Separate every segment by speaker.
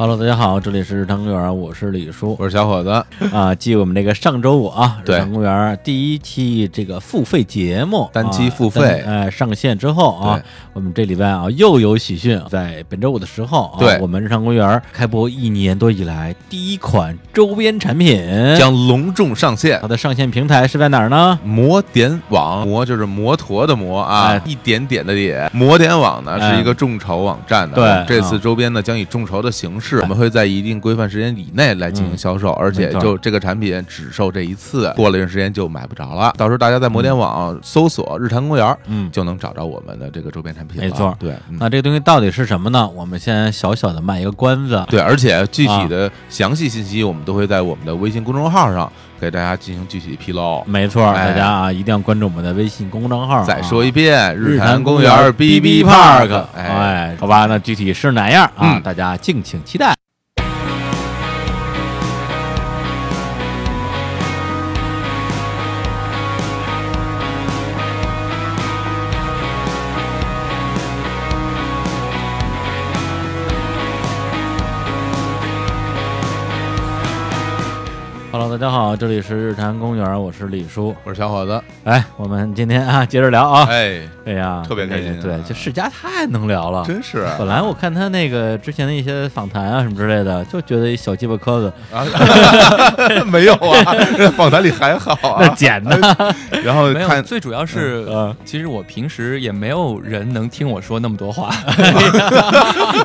Speaker 1: Hello，大家好，这里是日常公园，我是李叔
Speaker 2: 我是小伙子，
Speaker 1: 啊。继我们这个上周五啊，日
Speaker 2: 对
Speaker 1: 常公园第一期这个付费节目
Speaker 2: 单期
Speaker 1: 啊
Speaker 2: 付费
Speaker 1: 单呃上线之后啊
Speaker 2: 对，
Speaker 1: 我们这礼拜啊又有喜讯，在本周五的时候啊，
Speaker 2: 对
Speaker 1: 我们日常公园开播一年多以来第一款周边产品，
Speaker 2: 将隆重上线
Speaker 1: 它。的上线平台是在哪儿呢？
Speaker 2: 摩点网，摩就是摩托的摩啊
Speaker 1: 哎，
Speaker 2: 一点点的点。摩点网呢
Speaker 1: 哎
Speaker 2: 是一个众筹网站的，
Speaker 1: 对
Speaker 2: 我们这
Speaker 1: 啊
Speaker 2: 次周边呢将以众筹的形式，我们会在一定规范时间以内来进行销售，而且
Speaker 1: 嗯没错
Speaker 2: 就这个产品只售这一次，过了一段时间就买不着了。到时候大家在摩点网搜索“日坛公园”，
Speaker 1: 嗯
Speaker 2: 就能找着我们的这个周边产品了。
Speaker 1: 没错
Speaker 2: 对，嗯
Speaker 1: 那这个东西到底是什么呢？我们先小小的卖一个关子，
Speaker 2: 对，而且具
Speaker 1: 啊
Speaker 2: 体的详细信息我们都会在我们的微信公众号上给大家进行具体披露。
Speaker 1: 没错，
Speaker 2: 哎
Speaker 1: 大家啊一定要关注我们的微信公众号啊。
Speaker 2: 再说一遍，
Speaker 1: 日
Speaker 2: 坛
Speaker 1: 坛
Speaker 2: 公
Speaker 1: 园
Speaker 2: B B
Speaker 1: Park，
Speaker 2: 哎，
Speaker 1: 哎，好吧，那具体是哪样啊？
Speaker 2: 嗯
Speaker 1: 大家敬请期待。Hello，大家好，这里是日坛公园，我是李叔。
Speaker 2: 我是小伙子，
Speaker 1: 哎，我们今天啊，接着聊啊。
Speaker 2: 哎，
Speaker 1: 对呀，
Speaker 2: 特别开心啊
Speaker 1: 对，这世嘉太能聊了，
Speaker 2: 真是啊
Speaker 1: 本来我看他那个之前的一些访谈啊什么之类的，就觉得一小鸡巴磕子，
Speaker 2: 没有啊， 访谈里还好
Speaker 1: 那
Speaker 2: 啊，
Speaker 1: 剪的，
Speaker 2: 然后
Speaker 3: 没有，
Speaker 2: 看
Speaker 3: 最主要是、
Speaker 1: 嗯
Speaker 3: 其实我平时也没有人能听我说那么 多话。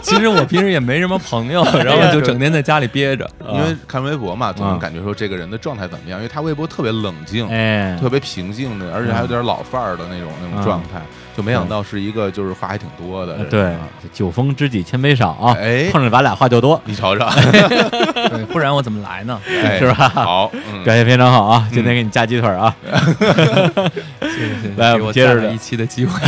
Speaker 3: 其实我平时也没什么朋 友，然后就整天在家里憋着。
Speaker 2: 因
Speaker 1: 啊
Speaker 2: 为看微博嘛，总
Speaker 1: 嗯
Speaker 2: 能感觉说这个人的状态怎么样，因为他微博特别冷静，
Speaker 1: 哎，
Speaker 2: 嗯特别平静的，而且还有点老范儿的那种那
Speaker 1: 嗯
Speaker 2: 种状态，就没想到是一个就是话还挺多的，这
Speaker 1: 呃对
Speaker 2: 人啊，
Speaker 1: 酒逢知己千杯少啊，
Speaker 2: 哎
Speaker 1: 碰上咱俩话就多，
Speaker 2: 你瞅瞅，
Speaker 3: 对，不然我怎么来呢？
Speaker 2: 哎
Speaker 1: 是吧
Speaker 2: 好，嗯
Speaker 1: 表现非常好啊，今天给你加鸡腿儿啊，
Speaker 3: 谢谢谢谢
Speaker 1: 来
Speaker 3: 给
Speaker 1: 我
Speaker 3: 我
Speaker 1: 们接着
Speaker 3: 再来
Speaker 1: 聊
Speaker 3: 一期的机会。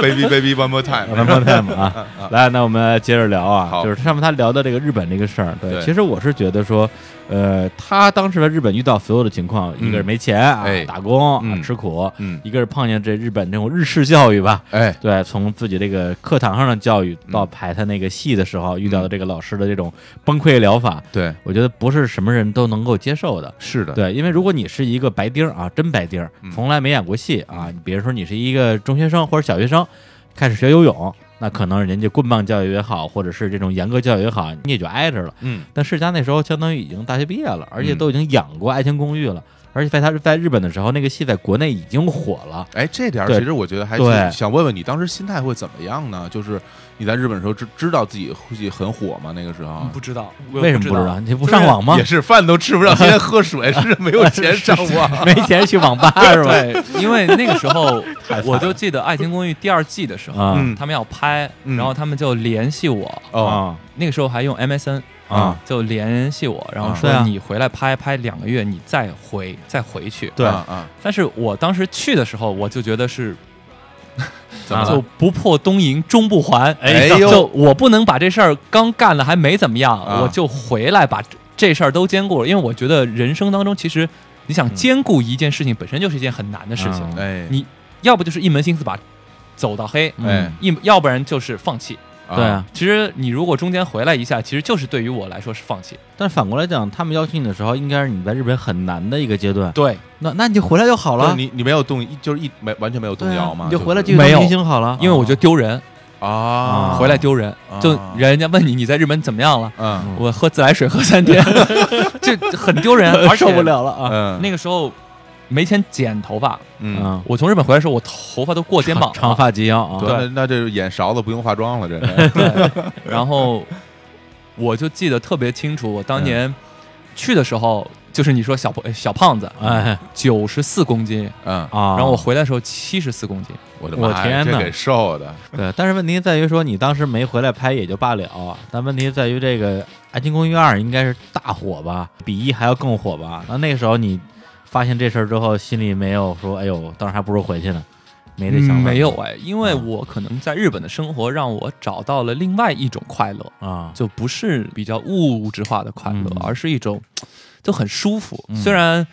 Speaker 2: ，baby baby one more time，
Speaker 1: 咱们 time 啊，来，那我们接着聊啊，
Speaker 2: 好
Speaker 1: 就是上面他聊的这个日本这个事儿，对，
Speaker 2: 对
Speaker 1: 其实我是觉得说，呃，他当时在日本遇到所有的情况，一个是没钱啊
Speaker 2: 嗯哎，
Speaker 1: 打工啊，
Speaker 2: 嗯
Speaker 1: 吃苦，
Speaker 2: 嗯
Speaker 1: 一个是碰见这日本这种日式教育吧，
Speaker 2: 哎，
Speaker 1: 对，从自己这个课堂上的教育到排他那个戏的时候，遇到的这个老师的这种崩溃疗法，
Speaker 2: 对，
Speaker 1: 我觉得不是什么人都能够接受的。
Speaker 2: 是的，
Speaker 1: 对，因为如果你是一个白丁儿啊，真白丁儿，从来没演过戏啊，比如说你是一个中学生或者小学生，开始学游泳，那可能人家棍棒教育也好，或者是这种严格教育也好，你也就挨着了。
Speaker 2: 嗯，
Speaker 1: 但世嘉那时候相当于已经大学毕业了，而且
Speaker 2: 嗯
Speaker 1: 都已经演过《爱情公寓》了，而且在他在日本的时候，那个戏在国内已经火了。
Speaker 2: 哎，这点儿
Speaker 1: 对
Speaker 2: 其实我觉得还
Speaker 1: 对
Speaker 2: 挺想问问你，当时心态会怎么样呢？就是你在日本的时候知知道自己会很火吗？那个时候
Speaker 3: 嗯不知道
Speaker 1: 为什么不知道？？你不上嗯网吗
Speaker 2: 也？是饭都吃不上，天天喝水，是没有钱上 网。
Speaker 1: 没钱去网吧是吧？
Speaker 3: 对，因为那个时 候我就记得《爱情公寓》第二季的时候，
Speaker 1: 啊
Speaker 2: 嗯
Speaker 3: 他们要拍，
Speaker 2: 嗯
Speaker 3: 然后他们就联系我。
Speaker 2: 哦，
Speaker 3: 那个时候还用 MSN
Speaker 1: 啊，
Speaker 3: 就联系我，然后
Speaker 2: 啊
Speaker 3: 说
Speaker 1: 对啊
Speaker 3: 你回来拍拍两个月，你再回再回去。
Speaker 1: 对
Speaker 2: 啊啊，
Speaker 3: 但是我当时去的时候，我就觉得是
Speaker 2: 怎么
Speaker 1: 啊
Speaker 3: 就
Speaker 2: 了？
Speaker 3: 不破东瀛终不还。
Speaker 2: 哎呦
Speaker 3: 就我不能把这事儿刚干了还没怎么样，
Speaker 2: 啊
Speaker 3: 我就回来把这这事儿都兼顾了，因为我觉得人生当中其实你想兼顾一件事情本身就是一件很难的事情，
Speaker 1: 嗯
Speaker 2: 哎
Speaker 3: 你要不就是一门心思把走到黑，
Speaker 1: 嗯
Speaker 2: 哎，
Speaker 3: 一要不然就是放弃。
Speaker 2: 啊
Speaker 1: 对啊，，
Speaker 3: 其实你如果中间回来一下，其实就是对于我来说是放弃。
Speaker 2: 啊
Speaker 1: 但是反过来讲，他们邀请你的时候，应该是你在日本很难的一个阶段。
Speaker 3: 对，
Speaker 1: 那那你就回来就好
Speaker 2: 好了，
Speaker 1: 了，
Speaker 2: 你你没有动，一就是一没完全没有动
Speaker 1: 对啊
Speaker 2: 摇嘛？
Speaker 1: 你就回来继
Speaker 2: 是
Speaker 1: 续当
Speaker 3: 没有
Speaker 1: 明星好了。
Speaker 3: 因为我觉得丢人，
Speaker 2: 啊，
Speaker 3: 回来丢人，
Speaker 2: 啊
Speaker 3: 就人家问你你在日本怎么样了，
Speaker 2: 嗯
Speaker 3: 我喝自来水喝三 天，这很丢人， 而且呃
Speaker 1: 受不了了啊！
Speaker 2: 嗯，
Speaker 3: 那个啊时候没钱剪头发，
Speaker 2: 嗯，
Speaker 1: 嗯，
Speaker 3: 我从日本回来的时候，我头发都过肩膀了
Speaker 1: 长。发及腰啊，
Speaker 2: 对，那那这眼勺子不用化妆了，这 是
Speaker 3: 对，然后我就记得特别清楚，我当年
Speaker 1: 嗯
Speaker 3: 去的时候，就是你说小胖小胖子，
Speaker 1: 哎
Speaker 3: 九十四公斤，
Speaker 2: 嗯，
Speaker 1: 啊。
Speaker 3: 然后我回来的时候七十四公斤，
Speaker 2: 我的
Speaker 1: 我
Speaker 2: 妈呀，
Speaker 1: 天
Speaker 2: 这
Speaker 1: 哪嗯
Speaker 2: 给瘦的，
Speaker 1: 对，但是问题在于说你当时没回来拍也就罢了，但问题在于这个《爱情公寓二》应该是大火吧，比一还要更火吧？那那个时候你发现这事儿之后，心里没有说哎呦，当时还不如回去呢，没这想法，
Speaker 3: 没有哎，因为
Speaker 1: 啊
Speaker 3: 我可能在日本的生活让我找到了另外一种快乐，
Speaker 1: 啊，
Speaker 3: 就不是比较物质化的快乐，
Speaker 1: 嗯
Speaker 3: 而是一种就很舒服。虽然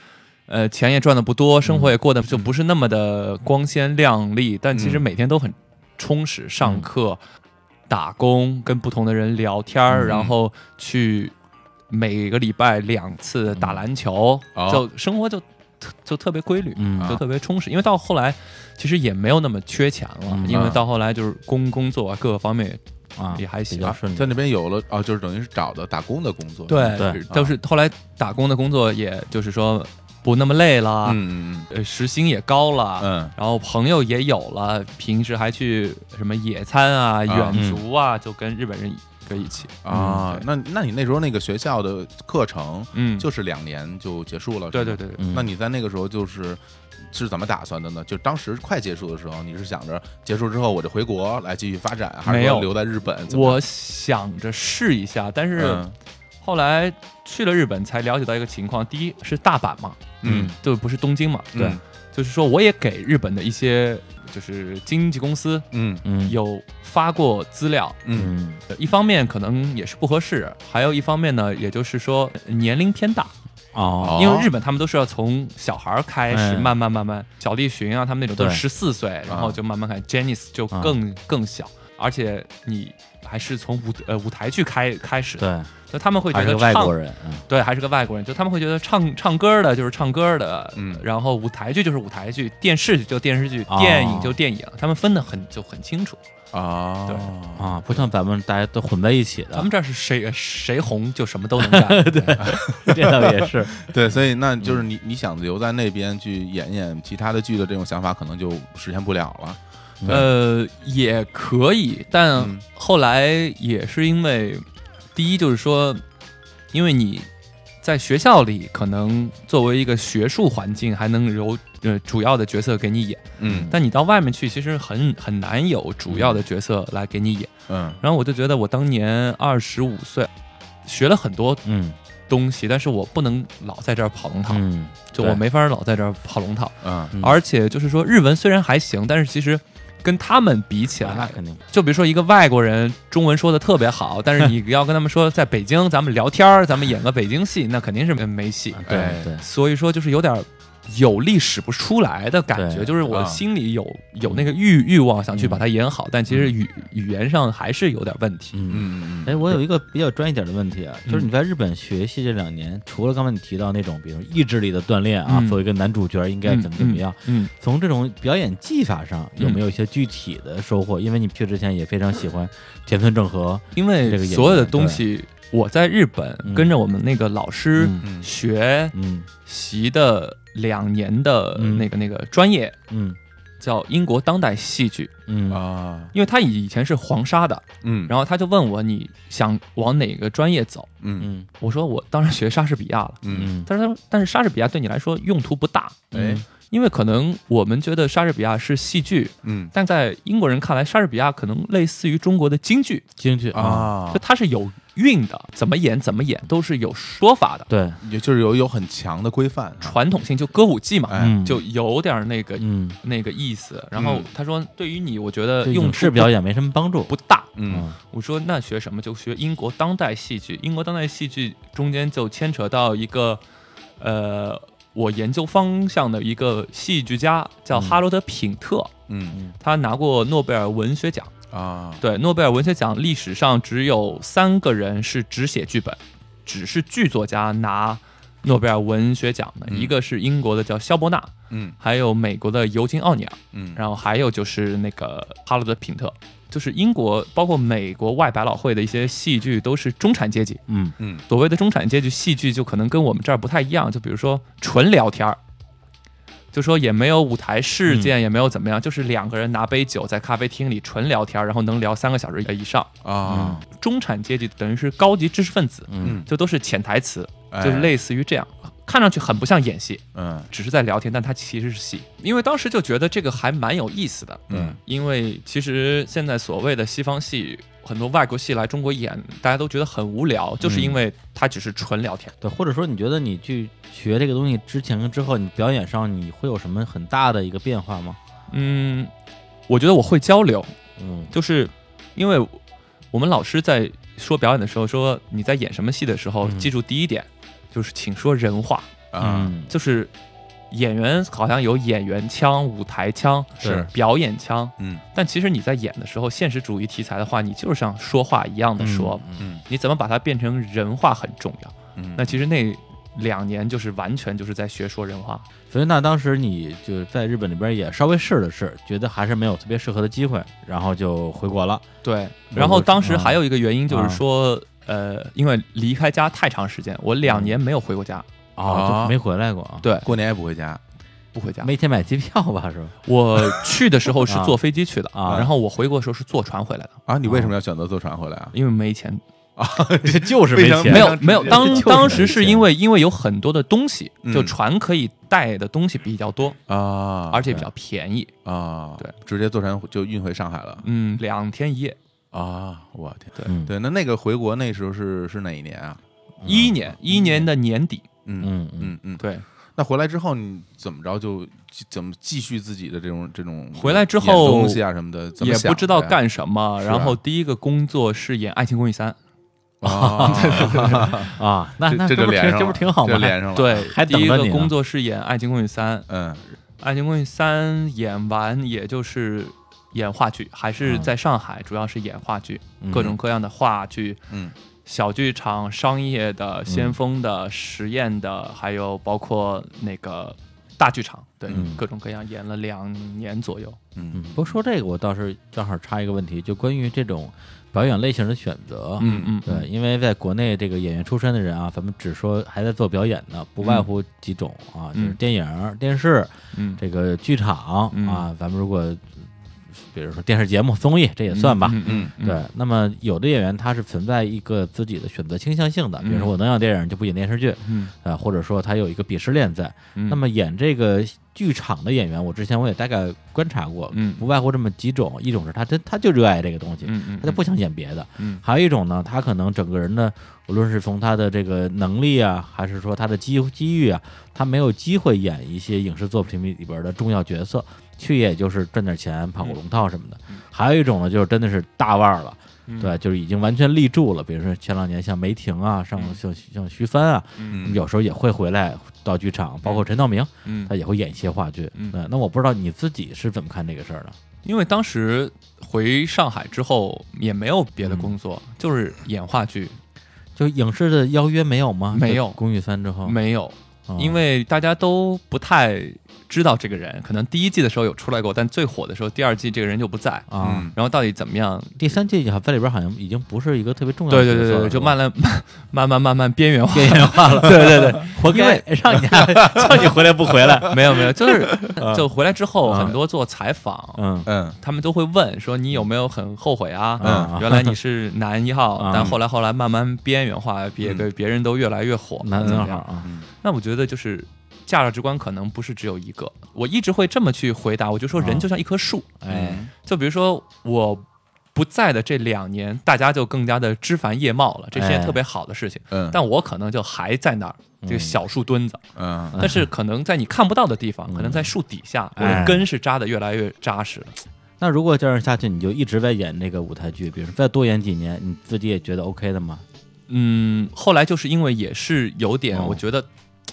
Speaker 3: 呃钱也赚的不多，
Speaker 1: 嗯
Speaker 3: 生活也过得就不是那
Speaker 1: 嗯
Speaker 3: 么的光鲜亮丽，但其实每天都很充实。上课、打工，跟不同的人聊天儿，
Speaker 2: 嗯
Speaker 3: 然后去每个礼拜两次打篮球，
Speaker 2: 哦
Speaker 3: 就生活就特就特别规律，
Speaker 1: 嗯
Speaker 3: 就特别充实。因为到后来其实也没有那么缺钱了，
Speaker 1: 嗯
Speaker 3: 因为到后来就是工工作啊各个方面
Speaker 1: 啊，
Speaker 3: 也还
Speaker 1: 比
Speaker 3: 行。
Speaker 1: 较顺
Speaker 2: 在
Speaker 1: 利。
Speaker 2: 那边有了啊，就是等于是找的打工的工作，
Speaker 3: 对
Speaker 1: 对
Speaker 3: 就
Speaker 2: 都
Speaker 3: 是后来打工的工作，也就是说不那么累了，
Speaker 2: 嗯嗯
Speaker 3: 呃，时薪也高了，
Speaker 2: 嗯
Speaker 3: 然后朋友也有了，平时还去什么野餐啊、远足啊，就跟日本人搁一起。
Speaker 2: 嗯啊
Speaker 3: 嗯，
Speaker 2: 那那你那时候那个学校的课程
Speaker 3: 嗯，
Speaker 2: 就是两年就结束了，是
Speaker 3: 对
Speaker 2: 吗
Speaker 3: 对。对对，
Speaker 1: 嗯
Speaker 2: 那你在那个时候就是是怎么打算的呢？就当时快结束的时候，你是想着结束之后我就回国来继续发展，还是
Speaker 3: 没
Speaker 2: 说
Speaker 3: 有
Speaker 2: 留在日本？怎么
Speaker 3: 我想着试一下，但是
Speaker 2: 嗯
Speaker 3: 后来去了日本才了解到一个情况：第一是大阪嘛，
Speaker 2: 嗯
Speaker 3: 就不是东京嘛，
Speaker 1: 对
Speaker 3: 就是说我也给日本的一些就是经纪公司
Speaker 2: 嗯
Speaker 1: 嗯
Speaker 3: 有发过资料，
Speaker 2: 嗯
Speaker 1: 嗯
Speaker 3: 一方面可能也是不合适，还有一方面呢，也就是说年龄偏大，
Speaker 1: 哦
Speaker 2: 哦
Speaker 3: 因为日本他们都是要从小孩儿开始，
Speaker 1: 嗯
Speaker 3: 慢慢慢慢，小栗旬啊，他们那种都是十
Speaker 1: 对啊
Speaker 3: 四岁，然后就慢慢开始。Jennice 就更更小，而且你还是从舞呃舞台剧开开始，
Speaker 1: 对，
Speaker 3: 就他们会觉
Speaker 1: 还
Speaker 3: 得
Speaker 1: 是个外
Speaker 3: 唱
Speaker 1: 国人，嗯
Speaker 3: 对还是个外国人，就他们会觉得唱唱歌的就是唱歌的，
Speaker 2: 嗯
Speaker 3: 然后舞台剧就是舞台剧，电视剧就电视剧，
Speaker 1: 哦
Speaker 3: 电影就电影，他们分的很就很清楚。
Speaker 2: 啊
Speaker 3: 对
Speaker 1: 啊，不像咱们大家都混在一起的，
Speaker 3: 咱们这儿是谁谁红就什么都能干，对
Speaker 1: 这倒也是，
Speaker 2: 对，所以
Speaker 3: 嗯
Speaker 2: 那就是你你想留在那边去演演其他的剧的这种想法，可能就实现不了了。
Speaker 3: 呃，也可以，但
Speaker 2: 嗯
Speaker 3: 后来也是因为，第一就是说，因为你在学校里可能作为一个学术环境还能有呃主要的角色给你演，
Speaker 2: 嗯
Speaker 3: 但你到外面去其实很很难有主要的角色来给你演。
Speaker 2: 嗯
Speaker 3: 然后我就觉得我当年二十五岁，学了很多
Speaker 1: 嗯
Speaker 3: 东西，但是我不能老在这儿跑龙套，
Speaker 1: 嗯，
Speaker 3: 就我
Speaker 1: 对
Speaker 3: 没法老在这儿跑龙套。
Speaker 2: 嗯
Speaker 1: 嗯
Speaker 3: 而且就是说，日文虽然还行，但是其实跟他们比起
Speaker 1: 啊那
Speaker 3: 来，
Speaker 1: 肯定
Speaker 3: 就比如说一个外国人中文说的特别好，但 是你要跟他们说在北京咱们聊天儿，咱们演个北京戏，那肯定是没没戏。
Speaker 2: 哎
Speaker 1: 对对，
Speaker 3: 所以说就是有点儿有力使不出来的感觉，
Speaker 1: 对
Speaker 3: 就是我
Speaker 2: 啊
Speaker 3: 心里有有那个欲欲望想去把它演好，但其实语语言上还是有点问题。
Speaker 1: 嗯。
Speaker 2: 嗯嗯
Speaker 1: 哎，我有一个比较专业点的问题啊，就是你在日本学戏这两年，除了刚才你提到那种，比如意志力的锻炼啊，
Speaker 3: 嗯
Speaker 1: 作为一个男主角应该怎么怎么样，
Speaker 3: 嗯？嗯，
Speaker 1: 从这种表演技法上有没有一些具体的收获？因为你去之前也非常喜欢田村正和，
Speaker 3: 因
Speaker 1: 这
Speaker 3: 为
Speaker 1: 个演
Speaker 3: 所有的
Speaker 1: 员
Speaker 3: 东西，我在日本
Speaker 1: 嗯
Speaker 3: 跟着我们那个老师
Speaker 1: 嗯
Speaker 2: 嗯
Speaker 3: 学
Speaker 1: 嗯
Speaker 3: 习的两年的
Speaker 1: 嗯
Speaker 3: 那个那个专业
Speaker 1: 嗯
Speaker 3: 叫英国当代戏剧，
Speaker 1: 嗯
Speaker 2: 啊
Speaker 3: 因为他以前是黄沙的，
Speaker 2: 嗯
Speaker 3: 然后他就问我你想往哪个专业走，
Speaker 2: 嗯
Speaker 1: 嗯
Speaker 3: 我说我当然学莎士比亚了。
Speaker 2: 嗯
Speaker 1: 嗯
Speaker 3: 他说：“但是莎士比亚对你来说用途不大，
Speaker 2: 哎
Speaker 3: 因为可能我们觉得莎士比亚是戏剧，
Speaker 2: 嗯
Speaker 3: 但在英国人看来，莎士比亚可能类似于中国的京剧，
Speaker 1: 京剧啊，
Speaker 2: 啊
Speaker 3: 就，它是有韵的，怎么演怎么演都是有说法的，
Speaker 1: 对，
Speaker 2: 也就是有有很强的规范啊，
Speaker 3: 传统性就歌舞伎嘛，
Speaker 2: 哎
Speaker 1: 嗯
Speaker 3: 就有点那个
Speaker 1: 嗯，
Speaker 3: 那个意思。然后
Speaker 2: 嗯
Speaker 3: 他说，对于你，我觉得
Speaker 1: 对
Speaker 3: 呃用
Speaker 1: 影视
Speaker 3: 处
Speaker 1: 表演没什么帮助，
Speaker 3: 不大。
Speaker 2: 嗯
Speaker 3: 我说那学什么？就学英国当代戏剧。英国当代戏剧中间就牵扯到一个，呃，我研究方向的一个戏剧家叫
Speaker 1: 嗯
Speaker 3: 哈罗德·品特，
Speaker 2: 嗯
Speaker 3: 他拿过诺贝尔文学奖。
Speaker 2: 啊
Speaker 3: 对，诺贝尔文学奖历史上只有三个人是只写剧本，只是剧作家拿诺贝尔文学奖的，
Speaker 2: 嗯
Speaker 3: 一个是英国的叫肖伯纳，
Speaker 2: 嗯
Speaker 3: 还有美国的尤金·奥尼尔。
Speaker 2: 嗯
Speaker 3: 然后还有就是那个哈罗德·品特，就是英国包括美国外百老汇的一些戏剧都是中产阶级。
Speaker 1: 嗯
Speaker 2: 嗯
Speaker 3: 所谓的中产阶级戏剧，就可能跟我们这儿不太一样，就比如说纯聊天儿。就说也没有舞台事件，也没有怎么样，就是两个人拿杯酒在咖啡厅里纯聊天儿，然后能聊三个小时以上。
Speaker 2: 啊
Speaker 1: 啊
Speaker 3: 中产阶级等于是高级知识分子，
Speaker 1: 嗯
Speaker 3: 就都是潜台词，
Speaker 2: 哎
Speaker 3: 就是类似于这样，看上去很不像演戏，
Speaker 2: 嗯
Speaker 3: 只是在聊天，但它其实是戏。因为当时就觉得这个还蛮有意思的，
Speaker 2: 嗯
Speaker 3: 因为其实现在所谓的西方戏，很多外国戏来中国演，大家都觉得很
Speaker 2: 嗯
Speaker 3: 无聊，就是因为它只是纯聊天。
Speaker 1: 对，或者说你觉得你去学这个东西之前跟之后，你表演上你会有什么很大的一个变化吗？
Speaker 3: 嗯，我觉得我会交流，
Speaker 1: 嗯
Speaker 3: 就是因为我们老师在说表演的时候说你在演什么戏的时候，
Speaker 1: 嗯
Speaker 3: 记住第一点就是请说人话，
Speaker 2: 啊
Speaker 1: 嗯
Speaker 3: 就是演员好像有演员腔、舞台腔、
Speaker 2: 是
Speaker 3: 表演腔，
Speaker 2: 嗯
Speaker 3: 但其实你在演的时候，现实主义题材的话，你就是像说话一样的说，
Speaker 2: 嗯
Speaker 3: 你怎么把它变成人话很重要。
Speaker 2: 嗯，
Speaker 3: 那其实那两年就是完全就是在学说人话，
Speaker 1: 所以那当时你就在日本那边也稍微试了试，觉得还是没有特别适合的机会，然后就回国了。
Speaker 3: 对。
Speaker 1: 嗯
Speaker 3: 然后
Speaker 1: 我
Speaker 3: 当时
Speaker 1: 啊
Speaker 3: 还有一个原因就
Speaker 1: 啊
Speaker 3: 是说，呃，因为离开家太长时间，我两年没有回过家，
Speaker 1: 哦，
Speaker 2: 啊
Speaker 1: 就没回来过啊，
Speaker 3: 对，
Speaker 2: 过年也不回家，
Speaker 3: 不回家。
Speaker 1: 没钱买机票吧？是吧？
Speaker 3: 我去的时候是
Speaker 1: 啊
Speaker 3: 坐飞机去的，
Speaker 1: 啊
Speaker 3: 然后我回国的时候是坐船回来的，
Speaker 2: 啊，你为什么要选择坐船回来啊？
Speaker 3: 因为没钱。
Speaker 1: 这就是
Speaker 2: 非
Speaker 1: 没
Speaker 2: 常
Speaker 1: 钱，
Speaker 3: 没
Speaker 2: 非
Speaker 3: 有
Speaker 2: 常
Speaker 3: 没有，
Speaker 2: 直接
Speaker 3: 当
Speaker 1: 就是
Speaker 3: 当时
Speaker 1: 没
Speaker 3: 是
Speaker 1: 钱
Speaker 3: 因为因为有很多的东西，就
Speaker 2: 嗯
Speaker 3: 船可以带的东西比较多，
Speaker 2: 啊，
Speaker 3: 而且比较便宜。
Speaker 2: 啊，
Speaker 3: 对，
Speaker 2: 直接坐船就运回上海了
Speaker 3: 嗯，两天一夜，
Speaker 2: 啊！我天，
Speaker 1: 嗯
Speaker 2: 对，那那个回国那时候是是哪一年啊？
Speaker 3: 一一年一一年的年底，
Speaker 2: 嗯
Speaker 1: 嗯嗯，
Speaker 2: 嗯嗯，
Speaker 3: 对，
Speaker 2: 那回来之后你怎么着就怎么继续自己的这种这种
Speaker 3: 回来之
Speaker 2: 演
Speaker 3: 后
Speaker 2: 东西啊什么的，怎么
Speaker 3: 也
Speaker 2: 想
Speaker 3: 不知道
Speaker 2: 的呀
Speaker 3: 干什么。
Speaker 2: 是啊
Speaker 3: 然后第一个工作是演《爱情公寓三
Speaker 2: 啊，
Speaker 1: 啊，那那这
Speaker 2: 这就
Speaker 1: 不
Speaker 2: 连
Speaker 1: 挺
Speaker 2: 上
Speaker 1: 这不
Speaker 2: 了
Speaker 1: 挺好
Speaker 2: 这
Speaker 1: 吗？
Speaker 2: 连上》，了，，
Speaker 3: 对，
Speaker 1: 还
Speaker 3: 第一
Speaker 1: 等着
Speaker 3: 个
Speaker 1: 你呢
Speaker 3: 工作是演《爱情公寓三》，《
Speaker 2: 嗯
Speaker 3: 爱情公寓三》演完也就是演话剧，还是
Speaker 1: 嗯
Speaker 3: 在上海，主要是演话剧，
Speaker 1: 嗯
Speaker 3: 各种各样的话剧。
Speaker 2: 嗯
Speaker 3: 小剧场、商业的、先锋的、实验的，还有包括那个大剧场，对，
Speaker 1: 嗯
Speaker 3: 各种各样演了两年左右。
Speaker 1: 嗯
Speaker 2: 嗯，
Speaker 1: 不过说这个，我倒是正好插一个问题，就关于这种表演类型的选择。
Speaker 3: 嗯嗯，
Speaker 1: 对，因为在国内这个演员出身的人啊，咱们只说还在做表演的，不外乎几种啊，
Speaker 3: 嗯
Speaker 1: 就是电影、电视、
Speaker 3: 嗯，
Speaker 1: 这个剧场
Speaker 3: 嗯
Speaker 1: 啊。咱们如果比如说电视节目、综艺，这也算吧。
Speaker 3: 嗯
Speaker 2: 嗯
Speaker 3: 嗯，
Speaker 1: 对，那么有的演员他是存在一个自己的选择倾向性的，比如说
Speaker 3: 嗯
Speaker 1: 我能演电影就不演电视剧啊、
Speaker 3: 嗯，
Speaker 1: 呃或者说他有一个鄙视链在。
Speaker 3: 嗯
Speaker 1: 那么演这个剧场的演员，我之前我也大概观察过，
Speaker 3: 嗯
Speaker 1: 不外乎这么几种，一种是他真他就热爱这个东西，
Speaker 3: 嗯嗯，
Speaker 1: 他就不想演别的；
Speaker 3: 嗯
Speaker 1: 还有一种呢，他可能整个人的，无论是从他的这个能力啊，还是说他的机机遇啊，他没有机会演一些影视作品里边的重要角色，去也就是赚点钱、跑个龙套什么的
Speaker 3: 嗯嗯；
Speaker 1: 还有一种呢，就是真的是大腕儿了，
Speaker 3: 嗯
Speaker 1: 对，就是已经完全立住了，比如说前两年像梅婷啊，像
Speaker 3: 嗯
Speaker 1: 像像徐帆啊，
Speaker 2: 嗯
Speaker 1: 有时候也会回来到剧场，包括陈道明。
Speaker 3: 嗯
Speaker 1: 他，也会演一些话剧。
Speaker 3: 嗯
Speaker 1: 对那我不知道你自己是怎么看这个事儿的。
Speaker 3: 因为当时回上海之后也没有
Speaker 1: 嗯
Speaker 3: 别的工作，就是演话剧，
Speaker 1: 就影视的邀约没有吗？
Speaker 3: 没有
Speaker 1: 就公寓三之后，
Speaker 3: 没有，
Speaker 1: 哦
Speaker 3: 因为大家都不太知道这个人，可能第一季的时候有出来过，但最火的时候第二季这个人就不在。
Speaker 1: 啊、
Speaker 2: 嗯
Speaker 3: 然后到底怎么样？
Speaker 1: 第三季好像在里边好像已经不是一个特别重要的
Speaker 3: 对
Speaker 1: 角
Speaker 3: 对
Speaker 1: 色了，
Speaker 3: 对对，对就慢
Speaker 1: 了
Speaker 3: 慢慢慢慢慢边缘化。
Speaker 1: 边缘化了。对对对，活
Speaker 3: 因
Speaker 1: 该让你 让你回来不回来。
Speaker 3: 没有没有，就是
Speaker 1: 啊
Speaker 3: 就回来之后，
Speaker 1: 啊
Speaker 3: 很多做采访，
Speaker 1: 嗯
Speaker 2: 嗯
Speaker 3: 他们都会问说你有没有很后悔啊？
Speaker 1: 嗯，
Speaker 3: 原来你是男一号
Speaker 1: 啊，
Speaker 3: 但后来后来慢慢边缘化，别
Speaker 2: 嗯
Speaker 3: 别别人都越来越火，
Speaker 1: 男
Speaker 3: 怎
Speaker 1: 男
Speaker 3: 么
Speaker 1: 号
Speaker 3: 样？
Speaker 1: 啊，
Speaker 2: 嗯
Speaker 3: 那我觉得就是价值观可能不是只有一个，我一直会这么去回答，我就说人
Speaker 1: 啊
Speaker 3: 就像一棵树，
Speaker 1: 哎，
Speaker 3: 就比如说我。不在的这两年，大家就更加的枝繁叶茂了，这是件
Speaker 1: 哎
Speaker 3: 特别好的事情。
Speaker 2: 嗯，
Speaker 3: 但我可能就还在那儿，这个
Speaker 1: 嗯
Speaker 3: 小树 墩子，
Speaker 2: 嗯
Speaker 3: 但是可能在你看不到的地方，
Speaker 1: 嗯
Speaker 3: 可能在树底下，我
Speaker 1: 哎
Speaker 3: 的根是扎得越来越扎实了。
Speaker 1: 那如果这样下去，你就一直在演这个舞台剧，比如说再多演几年，你自己也觉得 OK 的吗？
Speaker 3: 嗯，后来就是因为也是有点
Speaker 1: 哦，
Speaker 3: 我觉得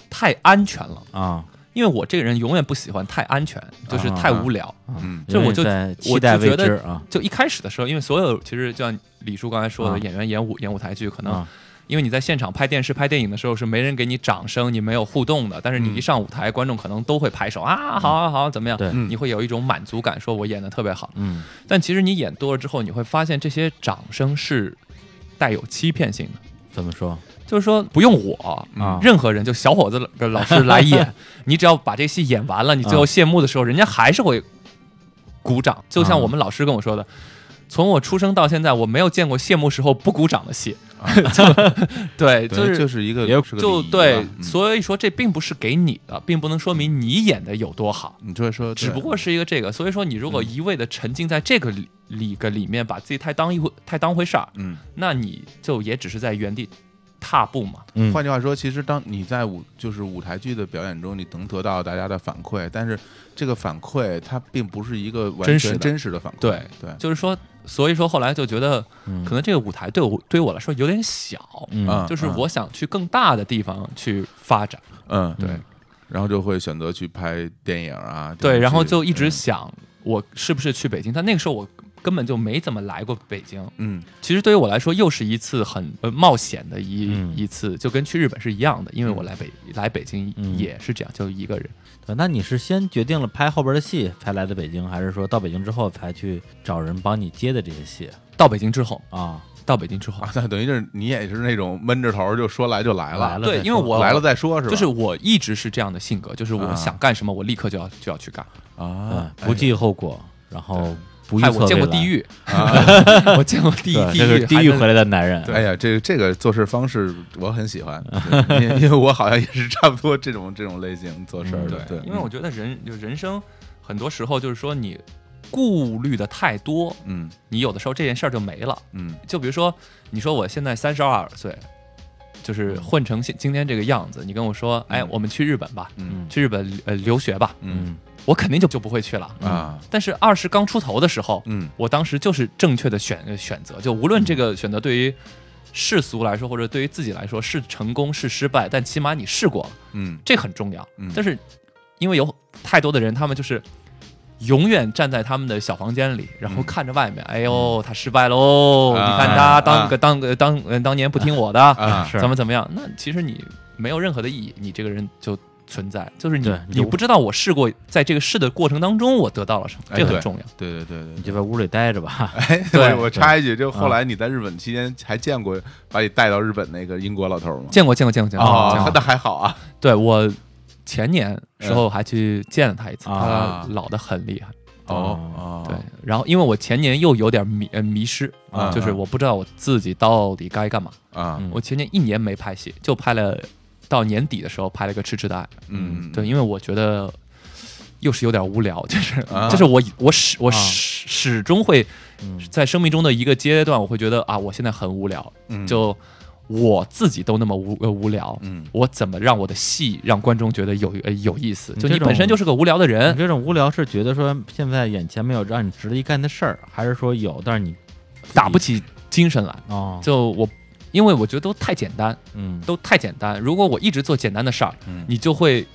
Speaker 3: 太安全了，
Speaker 1: 啊，
Speaker 3: 因为我这个人永远不喜欢太安全，就是太无聊。
Speaker 1: 啊
Speaker 2: 嗯
Speaker 3: 这我就
Speaker 1: 因为在期待未
Speaker 3: 我就
Speaker 1: 知
Speaker 3: 觉
Speaker 1: 啊，
Speaker 3: 就一开始的时候，因为所有其实就像李叔刚才说的，
Speaker 1: 啊
Speaker 3: 演员演舞演舞台剧，可能
Speaker 1: 啊
Speaker 3: 因为你在现场拍电视、拍电影的时候是没人给你掌声，你没有互动的，但是你一上舞台，观众可能都会拍手啊，好好好，怎么样
Speaker 1: 嗯对？
Speaker 2: 嗯
Speaker 3: 你会有一种满足感，说我演的特别好。
Speaker 1: 嗯
Speaker 3: 但其实你演多了之后，你会发现这些掌声是带有欺骗性的，
Speaker 1: 怎么说
Speaker 3: 就是说不用我。
Speaker 1: 啊？
Speaker 3: 任何人就小伙子老老师来演，你只要把这戏演完了，你最后谢幕的时候，人家还是会鼓掌。就像我们老师跟我说的，从我出生到现在，我没有见过谢幕时候不鼓掌的戏。 就对，
Speaker 2: 对
Speaker 3: 就是
Speaker 2: 就是一个
Speaker 1: 也有
Speaker 2: 是个
Speaker 3: 就
Speaker 2: 礼仪
Speaker 3: 对
Speaker 2: 吧，嗯
Speaker 3: 所以说这并不是给你的，并不能说明你演的有多好。
Speaker 2: 你就会说，
Speaker 3: 只不过
Speaker 2: 是
Speaker 3: 是一个这个，所以说你如果一味的沉浸在这个里里个里面，把自己太当一回太当回事儿，
Speaker 2: 嗯，
Speaker 3: 那你就也只是在原地踏步嘛。
Speaker 1: 嗯
Speaker 2: 换句话说，其实当你在舞就是舞台剧的表演中，你能得到大家的反馈，但是这个反馈它并不是一个完
Speaker 3: 真实
Speaker 2: 全
Speaker 3: 的
Speaker 2: 真实的反馈。
Speaker 3: 对
Speaker 2: 对，
Speaker 3: 就是说，所以说后来就觉得，
Speaker 1: 嗯
Speaker 3: 可能这个舞台对我对于我来说有点小，
Speaker 1: 嗯
Speaker 2: 嗯
Speaker 3: 就是我想去更大的地方去发展。
Speaker 2: 嗯，
Speaker 3: 对
Speaker 2: 然后就会选择去拍电影啊，电视
Speaker 3: 对，
Speaker 2: 剧
Speaker 3: 然后就一直
Speaker 2: 嗯
Speaker 3: 想我是不是去北京，但那个时候我根本就没怎么来过北京。
Speaker 2: 嗯
Speaker 3: 其实对于我来说，又是一次很呃冒险的一、
Speaker 1: 嗯
Speaker 3: 一次，就跟去日本是一样的，因为我来北、来北京
Speaker 1: 嗯
Speaker 3: 也是这样，就一个人。
Speaker 1: 对，那你是先决定了拍后边的戏才来的北京，还是说到北京之后才去找人帮你接的这些戏
Speaker 3: 到北京之后，
Speaker 1: 啊？
Speaker 3: 到北京之后，
Speaker 2: 啊，那等于就是你也是那种闷着头就说来就来
Speaker 1: 来
Speaker 2: 了，
Speaker 1: 了
Speaker 3: 对，
Speaker 1: 再
Speaker 3: 因为
Speaker 1: 说
Speaker 3: 我
Speaker 2: 来了再说是吧？
Speaker 3: 就是我一直是这样的性格，就是我
Speaker 2: 啊
Speaker 3: 想干什么，我立刻就要就要去干。呃
Speaker 2: 啊，
Speaker 1: 嗯，不计后果，然后不预
Speaker 3: 哎，
Speaker 1: 测
Speaker 3: 我见过地
Speaker 1: 狱，
Speaker 3: 狱，
Speaker 2: 啊，
Speaker 3: 我见过地
Speaker 1: 对，
Speaker 3: 地
Speaker 1: 这
Speaker 3: 狱，
Speaker 1: 是地狱
Speaker 3: 还能
Speaker 1: 回来的男人。
Speaker 2: 哎呀，这这个做事方式我很喜欢，对因为因为我好像也是差不多这种这种类型做事儿的，
Speaker 1: 嗯
Speaker 2: 对，
Speaker 3: 因为我觉得人就人生很多时候就是说你顾虑的太多，
Speaker 2: 嗯
Speaker 3: 你有的时候这件事儿就没了。
Speaker 2: 嗯
Speaker 3: 就比如说，你说我现在三十二岁，就是
Speaker 2: 嗯
Speaker 3: 混成现今天这个样子，你跟我说，哎，我们去日本吧，
Speaker 2: 嗯
Speaker 3: 去日本呃留学吧，
Speaker 2: 嗯
Speaker 3: 我肯定就就不会去了。
Speaker 2: 嗯啊
Speaker 3: 但是二十刚出头的时候，
Speaker 2: 嗯
Speaker 3: 我当时就是正确的选呃选择，就无论这个选择对于世俗来说，或者对于自己来说是成功是失败，但起码你试过了，
Speaker 2: 嗯
Speaker 3: 这很重要
Speaker 2: 嗯。
Speaker 3: 但是因为有太多的人，他们就是永远站在他们的小房间里，然后
Speaker 2: 嗯
Speaker 3: 看着外面，哎呦，他失败喽！
Speaker 2: 啊
Speaker 3: 你看他当
Speaker 2: 啊
Speaker 3: 个当个当呃当年不听我的，
Speaker 2: 啊
Speaker 1: 是
Speaker 3: 怎么怎么样？那其实你没有任何的意义，你这个人就。存在就是你
Speaker 1: 对，你
Speaker 3: 你
Speaker 1: 就
Speaker 3: 不知道我试过，在这个试的过程当中，我得到了什么，
Speaker 2: 哎
Speaker 3: 这很
Speaker 2: 对
Speaker 3: 重要。
Speaker 2: 对对对对
Speaker 1: 你。就在屋里待着吧。
Speaker 2: 哎，
Speaker 3: 对啊
Speaker 2: 我我插一句，就后来你在日本期间还见过把你带到日本那个英国老头吗？
Speaker 3: 见过，见过，见过，见过。
Speaker 2: 哦
Speaker 3: 见过
Speaker 2: 那那还好啊，
Speaker 3: 对我前年时候还去见了他一次，
Speaker 1: 啊
Speaker 3: 他老的很厉害。
Speaker 2: 哦，哦
Speaker 3: 对，，然后因为我前年又有点迷呃迷
Speaker 1: 嗯
Speaker 3: 失，
Speaker 2: 啊
Speaker 3: 就是我不知道我自己到底该干嘛。
Speaker 2: 啊，
Speaker 1: 嗯
Speaker 3: 我前年一年没拍戏，就拍了到年底的时候拍了个《痴痴的爱》。
Speaker 2: 嗯，
Speaker 3: 对，因为我觉得又是有点无聊，就是、
Speaker 2: 啊
Speaker 3: 就是我我始我
Speaker 1: 啊
Speaker 3: 始、始终会
Speaker 1: 嗯
Speaker 3: 在生命中的一个阶段，我会觉得啊，我现在很无聊，
Speaker 2: 嗯
Speaker 3: 就我自己都那么无呃无聊，
Speaker 2: 嗯
Speaker 3: 我怎么让我的戏让观众觉得有呃有意思？
Speaker 1: 你
Speaker 3: 就
Speaker 1: 这
Speaker 3: 你本身
Speaker 1: 种
Speaker 3: 就是个无聊的
Speaker 1: 你
Speaker 3: 人，
Speaker 1: 这种无聊是觉得说现在眼前没有让你值得一干的事儿，还是说有，但是你
Speaker 3: 打不起精神来。
Speaker 1: 哦，
Speaker 3: 就我，因为我觉得都太简单，
Speaker 1: 嗯，
Speaker 3: 都太简单。如果我一直做简单的事儿，
Speaker 2: 嗯
Speaker 3: 你就会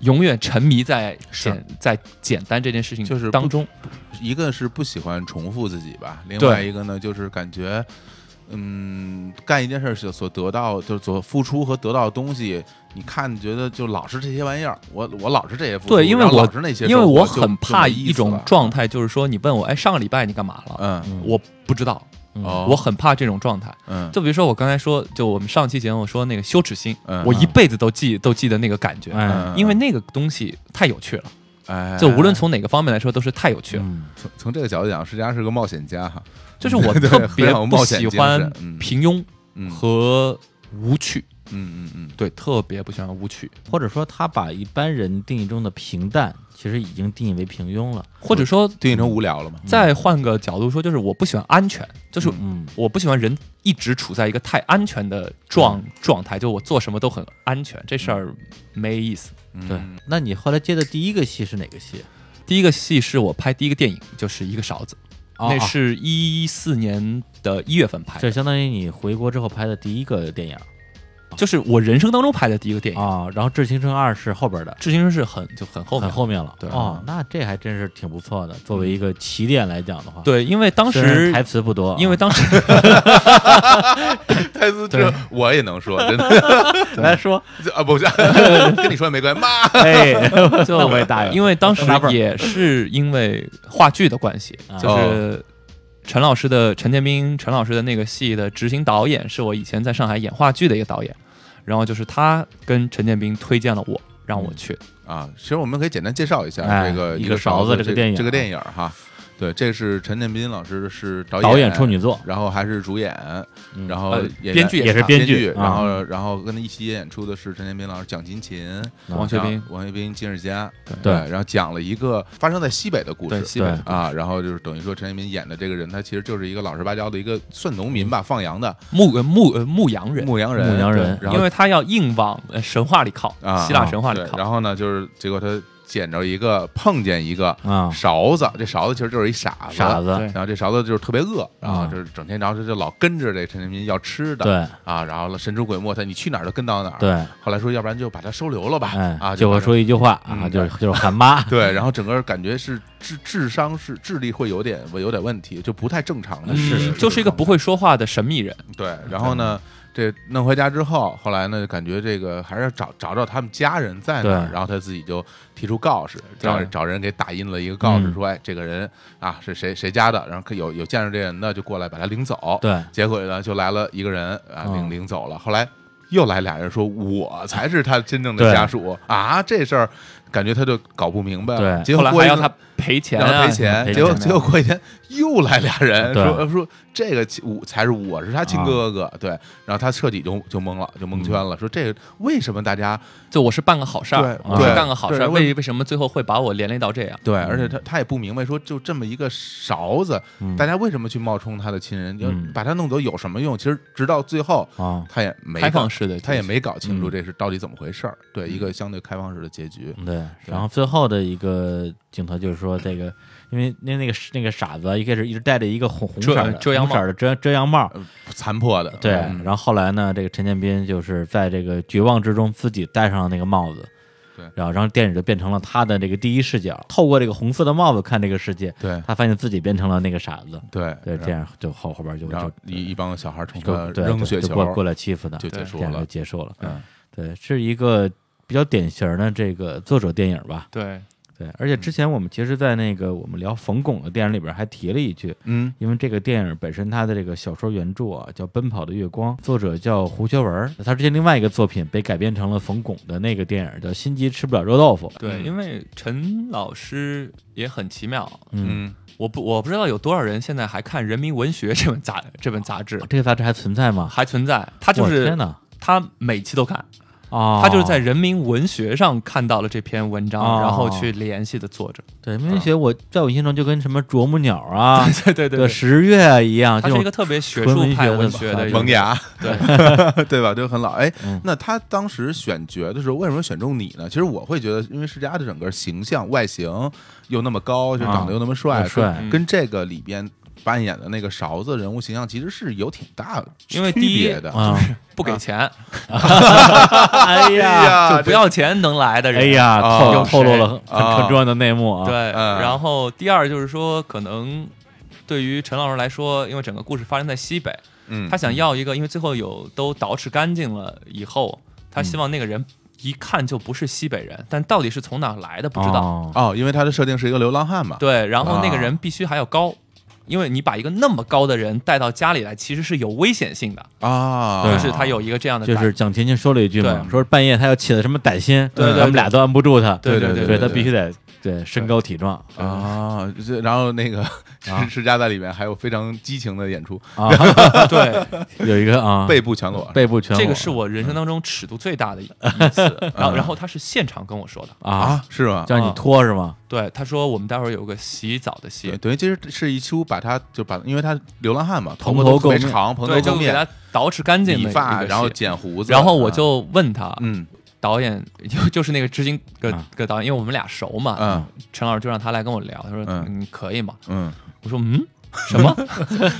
Speaker 3: 永远沉迷在
Speaker 2: 是
Speaker 3: 简在简单这件事情
Speaker 2: 就是不
Speaker 3: 当中。
Speaker 2: 一个是不喜欢重复自己吧，另
Speaker 3: 对
Speaker 2: 外一个呢就是感觉，嗯，干一件事儿所所得到就是所付出和得到的东西，你看觉得就老是这些玩意儿，我我老是这些付出，
Speaker 3: 对因为
Speaker 2: 然后
Speaker 3: 我
Speaker 2: 老是那些收获，
Speaker 3: 因为
Speaker 2: 我
Speaker 3: 很怕一
Speaker 2: 一
Speaker 3: 种状态，就是说你问我，哎，上个礼拜你干嘛了？
Speaker 2: 嗯
Speaker 1: 嗯
Speaker 3: 我不知道，
Speaker 1: 嗯
Speaker 2: 哦
Speaker 3: 我很怕这种状态。
Speaker 2: 嗯
Speaker 3: 就比如说我刚才说，就我们上期节目说那个羞耻心，
Speaker 2: 嗯
Speaker 3: 我一辈子都记都记得那个感觉，
Speaker 1: 哎，
Speaker 3: 因为那个东西太有趣了，
Speaker 2: 哎，
Speaker 3: 就无论从哪个方面来说都是太有趣了。
Speaker 1: 嗯
Speaker 2: 从从这个角度讲，实际上是个冒险家哈，
Speaker 3: 就是我
Speaker 2: 对
Speaker 3: 特
Speaker 2: 非
Speaker 3: 别
Speaker 2: 常有
Speaker 3: 不
Speaker 2: 冒险
Speaker 3: 喜
Speaker 2: 精神
Speaker 3: 欢
Speaker 2: 嗯
Speaker 3: 平庸
Speaker 2: 嗯
Speaker 3: 和无趣，
Speaker 2: 嗯嗯嗯，
Speaker 3: 对，特别不喜欢无趣，
Speaker 1: 或者说他把一般人定义中的平淡，其实已经定义为平庸了。
Speaker 3: 或者说
Speaker 2: 定义成无聊了嘛，
Speaker 3: 再换个角度说，就是我不喜欢安全，就是
Speaker 1: 嗯，
Speaker 3: 我不喜欢人一直处在一个太安全的状状态，就我做什么都很安全，这事儿没意思。
Speaker 2: 嗯
Speaker 1: 对。那你后来接的第一个戏是哪个戏？
Speaker 3: 第一个戏是我拍第一个电影，就是一个勺子，
Speaker 1: 哦
Speaker 3: 那
Speaker 1: 哦
Speaker 3: 是一四年的一月份拍
Speaker 1: 这
Speaker 3: 的，
Speaker 1: 相当于你回国之后拍的第一个电影
Speaker 3: 就是我人生当中拍的第一个电影。
Speaker 1: 啊、然后《致青春二》是后边的，
Speaker 3: 《致青春》是很就很后面
Speaker 1: 很，后面了。
Speaker 3: 对
Speaker 1: 哦，那这还真是挺不错的。作为一个起点来讲的话，，
Speaker 3: 对，因为当
Speaker 1: 当时
Speaker 3: 时
Speaker 1: 台词不多，啊
Speaker 3: 因为当时
Speaker 2: 台词
Speaker 1: 对
Speaker 2: 这我也能说，真的
Speaker 1: 来说，
Speaker 2: 这啊，不是 跟你说也没关系，妈，
Speaker 1: 哎，
Speaker 3: 就
Speaker 1: 那我也答应
Speaker 3: 因为当时
Speaker 1: 拿本儿
Speaker 3: 也是因为话剧的关系
Speaker 1: 啊，
Speaker 2: 哦
Speaker 3: 就是陈老师的陈建斌陈老师的那个戏的执行导演是我以前在上海演话剧的一个导演，然后就是他跟陈建斌推荐了我，让我去。
Speaker 2: 啊，其实我们可以简单介绍一下
Speaker 1: 哎
Speaker 2: 这个
Speaker 1: 一
Speaker 2: 一
Speaker 1: 个勺子
Speaker 2: 这
Speaker 1: 这个电影啊
Speaker 2: 这个电影哈。对，这是陈建斌老师是导
Speaker 1: 导演处，女作，
Speaker 2: 然后还是主演，
Speaker 1: 嗯
Speaker 2: 然后
Speaker 3: 呃
Speaker 2: 演员
Speaker 3: 编剧
Speaker 1: 也是
Speaker 3: 是他
Speaker 1: 编
Speaker 2: 编
Speaker 1: 剧，
Speaker 2: 然
Speaker 1: 啊
Speaker 2: 后然后跟他一起演出的是陈建斌老师、蒋勤勤、
Speaker 3: 王学兵
Speaker 2: 然后王学兵、金世佳，
Speaker 1: 对
Speaker 2: 然后讲了一个发生在西北的故
Speaker 3: 对
Speaker 2: 事。
Speaker 3: 西北
Speaker 1: 对
Speaker 2: 啊，然后就是等于说陈建斌演的这个人，他其实就是一个老实巴交的一个算农民吧，放羊的
Speaker 3: 牧呃牧呃牧羊人，
Speaker 2: 牧羊人，
Speaker 1: 牧羊人
Speaker 2: 对然后
Speaker 3: 因为他要硬往呃神话里靠
Speaker 2: 啊，
Speaker 3: 希腊神话里
Speaker 2: 对
Speaker 3: 靠。
Speaker 2: 然后呢，就是结果他捡着一个碰见一个
Speaker 1: 啊，
Speaker 2: 勺子，这勺子其实就是一傻子，
Speaker 1: 傻子，
Speaker 3: 对
Speaker 2: 然后这勺子就是特别饿，然后
Speaker 1: 嗯
Speaker 2: 就是整天，然后就就老跟着这陈建斌要吃的，
Speaker 1: 对
Speaker 2: 啊，然后神出鬼没，他你去哪儿就跟到哪儿。
Speaker 1: 对，
Speaker 2: 后来说，要不然就把他收留了吧，啊，
Speaker 1: 哎，
Speaker 2: 就
Speaker 1: 就
Speaker 2: 把
Speaker 1: 会
Speaker 2: 他
Speaker 1: 说一句话啊，
Speaker 2: 嗯
Speaker 1: 就是就是喊妈，
Speaker 2: 对，然后整个感觉是智智商是智力会有点有点问题，就不太正常的，
Speaker 1: 是
Speaker 3: 嗯就是一个不会说话的神秘人，
Speaker 2: 对。然后呢，这弄回家之后，后来呢，感觉这个还是要找找找他们家人在哪儿，
Speaker 1: 对
Speaker 2: 然后他自己就提出告示，
Speaker 3: 对
Speaker 2: 找找人给打印了一个告示，
Speaker 1: 嗯
Speaker 2: 说，哎，这个人啊是谁谁家的，然后可有有见着这人的就过来把他领走。
Speaker 1: 对，
Speaker 2: 结果呢，就来了一个人啊，领
Speaker 1: 嗯
Speaker 2: 领走了。后来又来俩人说，我才是他真正的
Speaker 1: 对
Speaker 2: 家属啊，这事儿感觉他就搞不明白了。
Speaker 1: 对
Speaker 2: 结
Speaker 3: 后
Speaker 2: 果
Speaker 3: 来
Speaker 2: 过
Speaker 3: 还
Speaker 2: 一
Speaker 3: 要
Speaker 2: 个
Speaker 3: 他赔钱
Speaker 2: 然
Speaker 3: 啊，
Speaker 2: 后赔钱，
Speaker 1: 赔
Speaker 2: 结果
Speaker 3: 钱
Speaker 2: 结果过一天又来俩人
Speaker 1: 对啊
Speaker 2: 说说这个亲我才是我是他亲哥哥，对，然后他彻底就就懵了，就蒙圈了，
Speaker 1: 嗯
Speaker 2: 说这个为什么大家
Speaker 3: 就我是办个好事儿，
Speaker 2: 对
Speaker 3: 我是
Speaker 1: 对
Speaker 3: 干个好事儿，
Speaker 2: 对为
Speaker 3: 为为什么最后会把我连累到这样？
Speaker 2: 对，而且他他也不明白说就这么一个勺子，
Speaker 1: 嗯
Speaker 2: 大家为什么去冒充他的亲人，就
Speaker 1: 嗯
Speaker 2: 把他弄走有什么用？其实直到最后
Speaker 1: 啊，
Speaker 2: 他也没
Speaker 3: 开放
Speaker 2: 搞
Speaker 3: 式的，
Speaker 2: 他也没搞清楚
Speaker 1: 嗯
Speaker 2: 这是到底怎么回事儿，对，一个相对开放式的结局，
Speaker 1: 对，然后最后的一个镜头就是说，这个因为那那个那个傻子一开始一直戴着一个红红色
Speaker 3: 遮
Speaker 1: 的
Speaker 3: 遮阳
Speaker 1: 红色的遮遮阳帽，
Speaker 2: 呃残破的，
Speaker 1: 对，
Speaker 2: 嗯
Speaker 1: 然后后来呢，这个陈建斌就是在这个绝望之中自己戴上了那个帽子，
Speaker 2: 对
Speaker 1: 然后然后电影就变成了他的这个第一视角，透过这个红色的帽子看这个世界，
Speaker 2: 对
Speaker 1: 他发现自己变成了那个傻子，
Speaker 2: 对
Speaker 1: 对，这。样就后后边就
Speaker 2: 然后
Speaker 1: 就
Speaker 2: 一一帮小孩冲
Speaker 1: 就
Speaker 2: 他
Speaker 1: 对
Speaker 2: 扔
Speaker 1: 对
Speaker 2: 雪
Speaker 1: 就
Speaker 2: 球，
Speaker 1: 过过来欺负他，
Speaker 2: 就结
Speaker 1: 对
Speaker 2: 束
Speaker 1: 这样
Speaker 2: 了
Speaker 1: 就结束了，
Speaker 2: 嗯，
Speaker 1: 对，是一个比较典型的这个作者电影吧，
Speaker 3: 对，
Speaker 1: 对，而且
Speaker 3: 嗯
Speaker 1: 之前我们其实，在那个我们聊冯巩的电影里边还提了一句，
Speaker 2: 嗯
Speaker 1: 因为这个电影本身它的这个小说原著啊叫《奔跑的月光》，作者叫胡学文儿，他之前另外一个作品被改编成了冯巩的那个电影叫《心急吃不了热豆腐》。嗯
Speaker 2: 嗯
Speaker 3: 对，因为陈老师也很奇妙，
Speaker 1: 嗯，
Speaker 2: 嗯，
Speaker 3: 我不我不知道有多少人现在还看《人民文学》这本杂这本杂志，
Speaker 1: 这个杂志还存在吗？
Speaker 3: 还存在。他就
Speaker 1: 我天
Speaker 3: 是
Speaker 1: 哪！
Speaker 3: 他每期都看，
Speaker 1: 哦，
Speaker 3: 他就是在《人民文学》上看到了这篇文章，
Speaker 1: 哦
Speaker 3: 然后去联系的作者。
Speaker 1: 对因为学我在我印象中就跟什么啄木鸟啊、
Speaker 3: 啊对对
Speaker 1: 这
Speaker 3: 对
Speaker 1: 个，十月啊一样，
Speaker 3: 他
Speaker 1: 这
Speaker 3: 是
Speaker 1: 种
Speaker 3: 一个特别学术派文学的一个
Speaker 2: 萌芽，
Speaker 3: 对
Speaker 2: 对吧？就很老。哎
Speaker 1: 嗯，
Speaker 2: 那他当时选角的时候，为什么选中你呢？其实我会觉得，因为世家的整个形象、外形又那么高，就长得又那么帅，
Speaker 1: 又帅
Speaker 2: 跟
Speaker 3: 嗯
Speaker 2: 跟这个里边扮演的那个勺子人物形象其实是有挺大的
Speaker 3: 因为
Speaker 2: 区
Speaker 3: 第一
Speaker 2: 别的。
Speaker 1: 啊，
Speaker 3: 不给钱
Speaker 1: 哎呀，
Speaker 2: 呀
Speaker 3: 就不要钱能来的人。
Speaker 1: 哎呀，
Speaker 2: 啊
Speaker 1: 透
Speaker 2: 有
Speaker 1: 透露
Speaker 3: 谁
Speaker 1: 了很
Speaker 2: 啊
Speaker 1: 很很重要的内幕啊。
Speaker 3: 对，
Speaker 2: 嗯
Speaker 3: 然后第二就是说，可能对于陈老师来说，因为整个故事发生在西北，
Speaker 2: 嗯
Speaker 3: 他，想要一个，因为最后有都捯饬干净了以后，
Speaker 2: 嗯
Speaker 3: 他希望那个人一看就不是西北人，但到底是从哪来的不知道。
Speaker 1: 哦
Speaker 2: 哦，因为他的设定是一个流浪汉嘛，
Speaker 3: 对，然后那个
Speaker 2: 啊
Speaker 3: 人必须还要高。因为你把一个那么高的人带到家里来，其实是有危险性的，
Speaker 2: 啊，
Speaker 1: 对
Speaker 3: 就是他有一个这样的感，
Speaker 1: 就是蒋勤勤说了一句嘛，
Speaker 3: 对
Speaker 1: 说半夜他要起了什么歹心，
Speaker 2: 对对
Speaker 1: 咱们俩都按不住他，
Speaker 3: 对
Speaker 2: 对
Speaker 3: 对
Speaker 1: 所以
Speaker 2: 对
Speaker 1: 他必须得对身高体壮
Speaker 2: 啊，这然后那个
Speaker 1: 啊
Speaker 2: 世世家在里面还有非常激情的演出，
Speaker 1: 啊，
Speaker 3: 对，
Speaker 1: 有一个啊
Speaker 2: 背部全裸，
Speaker 1: 背部全裸，
Speaker 3: 这个是我
Speaker 2: 嗯
Speaker 3: 人生当中尺度最 大的一一次。然后，然后他是现场跟我说的，
Speaker 1: 啊，
Speaker 2: 啊，是吗？
Speaker 1: 叫你脱是吗？
Speaker 3: 对，他说我们待会儿有个洗澡的
Speaker 2: 对，
Speaker 3: 戏，
Speaker 2: 等于其实是一出把他就把，因为他流浪汉嘛，头
Speaker 1: 蓬
Speaker 2: 发
Speaker 1: 头
Speaker 2: 都特别
Speaker 1: 垢面
Speaker 2: 长，蓬头
Speaker 3: 对，就
Speaker 2: 垢
Speaker 3: 给他
Speaker 2: 面，
Speaker 3: 捯饬干净
Speaker 2: 理
Speaker 3: 的一
Speaker 2: 发，
Speaker 3: 个
Speaker 2: 然后
Speaker 3: 戏
Speaker 2: 剪胡子，
Speaker 3: 然后我
Speaker 2: 啊
Speaker 3: 就问他，
Speaker 2: 嗯
Speaker 3: 导演 就就是那个知音个
Speaker 1: 啊
Speaker 3: 个导演，因为我们俩熟嘛，
Speaker 2: 嗯
Speaker 3: 陈老师就让他来跟我聊，他说
Speaker 2: 嗯
Speaker 3: 嗯可以吗？
Speaker 2: 嗯，
Speaker 3: 我说嗯什么？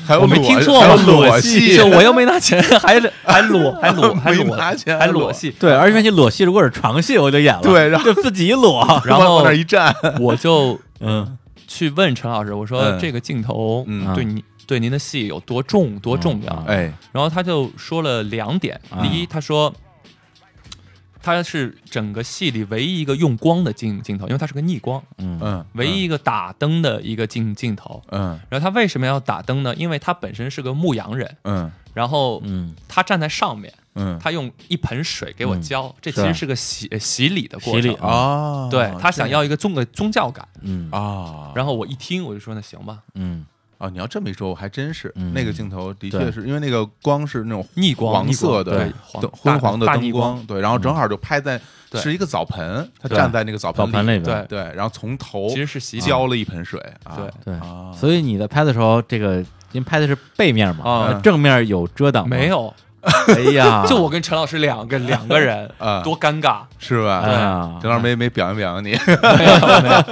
Speaker 2: 还有
Speaker 3: 我没
Speaker 2: 裸
Speaker 3: 听错
Speaker 2: 哎还有
Speaker 3: 吗
Speaker 2: 裸
Speaker 1: 戏
Speaker 3: 就我又没拿钱，还还裸还裸还
Speaker 2: 没
Speaker 3: 裸
Speaker 2: 拿钱
Speaker 3: 还
Speaker 2: 还裸
Speaker 3: 裸戏，
Speaker 1: 对，而且你裸戏如果是床戏，我就演了，
Speaker 2: 对然后
Speaker 1: 就自己裸，
Speaker 3: 然
Speaker 2: 往
Speaker 3: 后
Speaker 2: 那儿一 站，
Speaker 3: 我就
Speaker 1: 嗯，
Speaker 3: 去问陈老师，我说
Speaker 2: 嗯
Speaker 3: 这个镜头
Speaker 2: 嗯
Speaker 3: 对你对您的戏有多重多重要？
Speaker 1: 嗯啊
Speaker 2: 哎，
Speaker 3: 然后他就说了两点，
Speaker 1: 啊
Speaker 3: 第一，他说他是整个戏里唯一一个用光的镜镜头，因为它是个逆光，
Speaker 1: 嗯
Speaker 2: 嗯，
Speaker 3: 唯一一个打灯的一个镜镜头。
Speaker 2: 嗯，
Speaker 3: 然后他为什么要打灯呢？因为他本身是个牧羊人，
Speaker 2: 嗯
Speaker 3: 然后
Speaker 1: 嗯，
Speaker 3: 他站在上面，
Speaker 2: 嗯嗯，
Speaker 3: 他用一盆水给我浇，这其
Speaker 1: 是
Speaker 3: 实是个洗呃洗礼的过
Speaker 1: 洗
Speaker 3: 程。
Speaker 1: 礼，
Speaker 2: 哦，
Speaker 3: 对他想要一个宗个宗教感。
Speaker 1: 嗯
Speaker 2: 啊，
Speaker 3: 然后我一听我就说那行吧，
Speaker 1: 嗯，
Speaker 2: 哦，你要这么一说，我还真是
Speaker 1: 嗯
Speaker 2: 那个镜头，
Speaker 1: 对
Speaker 2: 的确是因为那个光是那种
Speaker 3: 逆光
Speaker 2: 黄
Speaker 3: 逆
Speaker 2: 色
Speaker 3: 光
Speaker 2: 的
Speaker 3: 对黄
Speaker 2: 灯昏
Speaker 3: 大
Speaker 2: 黄的
Speaker 3: 大
Speaker 2: 灯
Speaker 3: 逆光嗯
Speaker 2: 光，对，然后正好就拍在
Speaker 3: 对
Speaker 2: 是一个澡盆，他
Speaker 3: 对
Speaker 2: 站在那个澡
Speaker 1: 澡盆里
Speaker 2: 里，
Speaker 1: 边，
Speaker 3: 对
Speaker 2: 对，然后从头
Speaker 3: 其实是洗礼。
Speaker 2: 浇了一盆水啊，
Speaker 3: 对
Speaker 1: 对，
Speaker 2: 啊，，
Speaker 1: 所以你在拍的时候，这个因为拍的是背面嘛，
Speaker 3: 啊
Speaker 1: 正面有遮挡吗
Speaker 3: 没有，
Speaker 1: 哎呀，
Speaker 3: 就我跟陈老师两个两个人
Speaker 2: 啊，
Speaker 3: 多尴尬！
Speaker 2: 是
Speaker 1: 哎
Speaker 2: 吧？
Speaker 1: 呀，
Speaker 2: 陈老师没没表扬表扬你，
Speaker 3: 没有没有，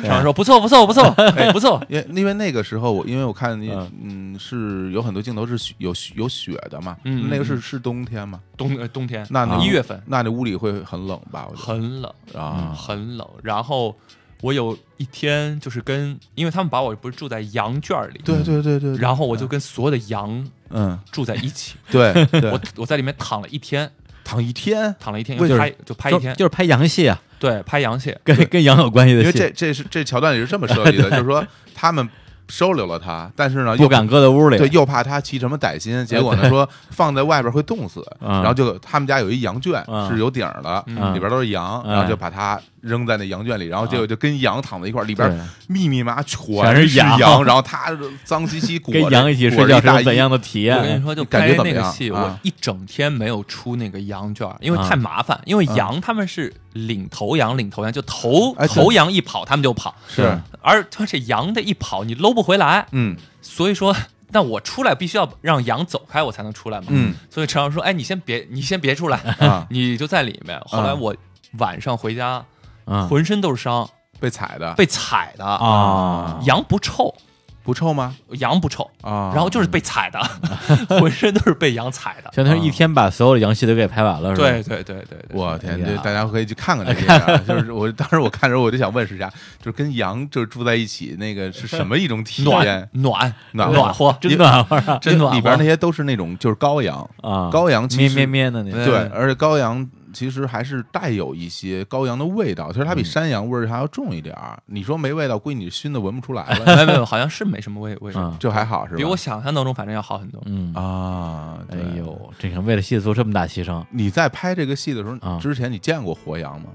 Speaker 3: 陈老师说不错不错不错，哎不错，
Speaker 2: 因为因为那个时候我因为我看你
Speaker 1: 嗯
Speaker 2: 嗯是有很多镜头是雪有雪有雪的嘛，
Speaker 3: 嗯
Speaker 2: 那个
Speaker 3: 嗯
Speaker 2: 是
Speaker 3: 嗯
Speaker 2: 是冬天嘛，
Speaker 3: 冬呃冬天
Speaker 2: 那那
Speaker 1: 啊
Speaker 3: 一月份
Speaker 2: 那那屋里会很冷吧？我觉得
Speaker 3: 很冷
Speaker 2: 啊，
Speaker 3: 很冷，然后我有一天就是跟，因为他们把我不是住在羊圈里，
Speaker 2: 对对对对，对
Speaker 3: 然后我就跟所有的羊
Speaker 2: 嗯
Speaker 3: 住在一起，
Speaker 2: 对
Speaker 3: 我
Speaker 2: 对，
Speaker 3: 我在里面躺了一天，
Speaker 2: 躺一天，
Speaker 3: 躺了一天，
Speaker 1: 为
Speaker 3: 就拍就拍一
Speaker 1: 就
Speaker 3: 天，
Speaker 1: 就是拍洋戏啊，
Speaker 3: 对，拍羊蟹，
Speaker 1: 跟跟羊有关系的
Speaker 2: 因
Speaker 1: 戏，
Speaker 2: 为这这是这桥段里是这么设计 的，就是说他们收留了他，但是呢
Speaker 1: 不
Speaker 2: 又
Speaker 1: 敢搁在屋里，啊
Speaker 2: 对，又怕他起什么歹心，结果呢说放在外边会冻死，
Speaker 1: 嗯
Speaker 2: 然后就他们家有一羊圈
Speaker 1: 嗯
Speaker 2: 是有顶儿的，
Speaker 3: 嗯
Speaker 2: 里边都是羊，
Speaker 1: 哎
Speaker 2: 然后就把它扔在那羊圈里，然后结果就跟羊躺在一块儿，里边
Speaker 1: 对
Speaker 2: 密密麻麻全
Speaker 1: 全是羊
Speaker 2: 羊， 然后他脏兮兮裹 着
Speaker 1: 跟羊一起睡觉
Speaker 2: 裹
Speaker 1: 是
Speaker 2: 着大
Speaker 1: 种
Speaker 2: 衣
Speaker 1: 怎样的体
Speaker 3: 我跟你
Speaker 1: 验？
Speaker 3: 说，就
Speaker 2: 你感觉
Speaker 3: 拍
Speaker 2: 怎么
Speaker 3: 那个
Speaker 2: 样
Speaker 3: 戏，
Speaker 2: 啊
Speaker 3: 我一整天没有出那个羊圈儿，因为
Speaker 1: 啊
Speaker 3: 太麻烦。因为
Speaker 2: 啊
Speaker 3: 羊他们是领头羊，领头羊就头
Speaker 2: 哎对
Speaker 3: 头羊一跑，他们就跑，
Speaker 2: 是
Speaker 3: 而这羊的一跑，你搂不回来。
Speaker 2: 嗯
Speaker 3: 所以说，那我出来必须要让羊走开，我才能出来嘛。
Speaker 2: 嗯
Speaker 3: 所以陈老师说：“哎，你先别，你先别出来，
Speaker 2: 啊
Speaker 3: 你就在里面。”后来
Speaker 2: 啊
Speaker 3: 我晚上回家，
Speaker 1: 嗯
Speaker 3: 浑身都是伤，
Speaker 2: 被踩的
Speaker 3: 被踩的。
Speaker 1: 啊，
Speaker 3: 羊不臭，
Speaker 2: 不臭吗？
Speaker 3: 羊不臭，
Speaker 2: 啊，
Speaker 3: 然后就是被踩的， 浑身都是被羊踩的。
Speaker 1: 相
Speaker 2: 啊
Speaker 1: 当于一天把所有的洋戏都给拍完了，是吧？
Speaker 3: 对对对对对，
Speaker 2: 我天，
Speaker 1: 哎呀
Speaker 2: 这大家可以去看看 这电影啊。就是我当时我看的时候，我就想问是啥，就是跟羊就是住在一起，那个是什么一种体验
Speaker 3: 暖？暖
Speaker 2: 暖
Speaker 3: 暖和，
Speaker 1: 真暖和啊
Speaker 3: 真暖和。
Speaker 2: 里 边那些都是那种就是羔羊，
Speaker 1: 啊！
Speaker 2: 羔羊其
Speaker 1: 咩
Speaker 2: 实
Speaker 1: 咩咩的那
Speaker 3: 对
Speaker 1: 种，
Speaker 2: 对，而且羔羊其实还是带有一些羔羊的味道，其实它
Speaker 3: 嗯
Speaker 2: 比山羊味儿还要重一点儿。你说没味道，估计你熏的闻不出来 了，
Speaker 3: 没有没有，好像是没什么味味道，
Speaker 1: 嗯
Speaker 2: 就还好是吧？
Speaker 3: 比我想象当中反正要好很多。
Speaker 1: 嗯，
Speaker 2: 啊，
Speaker 1: 哎
Speaker 2: 对。
Speaker 1: 呦，这个为了戏做这么大牺牲，
Speaker 2: 你在拍这个戏的时
Speaker 1: 啊
Speaker 2: 候，之前你见过活羊 吗？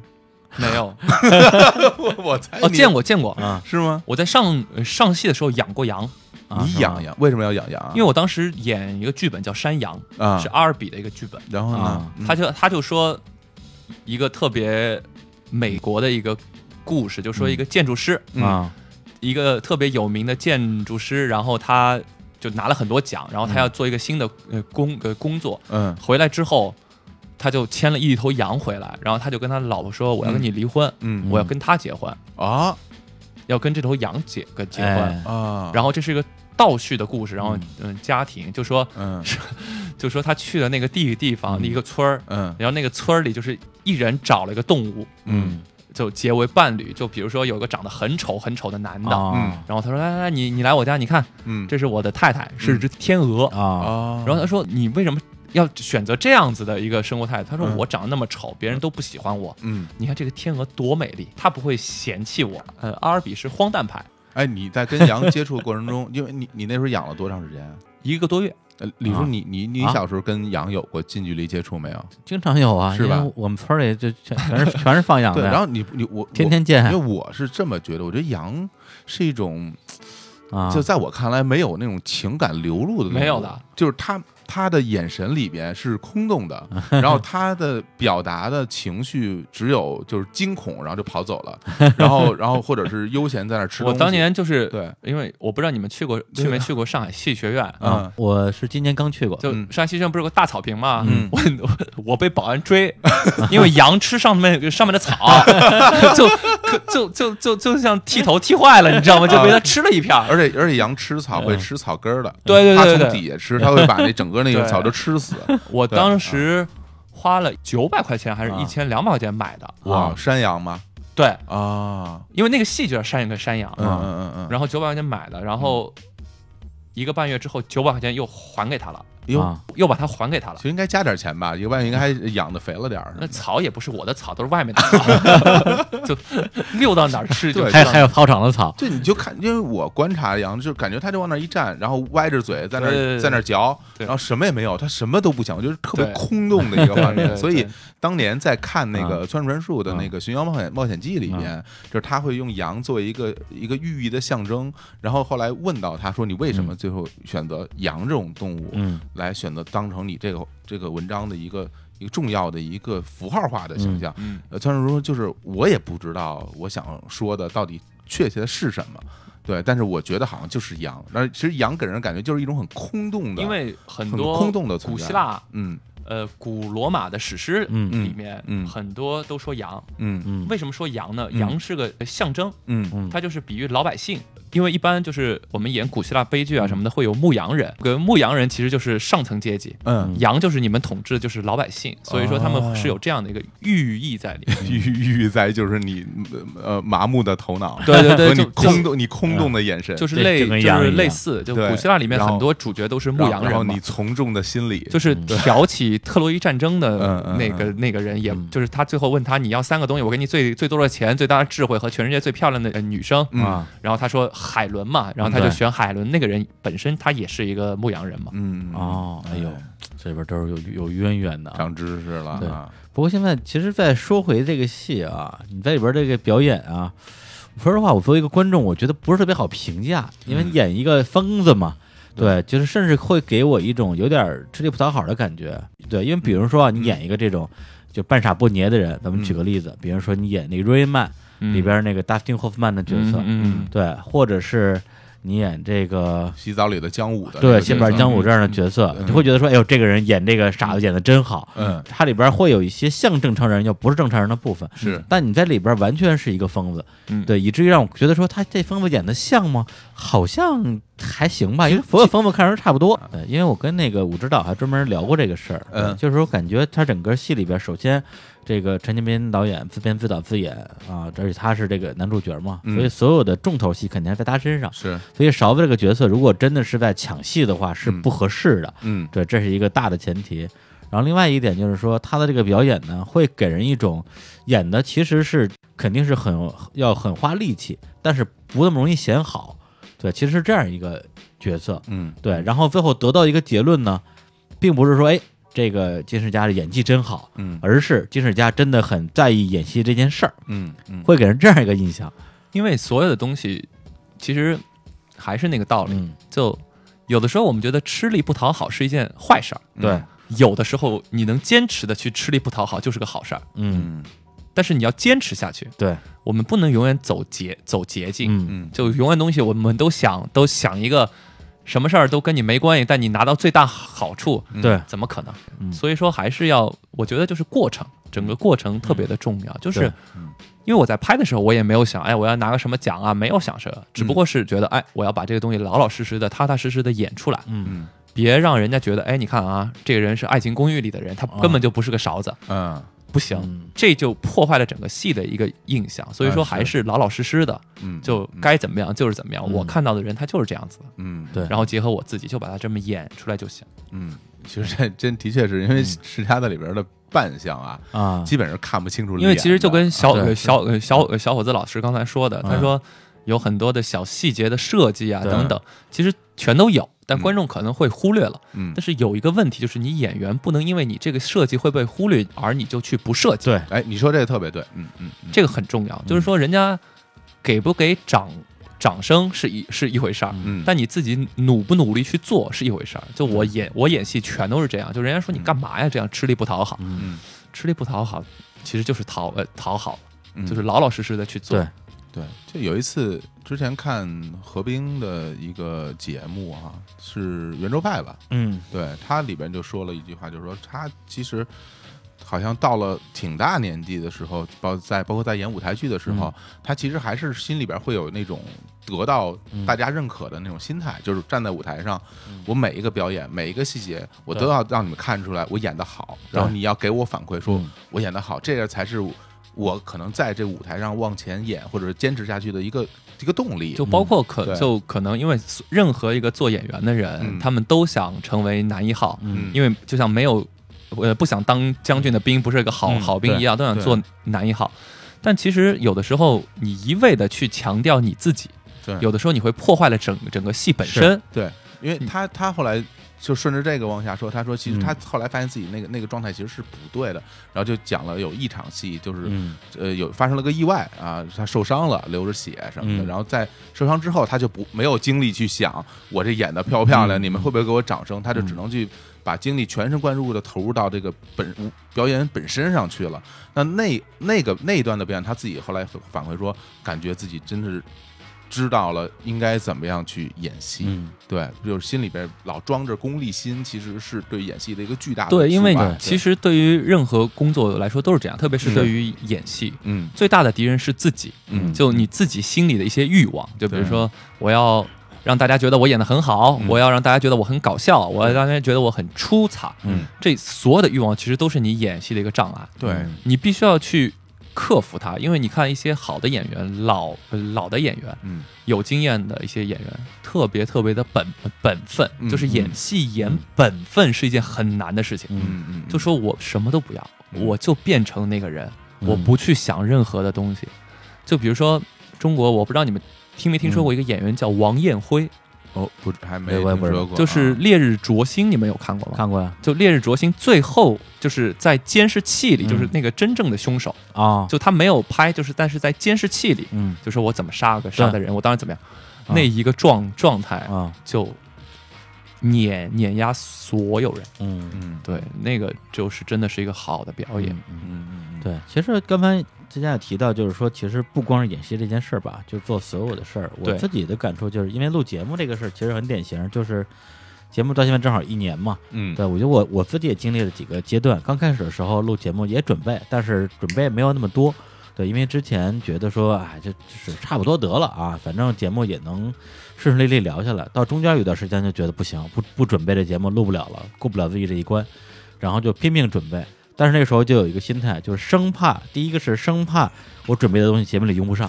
Speaker 3: 没有
Speaker 2: 我我猜
Speaker 3: 哦，
Speaker 2: 哎你嗯
Speaker 3: 见过见过，
Speaker 1: 啊
Speaker 2: 是吗？
Speaker 3: 我在上呃上戏的时候养过羊，
Speaker 1: 啊
Speaker 2: 你
Speaker 1: 是
Speaker 2: 养
Speaker 1: 吗
Speaker 2: 羊为什么要养羊啊？
Speaker 3: 因为我当时演一个剧本叫《山羊》，
Speaker 2: 为啊
Speaker 3: 是，阿尔比的一个剧本，
Speaker 2: 然后呢
Speaker 1: 啊，
Speaker 2: 嗯
Speaker 3: 他就他就说一个特别美国的一个故事，就说一个建筑师，
Speaker 2: 嗯
Speaker 1: 啊，
Speaker 3: 一个特别有名的建筑师，然后他就拿了很多奖，然后他要做一个新的呃工呃工作，
Speaker 2: 嗯
Speaker 3: 回来之后，他就牵了一头羊回来，然后他就跟他老婆说：“我要跟你离婚，
Speaker 2: 嗯
Speaker 3: 我要跟他结婚，
Speaker 2: 啊
Speaker 3: 要跟这头羊结个结婚。
Speaker 1: 哎
Speaker 2: 啊，
Speaker 3: 然后这是一个倒叙的故事，然后
Speaker 1: 嗯
Speaker 3: 嗯，家庭就说
Speaker 2: 嗯
Speaker 3: 就说他去了那个地地方
Speaker 1: 嗯
Speaker 3: 一个村儿，
Speaker 2: 嗯
Speaker 3: 然后那个村儿里就是一人找了一个动物，
Speaker 2: 嗯
Speaker 3: 就结为伴侣，就比如说有个长得很丑很丑的男的。
Speaker 1: 啊
Speaker 2: 嗯
Speaker 3: 然后他说：“来来来，你你来我家，你看，
Speaker 2: 嗯
Speaker 3: 这是我的太太，是只天鹅。
Speaker 1: 啊
Speaker 2: 啊，
Speaker 3: 然后他说：“你为什么要选择这样子的一个生活态度？”他说：“
Speaker 2: 嗯
Speaker 3: 我长得那么丑，别人都不喜欢我。
Speaker 2: 嗯，
Speaker 3: 你看这个天鹅多美丽，它不会嫌弃我。呃，阿尔比是荒诞派，
Speaker 2: 哎，你在跟羊接触的过程中，因为你你那时候养了多长时间啊？
Speaker 3: 一个多月。
Speaker 2: 呃，李叔，
Speaker 1: 啊
Speaker 2: 你你你
Speaker 1: 啊
Speaker 2: 小时候跟羊有过近距离接触没有？
Speaker 1: 经常有啊，
Speaker 2: 是吧
Speaker 1: 因为我们村里就全全是全是放
Speaker 3: 啊
Speaker 1: 羊
Speaker 2: 对，
Speaker 1: 的，
Speaker 2: 然后你你我
Speaker 1: 天，
Speaker 2: 我
Speaker 1: 天见
Speaker 2: 因为我是这么觉得，我觉得羊是一种，
Speaker 1: 啊，
Speaker 2: 就在我看来没有那种情感流露的，
Speaker 3: 没有的，
Speaker 2: 就是他他的眼神里边是空洞 的，然后他的表达的情绪只有就是惊恐，然后就跑走 了，然后然后或者是悠闲在那儿吃东
Speaker 3: 我
Speaker 2: 西。
Speaker 3: 当年啊就是
Speaker 2: 对，啊
Speaker 3: 因为我不知道你们去过去没去过上海戏剧学院。”
Speaker 2: 嗯
Speaker 1: 啊，我是今年刚去过，
Speaker 3: 就
Speaker 2: 嗯
Speaker 3: 上海戏剧学院不是有个大草坪吗？
Speaker 2: 嗯
Speaker 3: 我我我被保安追，因为羊吃上面上面 的草，就可就就就就像剃头剃坏了，你知道吗？就被它
Speaker 2: 嗯
Speaker 3: 吃了一片儿。
Speaker 2: 而且而且羊吃草会
Speaker 1: 嗯
Speaker 2: 吃草根儿的，
Speaker 3: 对对对对
Speaker 2: 它
Speaker 3: 对
Speaker 2: 从底下吃，它会把那整个那个
Speaker 3: 对啊
Speaker 2: 草都吃 死。
Speaker 3: 我
Speaker 2: 对嗯
Speaker 3: 当时花了九百块钱还是
Speaker 1: 啊
Speaker 3: 一千两百块钱买的，
Speaker 2: 哇，山羊吗？
Speaker 3: 对，
Speaker 2: 啊，
Speaker 3: 因为那个戏就叫山羊跟山羊，
Speaker 2: 嗯嗯嗯嗯，
Speaker 3: 啊然后九百块钱买的，然后一个半月之后九百块钱又还给他了，
Speaker 2: 哟，
Speaker 1: 啊
Speaker 3: 又把它还给他了
Speaker 2: 其。实应该加点钱吧，一个万应该还养的肥了点儿。
Speaker 3: 那草也不是我的草，都是外面的草， 就溜到哪儿吃就
Speaker 2: 对
Speaker 3: 知道
Speaker 1: 还还有操场的草，
Speaker 2: 这你就看，因为我观察羊，就感觉它就往那儿一站，然后歪着嘴在那
Speaker 3: 对对
Speaker 2: 儿
Speaker 3: 对
Speaker 2: 在那儿嚼，
Speaker 3: 对
Speaker 2: 然后什么也没有，它什么都不想，就是特别
Speaker 3: 对
Speaker 2: 空洞的一个画
Speaker 3: 对对
Speaker 2: 面。
Speaker 3: 啊对
Speaker 2: 所以
Speaker 3: 对
Speaker 2: 当年在看那个
Speaker 1: 嗯
Speaker 2: 村上春树的那个《寻羊冒险冒险记》里
Speaker 3: 啊
Speaker 2: 面，就是他会用羊作为一个一个寓意的象征，然后后来问到他说：“你为
Speaker 3: 嗯
Speaker 2: 什么最后选择羊这种动物
Speaker 1: 嗯
Speaker 2: 来选择当成你这个这个文章的一个一个重要的一个符号化的形象？”
Speaker 3: 嗯，
Speaker 2: 呃，村上春树就是我也不知道我想说的到底确切的是什么，对，但是我觉得好像就是羊，然后其实羊给人的感觉就是一种很空洞的，
Speaker 3: 因为很
Speaker 2: 很
Speaker 3: 多
Speaker 2: 空洞的存
Speaker 3: 古
Speaker 2: 在
Speaker 3: 希腊、
Speaker 2: 嗯
Speaker 3: 呃古罗马的史诗
Speaker 1: 嗯
Speaker 3: 里面，
Speaker 2: 嗯嗯
Speaker 3: 很多都说羊。
Speaker 2: 嗯
Speaker 1: 嗯
Speaker 3: 为什么说羊呢？
Speaker 2: 嗯
Speaker 3: 羊是个象征，
Speaker 2: 嗯
Speaker 1: 嗯
Speaker 3: 它就是比喻老百姓。因为一般就是我们演古希腊悲剧啊什么的，会有牧羊人，跟牧羊人其实就是上层阶级，
Speaker 2: 嗯，
Speaker 3: 羊就是你们统治就是老百姓，所以说他们是有这样的一个寓意在里面。
Speaker 2: 郁郁在就是你呃麻木的头脑，
Speaker 3: 对对对
Speaker 2: 和你
Speaker 3: 就
Speaker 2: 空洞你空洞的眼神，
Speaker 3: 就是
Speaker 1: 对
Speaker 3: 类
Speaker 1: 就跟
Speaker 3: 就
Speaker 1: 羊一
Speaker 3: 是
Speaker 1: 样
Speaker 3: 类似，就
Speaker 2: 对
Speaker 3: 古希腊里面
Speaker 2: 然后
Speaker 3: 很多主角都是牧
Speaker 2: 然后
Speaker 3: 羊
Speaker 2: 然后
Speaker 3: 人嘛
Speaker 2: 你，从众的心理，
Speaker 3: 就是挑起特洛伊战争
Speaker 2: 嗯
Speaker 3: 的
Speaker 2: 嗯
Speaker 3: 那个那个人，也
Speaker 1: 嗯
Speaker 3: 就是他最后问他你要三个东西，我给你最最多的钱、最大的智慧和全世界最漂亮的呃女生，
Speaker 2: 嗯
Speaker 1: 啊，
Speaker 3: 然后他说海伦嘛，然后他
Speaker 1: 嗯
Speaker 3: 就
Speaker 1: 对
Speaker 3: 选海伦，那个人本身他也是一个牧羊人嘛，
Speaker 2: 嗯
Speaker 3: 啊
Speaker 1: 哦，哎呦，这边都是有有渊源的啊。
Speaker 2: 长知识了
Speaker 1: 对
Speaker 2: 啊，
Speaker 1: 不过现在其实再说回这个戏啊，你在里边这个表演啊，说实话，我作为一个观众，我觉得不是特别好评价，因为你演一个疯子嘛。对，就是甚至会给我一种有点吃力不讨好的感觉。对，因为比如说啊，你演一个这种就半傻不捏的人，咱们举个例子，比如说你演那个瑞曼
Speaker 3: 嗯
Speaker 1: 里边那个达斯汀霍夫曼的角色，
Speaker 3: 嗯嗯
Speaker 1: 对，或者是你演这个
Speaker 2: 洗澡里的姜武的那
Speaker 1: 对
Speaker 2: 个
Speaker 1: 谢
Speaker 2: 角色，
Speaker 1: 板姜武这样的角色，
Speaker 2: 嗯
Speaker 1: 你会觉得说，哎呦，这个人演这个傻子演的真好。
Speaker 2: 嗯
Speaker 1: 它里边会有一些像正常人又不是正常人的部分，
Speaker 2: 是
Speaker 1: 但你在里边完全是一个疯子，
Speaker 3: 嗯
Speaker 1: 对，以至于让我觉得说他这疯子演的像吗？好像还行吧，因为所有疯子看上去差不多。对，因为我跟那个武指导还专门聊过这个事儿，对
Speaker 2: 啊嗯
Speaker 1: 就是我感觉他整个戏里边，首先这个陈建斌导演自编自导自演啊，而且他是这个男主角嘛，
Speaker 2: 嗯
Speaker 1: 所以所有的重头戏肯定还在他身上。
Speaker 2: 是
Speaker 1: 所以勺子这个角色，如果真的是在抢戏的话，是
Speaker 2: 嗯
Speaker 1: 不合适的。
Speaker 2: 嗯
Speaker 1: 对，这是一个大的前提。然后另外一点就是说，他的这个表演呢，会给人一种演的其实是肯定是很要很花力气，但是不那么容易显好。对，其实是这样一个角色。
Speaker 2: 嗯
Speaker 1: 对，然后最后得到一个结论呢，并不是说哎这个金世佳的演技真好，
Speaker 2: 嗯
Speaker 1: 而是金世佳真的很在意演戏这件事儿，
Speaker 2: 嗯嗯
Speaker 1: 会给人这样一个印象。
Speaker 3: 因为所有的东西其实还是那个道理，
Speaker 1: 嗯，
Speaker 3: 就有的时候我们觉得吃力不讨好是一件坏事儿，
Speaker 1: 嗯对，
Speaker 3: 有的时候你能坚持的去吃力不讨好就是个好事儿，
Speaker 1: 嗯，
Speaker 2: 嗯
Speaker 3: 但是你要坚持下去，
Speaker 1: 对，
Speaker 3: 我们不能永远走捷走捷径，
Speaker 1: 嗯，
Speaker 2: 嗯
Speaker 3: 就永远东西我们都想都想一个什么事儿都跟你没关系，但你拿到最大好处，
Speaker 2: 嗯
Speaker 1: 对，
Speaker 3: 怎么可能？
Speaker 1: 嗯
Speaker 3: 所以说还是要，我觉得就是过程，整个过程特别的重要，就是
Speaker 1: 对。
Speaker 3: 因为我在拍的时候，我也没有想，哎，我要拿个什么奖啊，没有想这个，只
Speaker 1: 嗯
Speaker 3: 不过是觉得，哎，我要把这个东西老老实实的、踏踏实实的演出来，
Speaker 1: 嗯，
Speaker 2: 嗯
Speaker 3: 别让人家觉得，哎，你看啊，这个人是《爱情公寓》里的人，他根本就不是个勺子，
Speaker 2: 嗯
Speaker 3: 不行，
Speaker 1: 啊嗯
Speaker 3: 这就破坏了整个戏的一个印象。所以说，
Speaker 2: 啊是
Speaker 3: 还是老老实实的，
Speaker 2: 嗯
Speaker 3: 就该怎么样就是怎么样。
Speaker 1: 嗯
Speaker 3: 我看到的人他就是这样子，
Speaker 2: 嗯
Speaker 1: 对，
Speaker 3: 然后结合我自己就把它这么演出来就行。
Speaker 2: 嗯，其实这真的确是因为
Speaker 1: 嗯
Speaker 2: 世家的里边的扮相啊，
Speaker 1: 啊，
Speaker 2: 基本上看不清楚脸的，啊
Speaker 3: 因为其实就跟小
Speaker 1: 对
Speaker 3: 呃小呃小呃小伙子老师刚才说的，他说有很多的小细节的设计啊
Speaker 1: 对
Speaker 3: 等等，其实全都有，但
Speaker 2: 嗯
Speaker 3: 观众可能会忽略了。
Speaker 2: 嗯
Speaker 3: 但是有一个问题就是，你演员不能因为你这个设计会被忽略而你就去不设计，
Speaker 1: 对，
Speaker 2: 哎，你说这个特别对，嗯嗯嗯
Speaker 3: 这个很重要。就是说，人家给不给掌掌声是一是一回事儿。
Speaker 2: 嗯，
Speaker 3: 但你自己努不努力去做是一回事儿，就我演我演戏全都是这样，就人家说你干嘛呀这样吃力不讨好，
Speaker 1: 嗯
Speaker 2: 嗯
Speaker 3: 吃力不讨好其实就是讨呃讨好，
Speaker 2: 嗯
Speaker 3: 就是老老实实的去做
Speaker 1: 对。
Speaker 2: 对，就有一次之前看何冰的一个节目啊，是圆桌派吧？
Speaker 1: 嗯
Speaker 2: 对，他里边就说了一句话，就是说他其实好像到了挺大年纪的时候，包在包括在演舞台剧的时候，他其实还是心里边会有那种得到大家认可的那种心态，就是站在舞台上，我每一个表演每一个细节，我都
Speaker 1: 对
Speaker 2: 要让你们看出来我演的好，然后
Speaker 1: 对
Speaker 2: 你要给我反馈说
Speaker 1: 嗯
Speaker 2: 我演的好，这个才是我。我可能在这舞台上往前演，或者是坚持下去的一个一个动力，
Speaker 3: 就包括
Speaker 2: 嗯
Speaker 3: 可、
Speaker 2: 对
Speaker 3: 就可能因为任何一个做演员的人，
Speaker 2: 嗯
Speaker 3: 他们都想成为男一号，
Speaker 1: 嗯
Speaker 3: 因为就像没有呃不想当将军的兵不是个好、
Speaker 1: 嗯
Speaker 3: 好兵一样，都想做男一号。但其实有的时候你一味的去强调你自己，
Speaker 2: 对
Speaker 3: 有的时候你会破坏了整整个戏本身。
Speaker 2: 对，因为
Speaker 3: 嗯
Speaker 2: 他他后来就顺着这个往下说，他说其实
Speaker 1: 嗯
Speaker 2: 他后来发现自己那个那个状态其实是不对的，然后就讲了有一场戏就是、
Speaker 1: 嗯
Speaker 2: 呃有发生了个意外啊，他受伤了，流着血什么的，
Speaker 1: 嗯
Speaker 2: 然后在受伤之后他就不没有精力去想我这演的漂不漂亮，
Speaker 1: 嗯
Speaker 2: 你们会不会给我掌声，他就只能去。把精力全神贯注的投入到这个本表演本身上去了。那那那个那一段的表演，他自己后来反馈说，感觉自己真是知道了应该怎么样去演戏。
Speaker 1: 嗯，
Speaker 2: 对，就是心里边老装着功利心，其实是对演戏的一个巨大的
Speaker 3: 对，因为
Speaker 2: 阻
Speaker 3: 你
Speaker 2: 碍
Speaker 1: 对
Speaker 3: 其实对于任何工作来说都是这样，特别
Speaker 2: 嗯
Speaker 3: 是对于演戏，
Speaker 2: 嗯
Speaker 3: 最大的敌人是自己，
Speaker 2: 嗯
Speaker 3: 就你自己心里的一些欲望，就比如
Speaker 2: 对
Speaker 3: 说我要让大家觉得我演的很好，
Speaker 2: 嗯
Speaker 3: 我要让大家觉得我很搞笑，我要让大家觉得我很出彩，
Speaker 1: 嗯，
Speaker 3: 这所有的欲望其实都是你演戏的一个障碍，
Speaker 2: 对
Speaker 1: 嗯
Speaker 3: 你必须要去克服它，因为你看一些好的演员，老老的演员，
Speaker 2: 嗯
Speaker 3: 有经验的一些演员，特别特别的本本分，
Speaker 2: 嗯
Speaker 3: 就是演戏演本分是一件很难的事情，
Speaker 1: 嗯
Speaker 2: 嗯嗯，
Speaker 3: 就说我什么都不要，
Speaker 2: 嗯
Speaker 3: 我就变成那个人，
Speaker 1: 嗯
Speaker 3: 我不去想任何的东西。就比如说中国，我不知道你们听没听说过一个演员叫王彦辉，
Speaker 2: 哦不还没
Speaker 1: 对我也不
Speaker 2: 听
Speaker 1: 知
Speaker 2: 说
Speaker 1: 道
Speaker 2: 过啊，
Speaker 3: 就是《烈日灼心》，你们有看过吗？
Speaker 1: 看过呀
Speaker 3: 就《烈日灼心》最后就是在监视器里，
Speaker 1: 嗯
Speaker 3: 就是那个真正的凶手，
Speaker 1: 啊，
Speaker 3: 就他没有拍，就是但是在监视器里，
Speaker 1: 嗯
Speaker 3: 就是我怎么杀个杀的人，我当时怎么样，
Speaker 1: 啊
Speaker 3: 那一个状状态
Speaker 1: 啊
Speaker 3: 就碾碾压所有人。
Speaker 1: 嗯
Speaker 2: 嗯
Speaker 3: 对，那个就是真的是一个好的表演。
Speaker 1: 嗯
Speaker 2: 嗯嗯嗯
Speaker 1: 对，其实刚才之前也提到，就是说，其实不光是演戏这件事儿吧，就是做所有的事儿。我
Speaker 3: 对
Speaker 1: 自己的感触就是，因为录节目这个事儿其实很典型，就是节目到现在正好一年嘛。
Speaker 2: 嗯
Speaker 1: 对，我觉得我我自己也经历了几个阶段。刚开始的时候录节目也准备，但是准备没有那么多。对，因为之前觉得说，哎，就就是差不多得了啊，反正节目也能顺顺利利聊下来。到中间有段时间就觉得不行，不不准备这节目录不了了，过不了自己这一关，然后就拼命准备。但是那个时候就有一个心态，就是生怕第一个是生怕我准备的东西节目里用不上，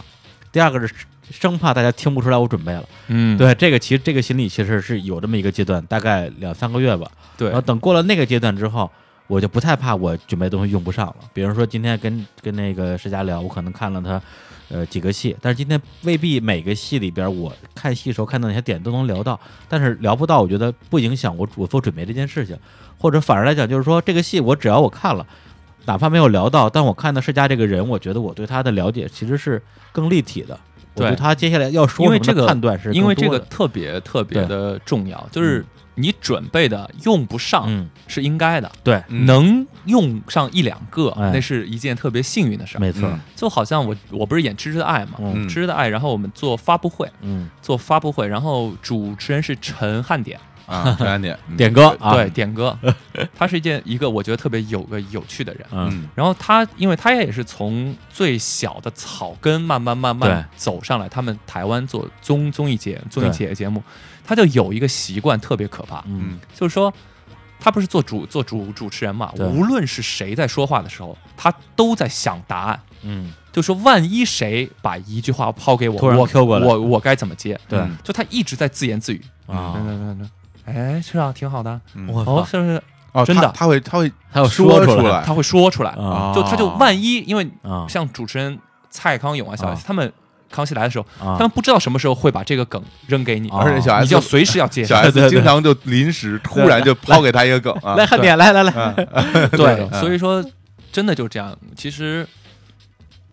Speaker 1: 第二个是生怕大家听不出来我准备了。
Speaker 3: 嗯，
Speaker 1: 对，这个其实这个心理其实是有这么一个阶段，大概两三个月吧。
Speaker 3: 对
Speaker 1: 然后等过了那个阶段之后，我就不太怕我准备的东西用不上了。比如说今天跟跟那个石佳聊，我可能看了他呃几个戏，但是今天未必每个戏里边我看戏时候看到哪些点都能聊到，但是聊不到，我觉得不影响我我做准备这件事情，或者反而来讲就是说这个戏我只要我看了。哪怕没有聊到，但我看到世佳这个人，我觉得我对他的了解其实是更立体的。我
Speaker 3: 对
Speaker 1: 对他接下来要说
Speaker 3: 因为
Speaker 1: 什么的
Speaker 3: 这个
Speaker 1: 判断是
Speaker 3: 因为
Speaker 1: 更
Speaker 3: 这
Speaker 1: 多
Speaker 3: 个
Speaker 1: 的
Speaker 3: 特别特别
Speaker 1: 对
Speaker 3: 的重要，就是你准备的用不上
Speaker 1: 嗯，
Speaker 3: 是应该的，
Speaker 1: 对，
Speaker 2: 嗯
Speaker 3: 能用上一两个，
Speaker 1: 哎
Speaker 3: 那是一件特别幸运的事儿。
Speaker 1: 没错，
Speaker 2: 嗯
Speaker 3: 就好像我我不是演《芝芝的爱》嘛，
Speaker 1: 嗯
Speaker 3: 《芝芝的爱》，然后我们做发布会，
Speaker 1: 嗯，
Speaker 3: 做发布会，然后主持人是陈汉典，
Speaker 2: 啊，陈安典
Speaker 1: 点歌啊，
Speaker 3: 对，，点歌，他是一件一个我觉得特别有个有趣的人。
Speaker 1: 嗯
Speaker 2: 嗯
Speaker 3: 然后他，因为他也是从最小的草根慢慢慢慢
Speaker 1: 对
Speaker 3: 走上来，他们台湾做综综艺节综艺
Speaker 1: 对
Speaker 3: 节节目，他就有一个习惯特别可怕，
Speaker 1: 嗯
Speaker 2: 嗯
Speaker 3: 就是说他不是做主做主主持人嘛，
Speaker 1: 对
Speaker 3: 无论是谁在说话的时候，他都在想答案，
Speaker 1: 嗯，
Speaker 3: 就说万一谁把一句话抛给我，
Speaker 1: 突然
Speaker 3: 我
Speaker 1: Q 过来
Speaker 3: 我我该怎么接？
Speaker 1: 对
Speaker 2: 嗯
Speaker 3: 就他一直在自言自语，
Speaker 1: 啊，
Speaker 3: 嗯，哎，是啊，挺好的，
Speaker 2: 嗯
Speaker 1: 我
Speaker 3: 哦，
Speaker 1: 操，
Speaker 3: 是不是？
Speaker 2: 哦，
Speaker 3: 真的
Speaker 2: 他他会他会哦
Speaker 1: 还有
Speaker 2: 说
Speaker 1: 出
Speaker 2: 来
Speaker 3: 他会说出来，
Speaker 1: 啊
Speaker 3: 就他就万一因为。
Speaker 1: 啊
Speaker 3: 像主持人蔡康永啊、小 S
Speaker 1: 啊
Speaker 3: 他们康熙来的时候，
Speaker 1: 啊
Speaker 3: 他们不知道什么时候会把这个梗扔给你，
Speaker 1: 啊
Speaker 2: 而且小
Speaker 3: 你就要
Speaker 2: S
Speaker 3: 随时要接
Speaker 2: 小。
Speaker 1: 对
Speaker 2: S
Speaker 1: 对
Speaker 2: 经常就临时突然就抛给他一个梗啊，
Speaker 1: 来，汉典，来来来，
Speaker 2: 嗯
Speaker 3: 对，
Speaker 2: 嗯
Speaker 3: 所以说真的就这样。其实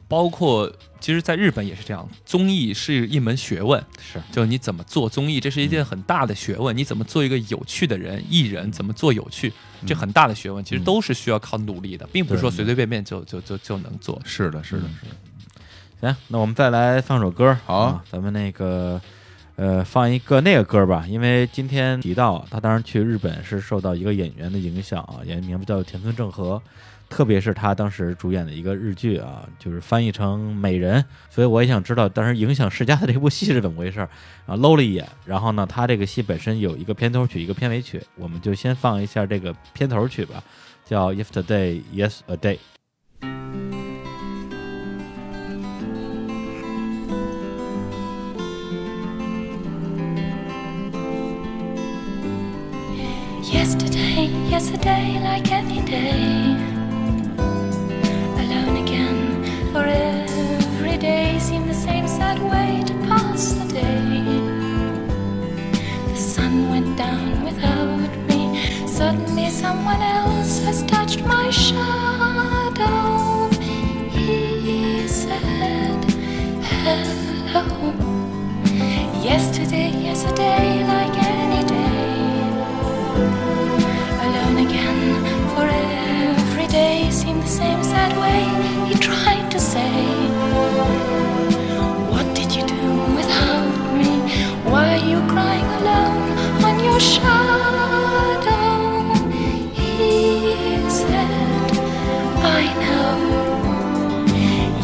Speaker 3: 包括其实，在日本也是这样，综艺是一门学问，
Speaker 1: 是
Speaker 3: 就你怎么做综艺，这是一件很大的学问。你怎么做一个有趣的人，艺人
Speaker 2: 嗯
Speaker 3: 怎么做有趣，这很大的学问，其实都是需要靠努力的，并不是
Speaker 2: 嗯
Speaker 3: 说随随便便就就就就能做。
Speaker 2: 是的，是的，
Speaker 1: 嗯行，那我们再来放首歌，
Speaker 2: 好
Speaker 1: 啊，咱们那个。呃，放一个那个歌吧，因为今天提到他当时去日本是受到一个演员的影响啊，演员名字叫田村正和，特别是他当时主演的一个日剧啊，就是翻译成《美人》，所以我也想知道当时影响世家的这部戏是怎么回事儿啊，搂了一眼。然后呢，他这个戏本身有一个片头曲，一个片尾曲，我们就先放一下这个片头曲吧，叫《Yesterday Yes a Day》。
Speaker 4: Yesterday, yesterday, like any day. Alone again, for every day seemed the same sad way to pass the day. The sun went down without me. Suddenly, someone else has touched my shadow. He said, Hello. Yesterday, yesterday, like any day alone again. For every day seemed the same sad way. He tried to say, What did you do without shadow he said I know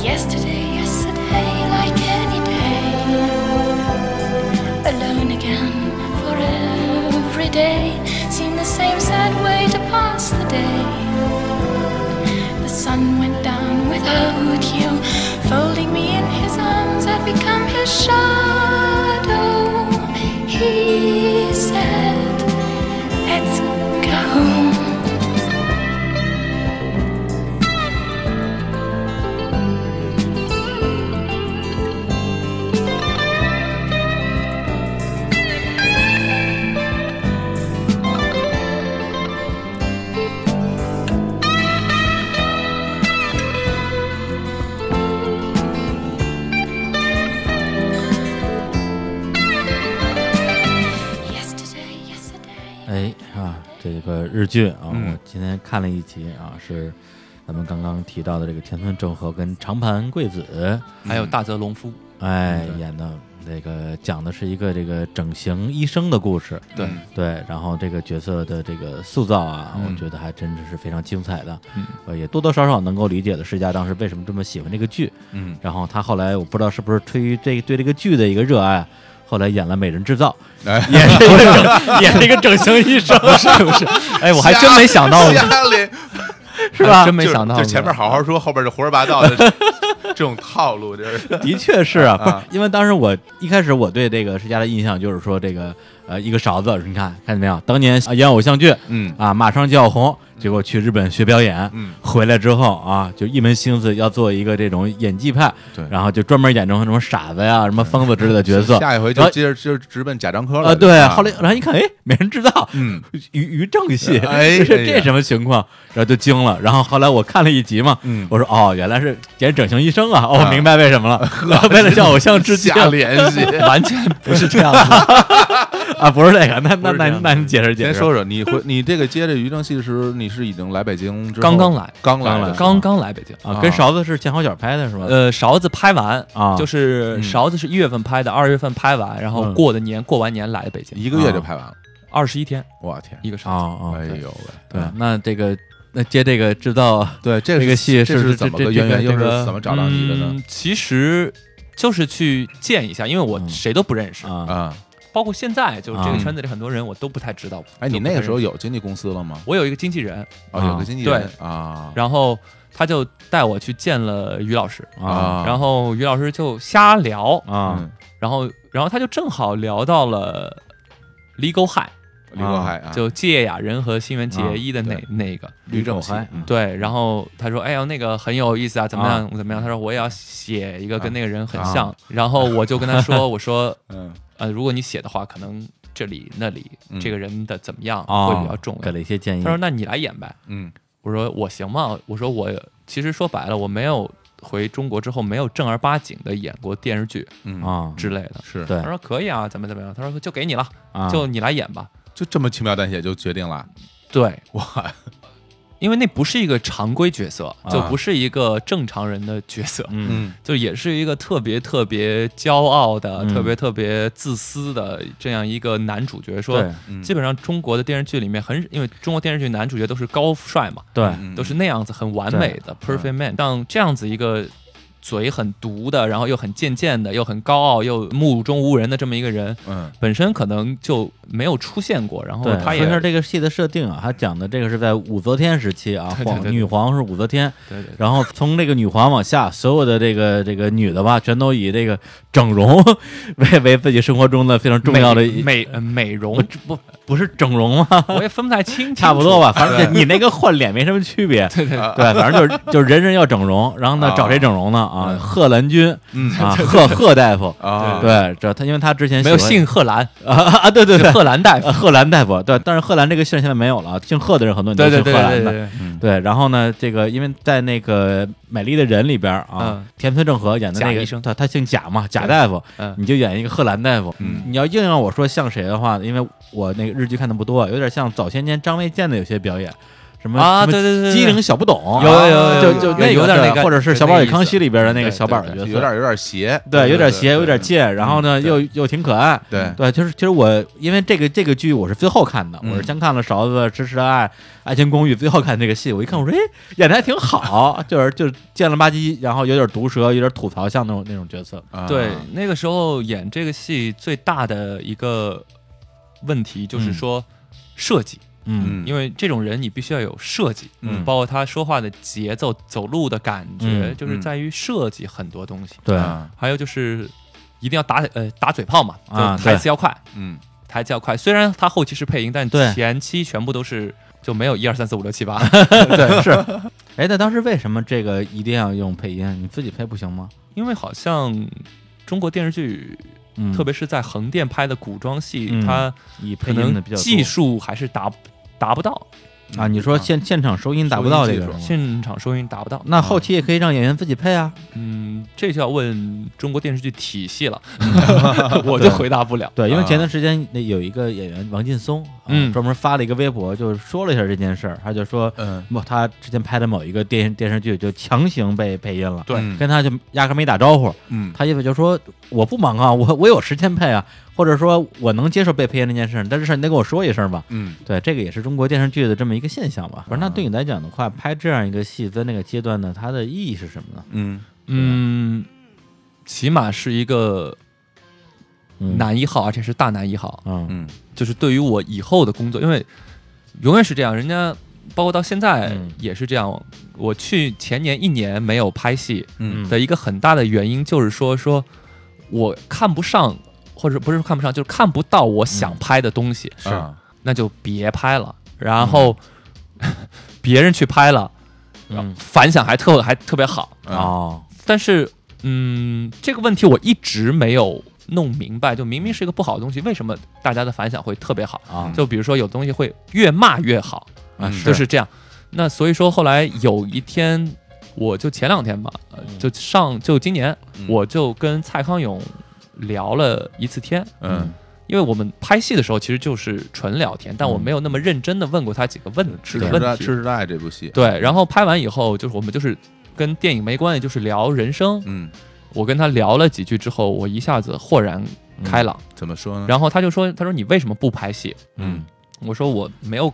Speaker 4: Yesterday, yesterday, like any day Alone again for every day Seemed the same sad way to pass the day the sun went down without you. Folding me in his arms, I'd become his shadow. He said, Let's go home. Yesterday, yesterday.
Speaker 1: 哎啊，这个日剧啊，
Speaker 2: 嗯
Speaker 1: 我今天看了一集啊，是咱们刚刚提到的这个田村正和跟长盘贵子
Speaker 2: 嗯
Speaker 3: 还有大泽隆夫，
Speaker 1: 哎
Speaker 2: 嗯对
Speaker 1: 演的。这个讲的是一个这个整形医生的故事，
Speaker 3: 对
Speaker 2: 嗯
Speaker 1: 对，然后这个角色的这个塑造啊，
Speaker 3: 嗯
Speaker 1: 我觉得还真是非常精彩的，
Speaker 3: 嗯
Speaker 1: 呃，也多多少少能够理解了世嘉当时为什么这么喜欢这个剧，
Speaker 2: 嗯，
Speaker 1: 然后他后来我不知道是不是出于这对这个剧的一个热爱，后来演了《美人制造
Speaker 2: 哎，》，
Speaker 1: 也是一个整也是一个整形医生，不是不是，哎，我还真没想到呢，
Speaker 2: 家里
Speaker 1: 是吧
Speaker 3: 还真没想到
Speaker 2: 就
Speaker 3: 呢，
Speaker 2: 前面好好说，后边就胡说八道的这种套路，这 是
Speaker 1: 的确是啊，
Speaker 2: 啊
Speaker 1: 不因为当时我一开始我对这个世家的印象就是说这个呃一个勺子，你看看见没有，当年啊演偶像剧
Speaker 2: 嗯
Speaker 1: 啊马上就要红，结果去日本学表演，
Speaker 2: 嗯
Speaker 1: 回来之后啊就一门心思要做一个这种演技派，
Speaker 2: 对
Speaker 1: 然后就专门演这种什么傻子呀、什么疯子之类的角色，
Speaker 2: 下一回
Speaker 1: 然
Speaker 2: 就
Speaker 1: 后
Speaker 2: 接着就直奔贾樟柯了
Speaker 1: 啊对，
Speaker 2: 啊
Speaker 1: 后来然后一看，哎，美人制造，
Speaker 2: 嗯
Speaker 1: 于于正戏，
Speaker 2: 哎
Speaker 1: 这
Speaker 2: 哎
Speaker 1: 是
Speaker 2: 呀
Speaker 1: 这什么情况？然后就惊了。然后后来我看了一集嘛，
Speaker 2: 嗯
Speaker 1: 我说哦，原来是演整形医生啊，哦，
Speaker 2: 啊
Speaker 1: 我明白为什么 了， 为了向偶像致敬
Speaker 2: 下联 系。
Speaker 3: 完全不是这样子，
Speaker 1: 啊，不是这个，那那
Speaker 3: 不是这
Speaker 1: 那
Speaker 3: 样的
Speaker 1: 那你解释解
Speaker 2: 先
Speaker 1: 释，
Speaker 2: 说说你回你这个接着于正戏的时候，你是已经来北京之后
Speaker 3: 刚刚来，
Speaker 2: 刚来的时候
Speaker 3: 刚刚来北京。
Speaker 1: 啊
Speaker 2: 啊，
Speaker 1: 跟勺子是前后脚拍的是吗？
Speaker 3: 呃，勺子拍完
Speaker 1: 啊
Speaker 3: 就是
Speaker 2: 嗯
Speaker 3: 勺子是一月份拍的，二月份拍完，然后
Speaker 1: 嗯
Speaker 3: 过的年，过完年来的北京，
Speaker 2: 一个月就拍完了，
Speaker 3: 二十一天
Speaker 2: 我天！
Speaker 3: 一个勺子。
Speaker 1: 啊啊
Speaker 2: 哎，呦喂，
Speaker 1: 对，那这个那接这个制造
Speaker 2: 对，这
Speaker 1: 这个戏
Speaker 2: 这
Speaker 1: 是
Speaker 2: 是
Speaker 1: 这
Speaker 2: 怎么
Speaker 1: 这
Speaker 2: 个
Speaker 1: 这
Speaker 2: 渊源，
Speaker 1: 个
Speaker 2: 又
Speaker 1: 这
Speaker 2: 是
Speaker 1: 个
Speaker 2: 怎么找到你的呢？
Speaker 3: 嗯？其实就是去见一下，因为我
Speaker 1: 嗯
Speaker 3: 谁都不认识，
Speaker 1: 啊
Speaker 2: 啊，
Speaker 3: 包括现在就是这
Speaker 1: 啊
Speaker 3: 个圈子里很多人我都不太知道。
Speaker 2: 哎，
Speaker 3: 就
Speaker 2: 你
Speaker 3: 不太
Speaker 2: 那个时候
Speaker 3: 认识
Speaker 2: 有经纪公司了吗？
Speaker 3: 我有一个经纪人，
Speaker 2: 哦，
Speaker 1: 啊
Speaker 2: 有个经纪人啊，
Speaker 3: 然后他就带我去见了于老师，
Speaker 1: 啊
Speaker 3: 然后于老师就瞎聊，
Speaker 1: 啊
Speaker 2: 嗯，
Speaker 3: 然后然后他就正好聊到了 Legal High，
Speaker 2: 李国海啊，
Speaker 3: 就芥雅人和新垣
Speaker 1: 啊
Speaker 3: 结衣的那那个。
Speaker 2: 吕正
Speaker 1: 狗
Speaker 2: 熙
Speaker 1: 嗨，
Speaker 2: 嗯
Speaker 3: 对，然后他说：“哎呀，那个很有意思啊，怎么
Speaker 1: 啊
Speaker 3: 样？怎么样？”他说：“我也要写一个跟那个人很
Speaker 2: 啊
Speaker 3: 像。”然后我就跟他说：“我说，
Speaker 2: 嗯
Speaker 3: 呃，如果你写的话，可能这里那里
Speaker 2: 嗯
Speaker 3: 这个人的怎么样
Speaker 1: 啊
Speaker 3: 会比较重
Speaker 1: 给
Speaker 3: 要。
Speaker 1: 了一些建议
Speaker 3: 他说：“那你来演呗。
Speaker 2: 嗯”
Speaker 3: 我说：“我行吗？”我说：“我其实说白了，我没有回中国之后没有正儿八经的演过电视剧
Speaker 2: 嗯，
Speaker 1: 啊，
Speaker 3: 之类的。
Speaker 2: 是，
Speaker 1: 对
Speaker 3: 他说：“可以啊，怎么怎么样？”他说：“就给你了，
Speaker 1: 啊
Speaker 3: 就你来演吧。
Speaker 2: 就这么轻描淡写就决定了，”
Speaker 3: 对，
Speaker 2: 哇，
Speaker 3: 因为那不是一个常规角色，就
Speaker 2: 啊
Speaker 3: 不是一个正常人的角色。
Speaker 1: 嗯
Speaker 2: 嗯
Speaker 3: 就也是一个特别特别骄傲的、
Speaker 1: 嗯
Speaker 3: 特别特别自私的这样一个男主角。说
Speaker 1: 对，
Speaker 2: 嗯，
Speaker 3: 基本上中国的电视剧里面很，因为中国电视剧男主角都是高富帅嘛，
Speaker 1: 对
Speaker 2: 嗯
Speaker 3: 都是那样子很完美的
Speaker 2: 对
Speaker 3: perfect man，像这样子一个。嘴很毒的，然后又很贱贱的，又很高傲，又目中无人的这么一个人，
Speaker 2: 嗯
Speaker 3: 本身可能就没有出现过。然后
Speaker 1: 对，
Speaker 3: 哦他
Speaker 1: 说
Speaker 3: 也
Speaker 1: 一下这个戏的设定啊，他讲的这个是在武则天时期啊，
Speaker 3: 对对对
Speaker 1: 皇
Speaker 3: 对
Speaker 1: 女皇是武则天，
Speaker 3: 对对对
Speaker 1: 然后从这个女皇往下，所有的这个这个女的吧，全都以这个整容为为自己生活中的非常重要的一。
Speaker 3: 美美呃美容
Speaker 1: 我，这不不是整容吗？
Speaker 3: 我也分不太清，
Speaker 1: 差不多吧，反
Speaker 2: 对
Speaker 1: 正你那个换脸没什么区别。
Speaker 3: 清楚。对对对
Speaker 2: 啊
Speaker 1: 对，反正就是就是人人要整容，然后呢
Speaker 2: 啊
Speaker 1: 找谁整容呢？啊，
Speaker 2: 嗯
Speaker 1: 贺兰君
Speaker 2: 嗯
Speaker 1: 啊，贺贺大夫。
Speaker 2: 啊，
Speaker 1: 对，这他因为他之前
Speaker 3: 没有
Speaker 1: 喜欢
Speaker 3: 姓贺兰，
Speaker 1: 啊啊，对对对
Speaker 3: 是，贺兰大夫
Speaker 1: 呃，。贺兰大夫，对，但是贺兰这个姓现在没有了，姓贺的人很多，你都
Speaker 3: 对
Speaker 1: 姓
Speaker 3: 对
Speaker 1: 贺
Speaker 3: 对
Speaker 1: 兰
Speaker 3: 对
Speaker 1: 的。
Speaker 3: 对，
Speaker 2: 嗯
Speaker 1: 对，然后呢，这个因为在那个《美丽的人》里边啊
Speaker 3: 嗯，
Speaker 1: 田村正和演的那
Speaker 3: 贾
Speaker 1: 个
Speaker 3: 医生
Speaker 1: 他他姓贾嘛，贾大夫，
Speaker 3: 嗯
Speaker 1: 你就演一个贺兰大夫。
Speaker 2: 嗯
Speaker 1: 你要硬让我说像谁的话，因为我那个日剧看的不多，有点像早些年张卫健的有些表演。什么
Speaker 3: 啊
Speaker 1: 什么
Speaker 3: 对对对对
Speaker 1: 机灵小不懂，啊
Speaker 3: 有有有有
Speaker 1: 就就
Speaker 3: 有
Speaker 1: 那
Speaker 3: 有
Speaker 1: 个
Speaker 3: 点
Speaker 1: 对
Speaker 3: 那个
Speaker 1: 或者是
Speaker 3: 有
Speaker 1: 小
Speaker 3: 那
Speaker 1: 宝
Speaker 3: 个
Speaker 1: 与
Speaker 3: 意
Speaker 1: 康
Speaker 3: 思
Speaker 1: 熙里边的那个
Speaker 3: 对
Speaker 1: 小宝的角
Speaker 3: 对
Speaker 2: 有
Speaker 1: 色，
Speaker 2: 点有点邪，
Speaker 1: 对，有点邪，有点
Speaker 2: 对
Speaker 1: 贱，然后呢
Speaker 2: 对
Speaker 1: 又又挺可爱，
Speaker 2: 对
Speaker 1: 对，就是其实我因为这个这个剧我是最后看的，
Speaker 2: 嗯
Speaker 1: 我是先看了《勺子迟迟的爱》《爱情公寓》，最后看这个戏，我一看我说，哎，演的还挺好，就是就是贱了吧唧，然后有点毒舌，有点吐槽像那种那种角色，
Speaker 2: 啊
Speaker 3: 对，那个时候演这个戏最大的一个问题就是说设计，
Speaker 1: 嗯
Speaker 2: 嗯，
Speaker 3: 因为这种人你必须要有设计，
Speaker 2: 嗯
Speaker 3: 包括他说话的节奏、走路的感觉，
Speaker 1: 嗯
Speaker 3: 就是
Speaker 2: 嗯
Speaker 3: 在于设计很多东西。
Speaker 1: 对，
Speaker 2: 啊
Speaker 3: 还有就是一定要打呃打嘴炮嘛，
Speaker 1: 啊
Speaker 3: 就是台
Speaker 1: 对
Speaker 3: 词要快，
Speaker 2: 嗯，
Speaker 3: 台词要快。虽然他后期是配音，但
Speaker 1: 对
Speaker 3: 前期全部都是就没有一二三四五六七 八。
Speaker 1: 对是。哎，那当时为什么这个一定要用配音？你自己配不行吗？
Speaker 3: 因为好像中国电视剧，
Speaker 1: 嗯，
Speaker 3: 特别是在横店拍的古装戏，
Speaker 1: 嗯
Speaker 3: 它
Speaker 1: 以配
Speaker 3: 可
Speaker 1: 音
Speaker 3: 能
Speaker 1: 的比较多
Speaker 3: 技术还是达达不到，
Speaker 2: 嗯
Speaker 1: 啊，你说现现场收音达不到这个
Speaker 2: 收音
Speaker 1: 是
Speaker 2: 技
Speaker 1: 吗，
Speaker 3: 现场收音达不到。
Speaker 1: 那后期也可以让演员自己配啊。
Speaker 3: 嗯，这就要问中国电视剧体系 了，我就回答不了。
Speaker 1: 对，因为
Speaker 2: 啊
Speaker 1: 前段时间那有一个演员王劲松，啊
Speaker 3: 嗯
Speaker 1: 专门发了一个微博，就是说了一下这件事儿，他就说。
Speaker 2: 嗯，
Speaker 1: 某他之前拍的某一个电电视剧就强行被配音了，
Speaker 3: 对
Speaker 2: 嗯
Speaker 1: 跟他就压根没打招呼，
Speaker 2: 嗯
Speaker 1: 他意思就说我不忙啊，我我有时间配啊，或者说我能接受被配音这件事，但是你得跟我说一声吧。
Speaker 2: 嗯
Speaker 1: 对，这个也是中国电视剧的这么一个现象吧。不是，那
Speaker 2: 嗯
Speaker 1: 对你来讲的话，拍这样一个戏在那个阶段呢，它的意义是什么呢？
Speaker 2: 嗯
Speaker 3: 嗯，起码是一个
Speaker 1: 嗯，
Speaker 3: 男一号，而且是大男一号，
Speaker 1: 嗯
Speaker 2: 嗯
Speaker 3: 就是对于我以后的工作，因为永远是这样，人家包括到现在
Speaker 1: 嗯
Speaker 3: 也是这样。我去前年一年没有拍戏
Speaker 2: 嗯
Speaker 3: 的一个很大的原因就是说，说我看不上，或者不是说看不上，就是看不到我
Speaker 1: 嗯
Speaker 3: 想拍的东西，
Speaker 2: 是啊
Speaker 3: 那就别拍了。然后、 别人去拍了，
Speaker 1: 嗯
Speaker 3: 反响还特还特别好，
Speaker 1: 哦，
Speaker 3: 但是，嗯，这个问题我一直没有弄明白，就明明是一个不好的东西，为什么大家的反响会特别好？
Speaker 1: 啊
Speaker 3: 就比如说有东西会越骂越好，
Speaker 1: 啊，
Speaker 2: 嗯
Speaker 3: 就是是这样。那所以说后来有一天，我就前两天吧，呃
Speaker 1: 嗯
Speaker 3: 就上就今年，
Speaker 2: 嗯
Speaker 3: 我就跟蔡康永聊了一次天。
Speaker 2: 嗯
Speaker 3: 因为我们拍戏的时候其实就是纯聊天，但我
Speaker 1: 嗯
Speaker 3: 没有那么认真的问过他几个问
Speaker 2: 吃
Speaker 3: 题
Speaker 2: 吃
Speaker 3: 问
Speaker 2: 爱
Speaker 3: 题。
Speaker 2: 吃吃爱这部戏，
Speaker 3: 对，然后拍完以后，就是我们就是跟电影没关系，就是聊人生，
Speaker 2: 嗯，
Speaker 3: 我跟他聊了几句之后，我一下子豁然开朗。
Speaker 2: 怎么说呢？
Speaker 3: 然后他就说：“他说你为什么不拍戏
Speaker 1: 嗯，？”
Speaker 3: 我说：“我没有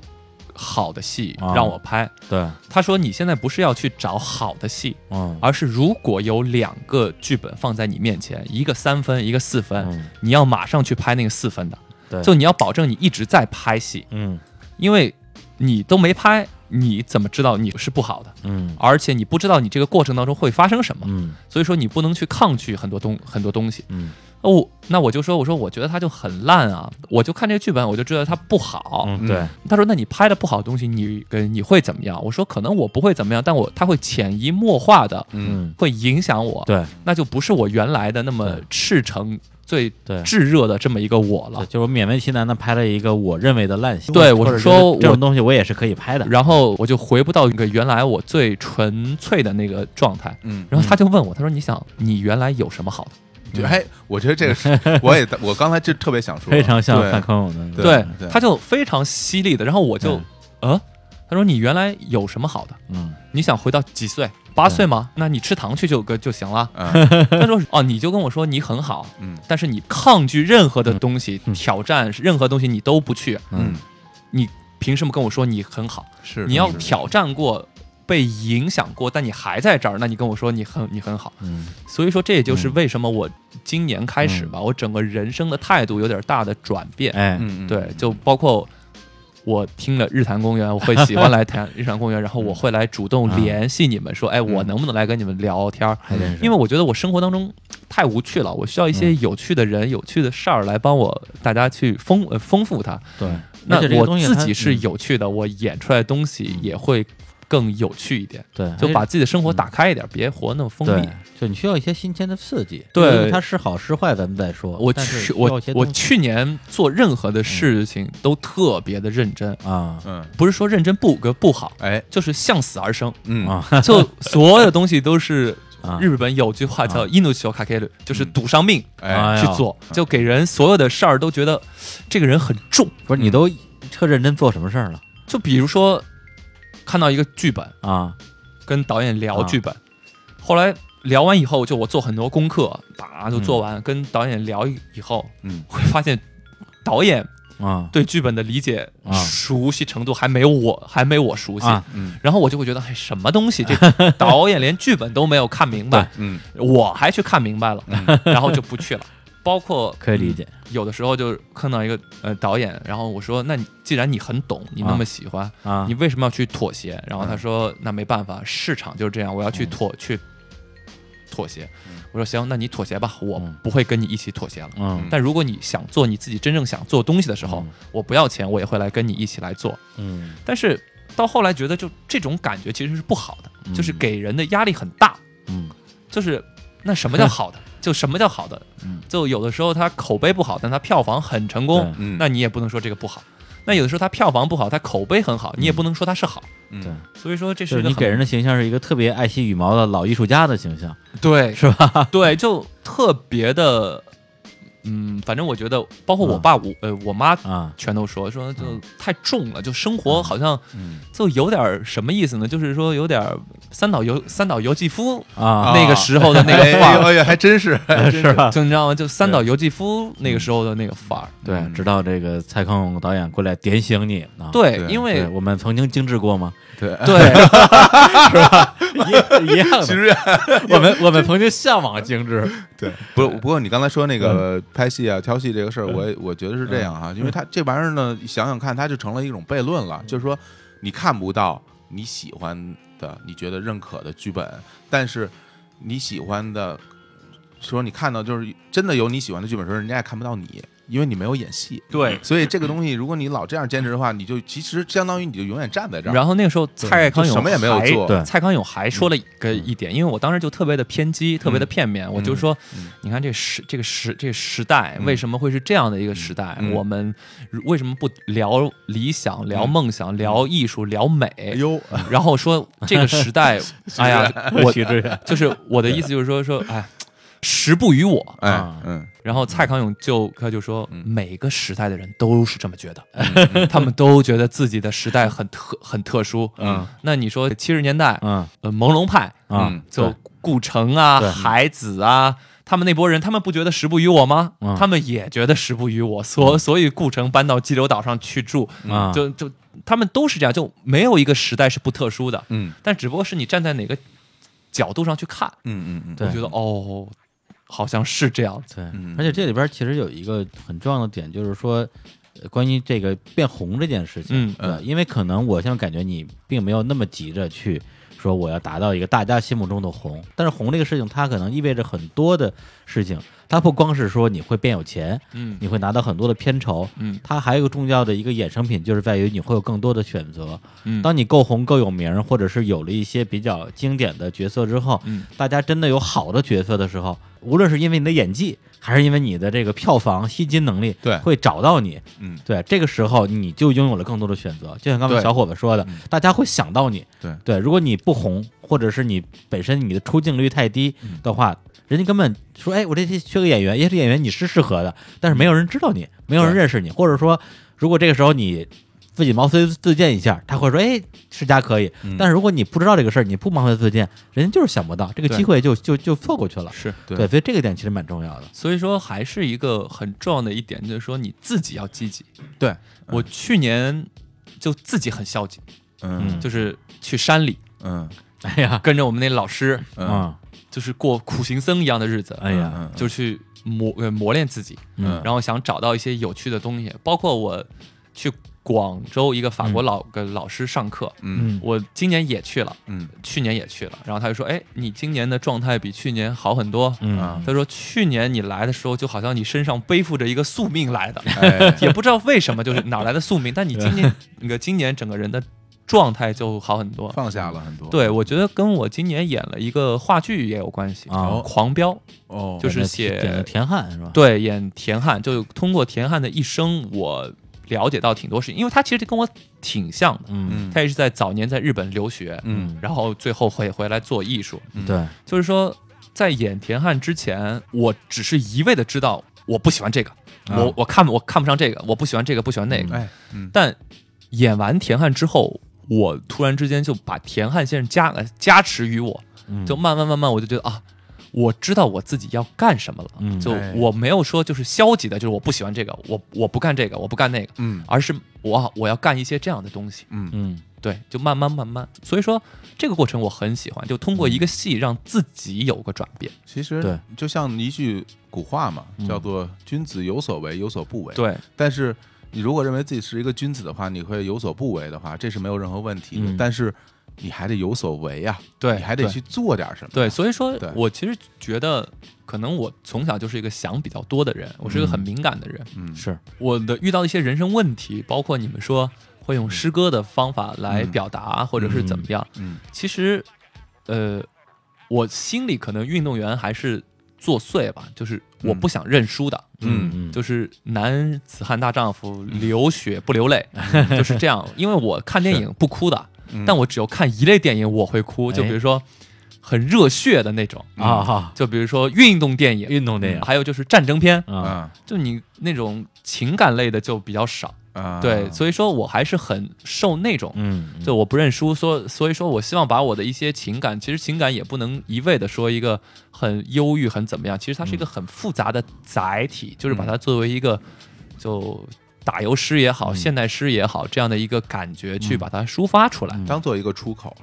Speaker 3: 好的戏
Speaker 1: 啊
Speaker 3: 让我拍。
Speaker 1: 对，
Speaker 3: 他说：“你现在不是要去找好的戏，
Speaker 1: 嗯
Speaker 3: 而是如果有两个剧本放在你面前，一个三分，一个四分，
Speaker 1: 嗯
Speaker 3: 你要马上去拍那个四分的。
Speaker 1: 对
Speaker 3: 就你要保证你一直在拍戏，
Speaker 1: 嗯
Speaker 3: 因为你都没拍，你怎么知道你是不好的？
Speaker 1: 嗯
Speaker 3: 而且你不知道你这个过程当中会发生什么，
Speaker 1: 嗯
Speaker 3: 所以说你不能去抗拒很多东很多东西。”
Speaker 1: 嗯
Speaker 3: 哦，我那我就说，我说我觉得他就很烂啊，我就看这个剧本，我就知道他不好。
Speaker 1: 嗯，对，
Speaker 3: 他说，那你拍的不好的东西，你跟你会怎么样？我说，可能我不会怎么样，但我他会潜移默化的
Speaker 2: 嗯
Speaker 1: 嗯
Speaker 3: 会影响我，
Speaker 1: 对
Speaker 3: 那就不是我原来的那么
Speaker 1: 对
Speaker 3: 赤诚、最
Speaker 1: 对。
Speaker 3: 炙热的这么一个我
Speaker 1: 对
Speaker 3: 了。
Speaker 1: 就是我勉为其难的拍了一个我认为的烂戏，
Speaker 3: 哦对
Speaker 1: 或
Speaker 3: 我
Speaker 1: 者
Speaker 3: 是说
Speaker 1: 这
Speaker 3: 我
Speaker 1: 种东西我也是可以拍的，
Speaker 3: 然后我就回不到一个原来我最纯粹的那个状态。
Speaker 2: 嗯，
Speaker 3: 然后他就问我，他说：“你想，你原来有什么好的？”
Speaker 2: 就哎，我觉得这个是，我也我刚才就特别想说，
Speaker 1: 非常像
Speaker 2: 对
Speaker 1: 范康永的那个，
Speaker 2: 对嗯。
Speaker 3: 对，他就非常犀利的。然后我就，呃，他说：“你原来有什么好的？”
Speaker 1: 嗯
Speaker 3: 你想回到几岁？八岁吗？那你吃糖去就个就行了
Speaker 2: 嗯
Speaker 3: 他说哦，你就跟我说你很好，
Speaker 2: 嗯
Speaker 3: 但是你抗拒任何的东西，
Speaker 1: 嗯
Speaker 3: 挑战任何东西你都不去，
Speaker 2: 嗯
Speaker 1: 嗯，
Speaker 3: 你凭什么跟我说你很好？
Speaker 2: 是
Speaker 3: 你要
Speaker 2: 是
Speaker 3: 挑战过。被影响过，但你还在这儿，那你跟我说你很你很好，
Speaker 1: 嗯
Speaker 3: 所以说这也就是
Speaker 2: 嗯
Speaker 3: 为什么我今年开始吧，我整个人生的态度有点大的转变。
Speaker 1: 哎
Speaker 2: 嗯嗯
Speaker 3: 对，就包括我听了日坛公园，我会喜欢 来谈日坛公园，然后
Speaker 1: 嗯
Speaker 3: 我会来主动联系你们说，哎，我能不能来跟你们聊天儿？
Speaker 1: 还嗯真是，嗯
Speaker 3: 因为我觉得我生活当中太无趣了，我需要一些有趣的人、有趣的事儿来帮我大家去丰呃丰富它。
Speaker 1: 对，
Speaker 3: 那
Speaker 1: 而且这个
Speaker 3: 我
Speaker 1: 东西
Speaker 3: 自
Speaker 1: 它
Speaker 3: 己是
Speaker 1: 嗯
Speaker 3: 有趣的，我演出来的东西也会更有趣一点，
Speaker 1: 对，
Speaker 3: 就
Speaker 1: 而且
Speaker 3: 把自己的生活
Speaker 1: 嗯
Speaker 3: 打开一点，别活那么封闭
Speaker 1: 对。，就你需要一些新鲜的刺激，
Speaker 3: 对
Speaker 1: 因为它是好是坏咱们再说，
Speaker 3: 我
Speaker 1: 但是
Speaker 3: 去
Speaker 1: 需要
Speaker 3: 我
Speaker 1: 一些
Speaker 3: 我
Speaker 1: 东西嗯
Speaker 3: 去年做任何的事情都特别的认真，
Speaker 1: 啊
Speaker 2: 嗯，
Speaker 3: 不是说认真不个不好，
Speaker 2: 哎
Speaker 3: 就是向死而 生，
Speaker 2: 嗯
Speaker 1: 啊
Speaker 3: 就所有的东西都是
Speaker 1: 啊
Speaker 3: 日本有句话叫
Speaker 1: 啊
Speaker 3: “印度修卡 K”，就是赌上命
Speaker 1: 哎
Speaker 2: 哎
Speaker 1: 呀
Speaker 3: 去做，就给人所有的事儿都觉得这个人很重。
Speaker 1: 不是你都特认真做什么事儿了？
Speaker 3: 就比如说看到一个剧本，
Speaker 1: 啊，
Speaker 3: 跟导演聊
Speaker 1: 啊
Speaker 3: 剧本，后来聊完以后，就我做很多功课，叭就做
Speaker 1: 嗯
Speaker 3: 完，跟导演聊以后，
Speaker 2: 嗯，
Speaker 3: 会发现导演
Speaker 1: 啊
Speaker 3: 对剧本的理解、
Speaker 1: 啊
Speaker 3: 熟悉程度还没有我还没我熟悉。
Speaker 1: 啊，
Speaker 2: 嗯
Speaker 3: 然后我就会觉得，哎，什么东西？这导演连剧本都没有看 明白，
Speaker 2: 嗯
Speaker 3: 我还去看明白了，
Speaker 2: 嗯
Speaker 3: 然后就不去 了。包括
Speaker 1: 可以理解，
Speaker 3: 有的时候就碰到一个呃导演，然后我说，那你既然你很懂，你那么喜欢，
Speaker 1: 啊
Speaker 3: 嗯
Speaker 1: 嗯
Speaker 3: 你为什么要去妥协？然后他说：“那没办法，市场就是这样，我要去妥、去妥协。
Speaker 2: 嗯”
Speaker 3: 我说：“行，那你妥协吧，我
Speaker 1: 嗯
Speaker 3: 不会跟你一起妥协了。
Speaker 1: 嗯
Speaker 3: 但如果你想做你自己真正想做东西的时候，我不要钱，我也会来跟你一起来做。
Speaker 1: 嗯
Speaker 3: 但是到后来觉得，就这种感觉其实是不好的，
Speaker 1: 嗯
Speaker 3: 就是给人的压力很大。
Speaker 1: 嗯
Speaker 3: 就是那什么 叫好的？就什么叫好的？
Speaker 1: 嗯
Speaker 3: 就有的时候它口碑不好，但它票房很成功，
Speaker 1: 对
Speaker 2: 嗯，
Speaker 3: 那你也不能说这个不好。那有的时候它票房不好，它口碑很好，你也不能说它是好。
Speaker 1: 对
Speaker 2: 嗯，
Speaker 3: 所以说这
Speaker 1: 嗯就是是
Speaker 3: 一个
Speaker 1: 你
Speaker 3: 很
Speaker 1: 给人的形象是一个特别爱惜羽毛的老艺术家的形象，
Speaker 3: 对
Speaker 1: 是
Speaker 3: 吧？ 对，就特别的，嗯，反正我觉得，包括我爸、我呃我妈
Speaker 1: 啊
Speaker 3: 全都说说就
Speaker 1: 嗯
Speaker 3: 太重了，就生活好像
Speaker 2: 嗯
Speaker 3: 就有点儿什么意思呢？就是说有点儿三岛由三岛由纪夫
Speaker 1: 啊
Speaker 2: 啊
Speaker 3: 那个时候的那个范
Speaker 2: 哎呦
Speaker 3: 儿，
Speaker 2: 哎呦，还真是，
Speaker 1: 是吧？
Speaker 3: 就你知道吗？就三岛由纪夫那个时候的那个范儿。
Speaker 1: 对，
Speaker 2: 嗯
Speaker 1: 直到这个蔡康永导演过来点醒你啊，
Speaker 3: 对，
Speaker 2: 对
Speaker 3: 因
Speaker 1: 对，
Speaker 3: 为
Speaker 1: 我们曾经精致过吗？
Speaker 2: 对，
Speaker 3: 对
Speaker 1: 一一样
Speaker 2: 其
Speaker 1: 的，
Speaker 2: 实
Speaker 1: 我们我们曾 经向往精致，
Speaker 2: 对，不是不过你刚才说那个拍戏啊、挑戏这个事儿，我也我觉得是这样哈，啊因为它这玩意儿呢，想想看，它就成了一种悖论了，就是说你看不到你喜欢的、你觉得认可的剧本，但是你喜欢的，说你看到就是真的有你喜欢的剧本的时候，人家也看不到你，因为你没有演戏。
Speaker 3: 对。
Speaker 2: 所以这个东西，如果你老这样坚持的话，你就其实相当于你就永远站在这儿。
Speaker 3: 然后那个时候，蔡康永
Speaker 2: 就什么也没有
Speaker 3: 还
Speaker 2: 做嗯
Speaker 1: 对
Speaker 3: 蔡康永还说了一个一点，因为我当时就特别的偏激，特别的片面，我就说，
Speaker 2: 嗯
Speaker 3: 你看这时这个时这个时代
Speaker 2: 嗯
Speaker 3: 为什么会是这样的一个时代？
Speaker 2: 嗯
Speaker 3: 我们如为什么不聊理想、
Speaker 1: 嗯
Speaker 3: 聊梦想、聊艺术、聊
Speaker 1: 哎
Speaker 3: 美？
Speaker 2: 呦，
Speaker 3: 然后说这个 时代，哎呀，
Speaker 1: 我
Speaker 3: 我
Speaker 1: 徐志远
Speaker 3: 就是我的意思就是说说，哎，时不与我。
Speaker 2: 哎
Speaker 1: 啊，
Speaker 2: 嗯，
Speaker 3: 然后蔡康永就他就说，
Speaker 2: 嗯
Speaker 3: 每个时代的人都是这么觉得，
Speaker 2: 嗯嗯
Speaker 3: 他们都觉得自己的时代很特很特殊。
Speaker 2: 嗯，
Speaker 3: 那你说七十年代，
Speaker 1: 嗯
Speaker 3: 呃，朦胧派
Speaker 1: 啊
Speaker 2: 嗯，
Speaker 3: 就顾城啊、
Speaker 1: 对
Speaker 3: 海子啊，他们那波人，他们不觉得时不与我吗？
Speaker 1: 嗯
Speaker 3: 他们也觉得时不与我，所所以顾城搬到激流岛上去住，
Speaker 1: 啊，
Speaker 3: 嗯就就他们都是这样，就没有一个时代是不特殊的，
Speaker 2: 嗯
Speaker 3: 但只不过是你站在哪个角度上去看，
Speaker 2: 嗯嗯嗯，
Speaker 1: 对
Speaker 3: 我觉得哦，好像是这样子，
Speaker 1: 对
Speaker 2: 嗯，
Speaker 1: 而且这里边其实有一个很重要的点，就是说，呃关于这个变红这件事情，
Speaker 3: 嗯
Speaker 1: 对吧因为可能我现在感觉你并没有那么急着去说我要达到一个大家心目中的红，但是红这个事情，它可能意味着很多的事情，它不光是说你会变有钱，
Speaker 3: 嗯
Speaker 1: 你会拿到很多的片酬，
Speaker 3: 嗯
Speaker 1: 它还有一个重要的一个衍生品，就是在于你会有更多的选择。
Speaker 3: 嗯
Speaker 1: 当你够红、够有名，或者是有了一些比较经典的角色之后，
Speaker 3: 嗯
Speaker 1: 大家真的有好的角色的时候，无论是因为你的演技，还是因为你的这个票房吸金能力，
Speaker 2: 对
Speaker 1: 会找到你。
Speaker 2: 嗯
Speaker 1: 对，这个时候你就拥有了更多的选择。就像刚才
Speaker 2: 对
Speaker 1: 小伙子说的
Speaker 2: 嗯，
Speaker 1: 大家会想到你。
Speaker 2: 对
Speaker 1: 对，如果你不红，或者是你本身你的出镜率太低
Speaker 2: 嗯
Speaker 1: 的话，人家根本说，哎，我这期缺个演员，也许演员你是适合的，但是没有人知道你，没有人
Speaker 2: 对
Speaker 1: 认识你，或者说，如果这个时候你。自己毛遂自荐一下，他会说：“哎，世家可以。
Speaker 2: 嗯
Speaker 1: 但是如果你不知道这个事儿，你不毛遂自荐，人家就是想不到这个
Speaker 2: 对
Speaker 1: 机会就，就就错过去了。
Speaker 3: 是。
Speaker 2: 对
Speaker 1: 所以这个点其实蛮重要的。
Speaker 3: 所以说，还是一个很重要的一点，就是说你自己要积极。
Speaker 2: 对
Speaker 3: 我去年就自己很消极，
Speaker 2: 嗯
Speaker 3: 就是去山里
Speaker 2: 嗯
Speaker 1: 哎呀，
Speaker 3: 跟着我们那老师，
Speaker 2: 嗯
Speaker 1: 嗯，
Speaker 3: 就是过苦行僧一样的日子，
Speaker 1: 哎呀，
Speaker 2: 嗯
Speaker 3: 就去磨呃磨练自己，
Speaker 1: 嗯
Speaker 3: 然后想找到一些有趣的东西。包括我去广州一个法国
Speaker 1: 嗯
Speaker 3: 老个老师上课，
Speaker 2: 嗯
Speaker 3: 我今年也去了，
Speaker 2: 嗯
Speaker 3: 去年也去了，然后他就说：“哎，你今年的状态比去年好很多。”
Speaker 1: 嗯
Speaker 2: 啊
Speaker 3: 他说：“去年你来的时候，就好像你身上背负着一个宿命来的，
Speaker 2: 哎
Speaker 3: 也不知道为什 么，就是哪儿来的宿命。但你今年那个今年整个人的状态就好很多。
Speaker 2: 放下了很多。
Speaker 3: 对，我觉得跟我今年演了一个话剧也有关
Speaker 2: 嗯
Speaker 3: 系
Speaker 1: 啊
Speaker 3: 狂飙》
Speaker 2: 哦，
Speaker 3: 就是
Speaker 1: 那
Speaker 3: 写
Speaker 1: 点个田汉是吧？
Speaker 3: 对，演田汉，就通过田汉的一生，我了解到挺多事情，因为他其实跟我挺像的，
Speaker 1: 嗯
Speaker 3: 他也是在早年在日本留学，
Speaker 2: 嗯
Speaker 3: 然后最后回回来做艺术。
Speaker 2: 嗯
Speaker 1: 对，
Speaker 3: 就是说，在演田汉之前，我只是一味的知道我不喜欢这个，
Speaker 1: 啊
Speaker 3: 嗯
Speaker 2: 哎
Speaker 3: 我我看我看不上这个，我不喜欢这个，不喜欢那个。
Speaker 2: 哎嗯
Speaker 3: 但演完田汉之后，我突然之间就把田汉先生加呃加持于我，
Speaker 1: 嗯
Speaker 3: 就慢慢慢慢我就觉得啊，我知道我自己要干什么了，
Speaker 1: 嗯
Speaker 3: 就
Speaker 2: 哎
Speaker 3: 我没有说就是消极的，就是我不喜欢这个，我我不干这个，我不干那个，
Speaker 2: 嗯
Speaker 3: 而是我我要干一些这样的东西，
Speaker 2: 嗯
Speaker 1: 嗯
Speaker 3: 对，就慢慢慢慢，所以说这个过程我很喜欢，就通过一个戏让自己有个转变，
Speaker 2: 其实
Speaker 1: 对
Speaker 2: 就像一句古话嘛，
Speaker 1: 嗯
Speaker 2: 叫做“君子有所为，有所不为”。，
Speaker 3: 对，
Speaker 2: 但是你如果认为自己是一个君子的话，你会有所不为的话，这是没有任何问题的。
Speaker 1: 嗯
Speaker 2: 但是你还得有所为啊，
Speaker 3: 对
Speaker 2: 你还得去做点什么。
Speaker 3: 对，所以说
Speaker 2: 对
Speaker 3: 我其实觉得，可能我从小就是一个想比较多的人，我是一个很敏感的人。
Speaker 2: 嗯，
Speaker 1: 是
Speaker 3: 我的遇到一些人生问题，包括你们说会用诗歌的方法来表达，或者是怎么样，
Speaker 2: 嗯
Speaker 3: 其实，呃，我心里可能运动员还是作祟吧，就是我不想认输的。
Speaker 2: 嗯
Speaker 1: 嗯
Speaker 3: 就是男子汉大丈夫，流血不流泪，
Speaker 1: 嗯
Speaker 3: 就是这样。因为我看电影不哭的，
Speaker 2: 嗯
Speaker 3: 但我只有看一类电影我会哭，
Speaker 1: 哎
Speaker 3: 就比如说很热血的那种，
Speaker 1: 啊哈，
Speaker 3: 就比如说运动电影，
Speaker 1: 运动电影
Speaker 3: 还有就是战争片，
Speaker 1: 啊，
Speaker 2: 啊
Speaker 3: 就你那种情感类的就比较少。
Speaker 2: 啊，
Speaker 3: 对，所以说我还是很受那种，
Speaker 1: 嗯，
Speaker 3: 就我不认输，所所以说我希望把我的一些情感，其实情感也不能一味的说一个很忧郁很怎么样，其实
Speaker 1: 嗯
Speaker 3: 它是一个很复杂的载体，就是把它作为一个就。打油诗也好，
Speaker 1: 嗯
Speaker 3: 现代诗也好，这样的一个感觉去把它抒发出来。
Speaker 1: 嗯
Speaker 2: 当做一个出口。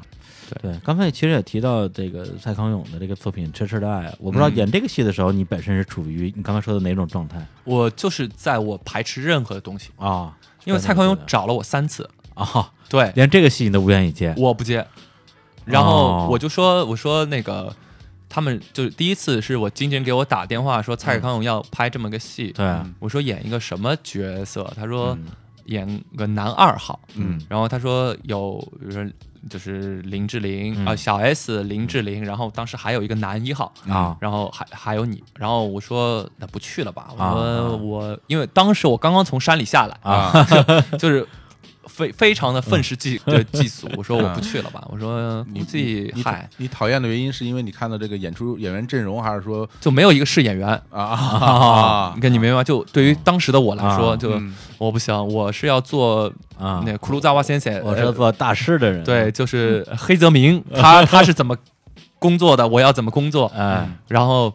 Speaker 1: 对，刚才其实也提到这个蔡康永的这个作品《痴痴的爱》，我不知道
Speaker 2: 嗯
Speaker 1: 演这个戏的时候，你本身是处于你刚才说的哪种状态
Speaker 3: 我就是在我排斥任何东西，
Speaker 1: 啊？
Speaker 3: 因为蔡康永
Speaker 1: 对对
Speaker 3: 找了我三次，
Speaker 1: 对啊，
Speaker 3: 对，
Speaker 1: 连这个戏你都无缘以接，
Speaker 3: 我不接。然
Speaker 1: 哦
Speaker 3: 后我就说，我说那个，他们就是第一次是我经纪人给我打电话说蔡康永要拍这么个戏，
Speaker 1: 对啊，
Speaker 3: 我说演一个什么角色？他说
Speaker 1: 嗯
Speaker 3: 演个男二号，
Speaker 2: 嗯
Speaker 3: 然后他说有，比如说就是林志玲
Speaker 1: 嗯
Speaker 3: 啊、小 S 林志玲，然后当时还有一个男一号。
Speaker 1: 啊，
Speaker 3: 然后还还有你，然后我说那不去了吧，我
Speaker 1: 啊
Speaker 3: 说我因为当时我刚刚从山里下来，
Speaker 2: 啊，
Speaker 3: 就是非非常的愤世嫉呃嫉俗。我说我不去了吧，我说
Speaker 2: 你
Speaker 3: 估计
Speaker 2: 你
Speaker 3: 嗨
Speaker 2: 你讨厌的原因是因为你看到这个演出演员阵容，还是说
Speaker 3: 就没有一个是演员。
Speaker 2: 啊啊
Speaker 3: 你看你明白吗？就对于当时的我来说，
Speaker 1: 啊
Speaker 3: 就
Speaker 2: 嗯
Speaker 3: 我不行，我是要做
Speaker 1: 啊
Speaker 3: 嗯那，库鲁扎瓦先生，
Speaker 1: 我是做嗯大师的人，啊
Speaker 3: 呃对，，就是黑泽明，他他是怎么工作的，我要怎么工作，
Speaker 1: 哎，
Speaker 3: 然后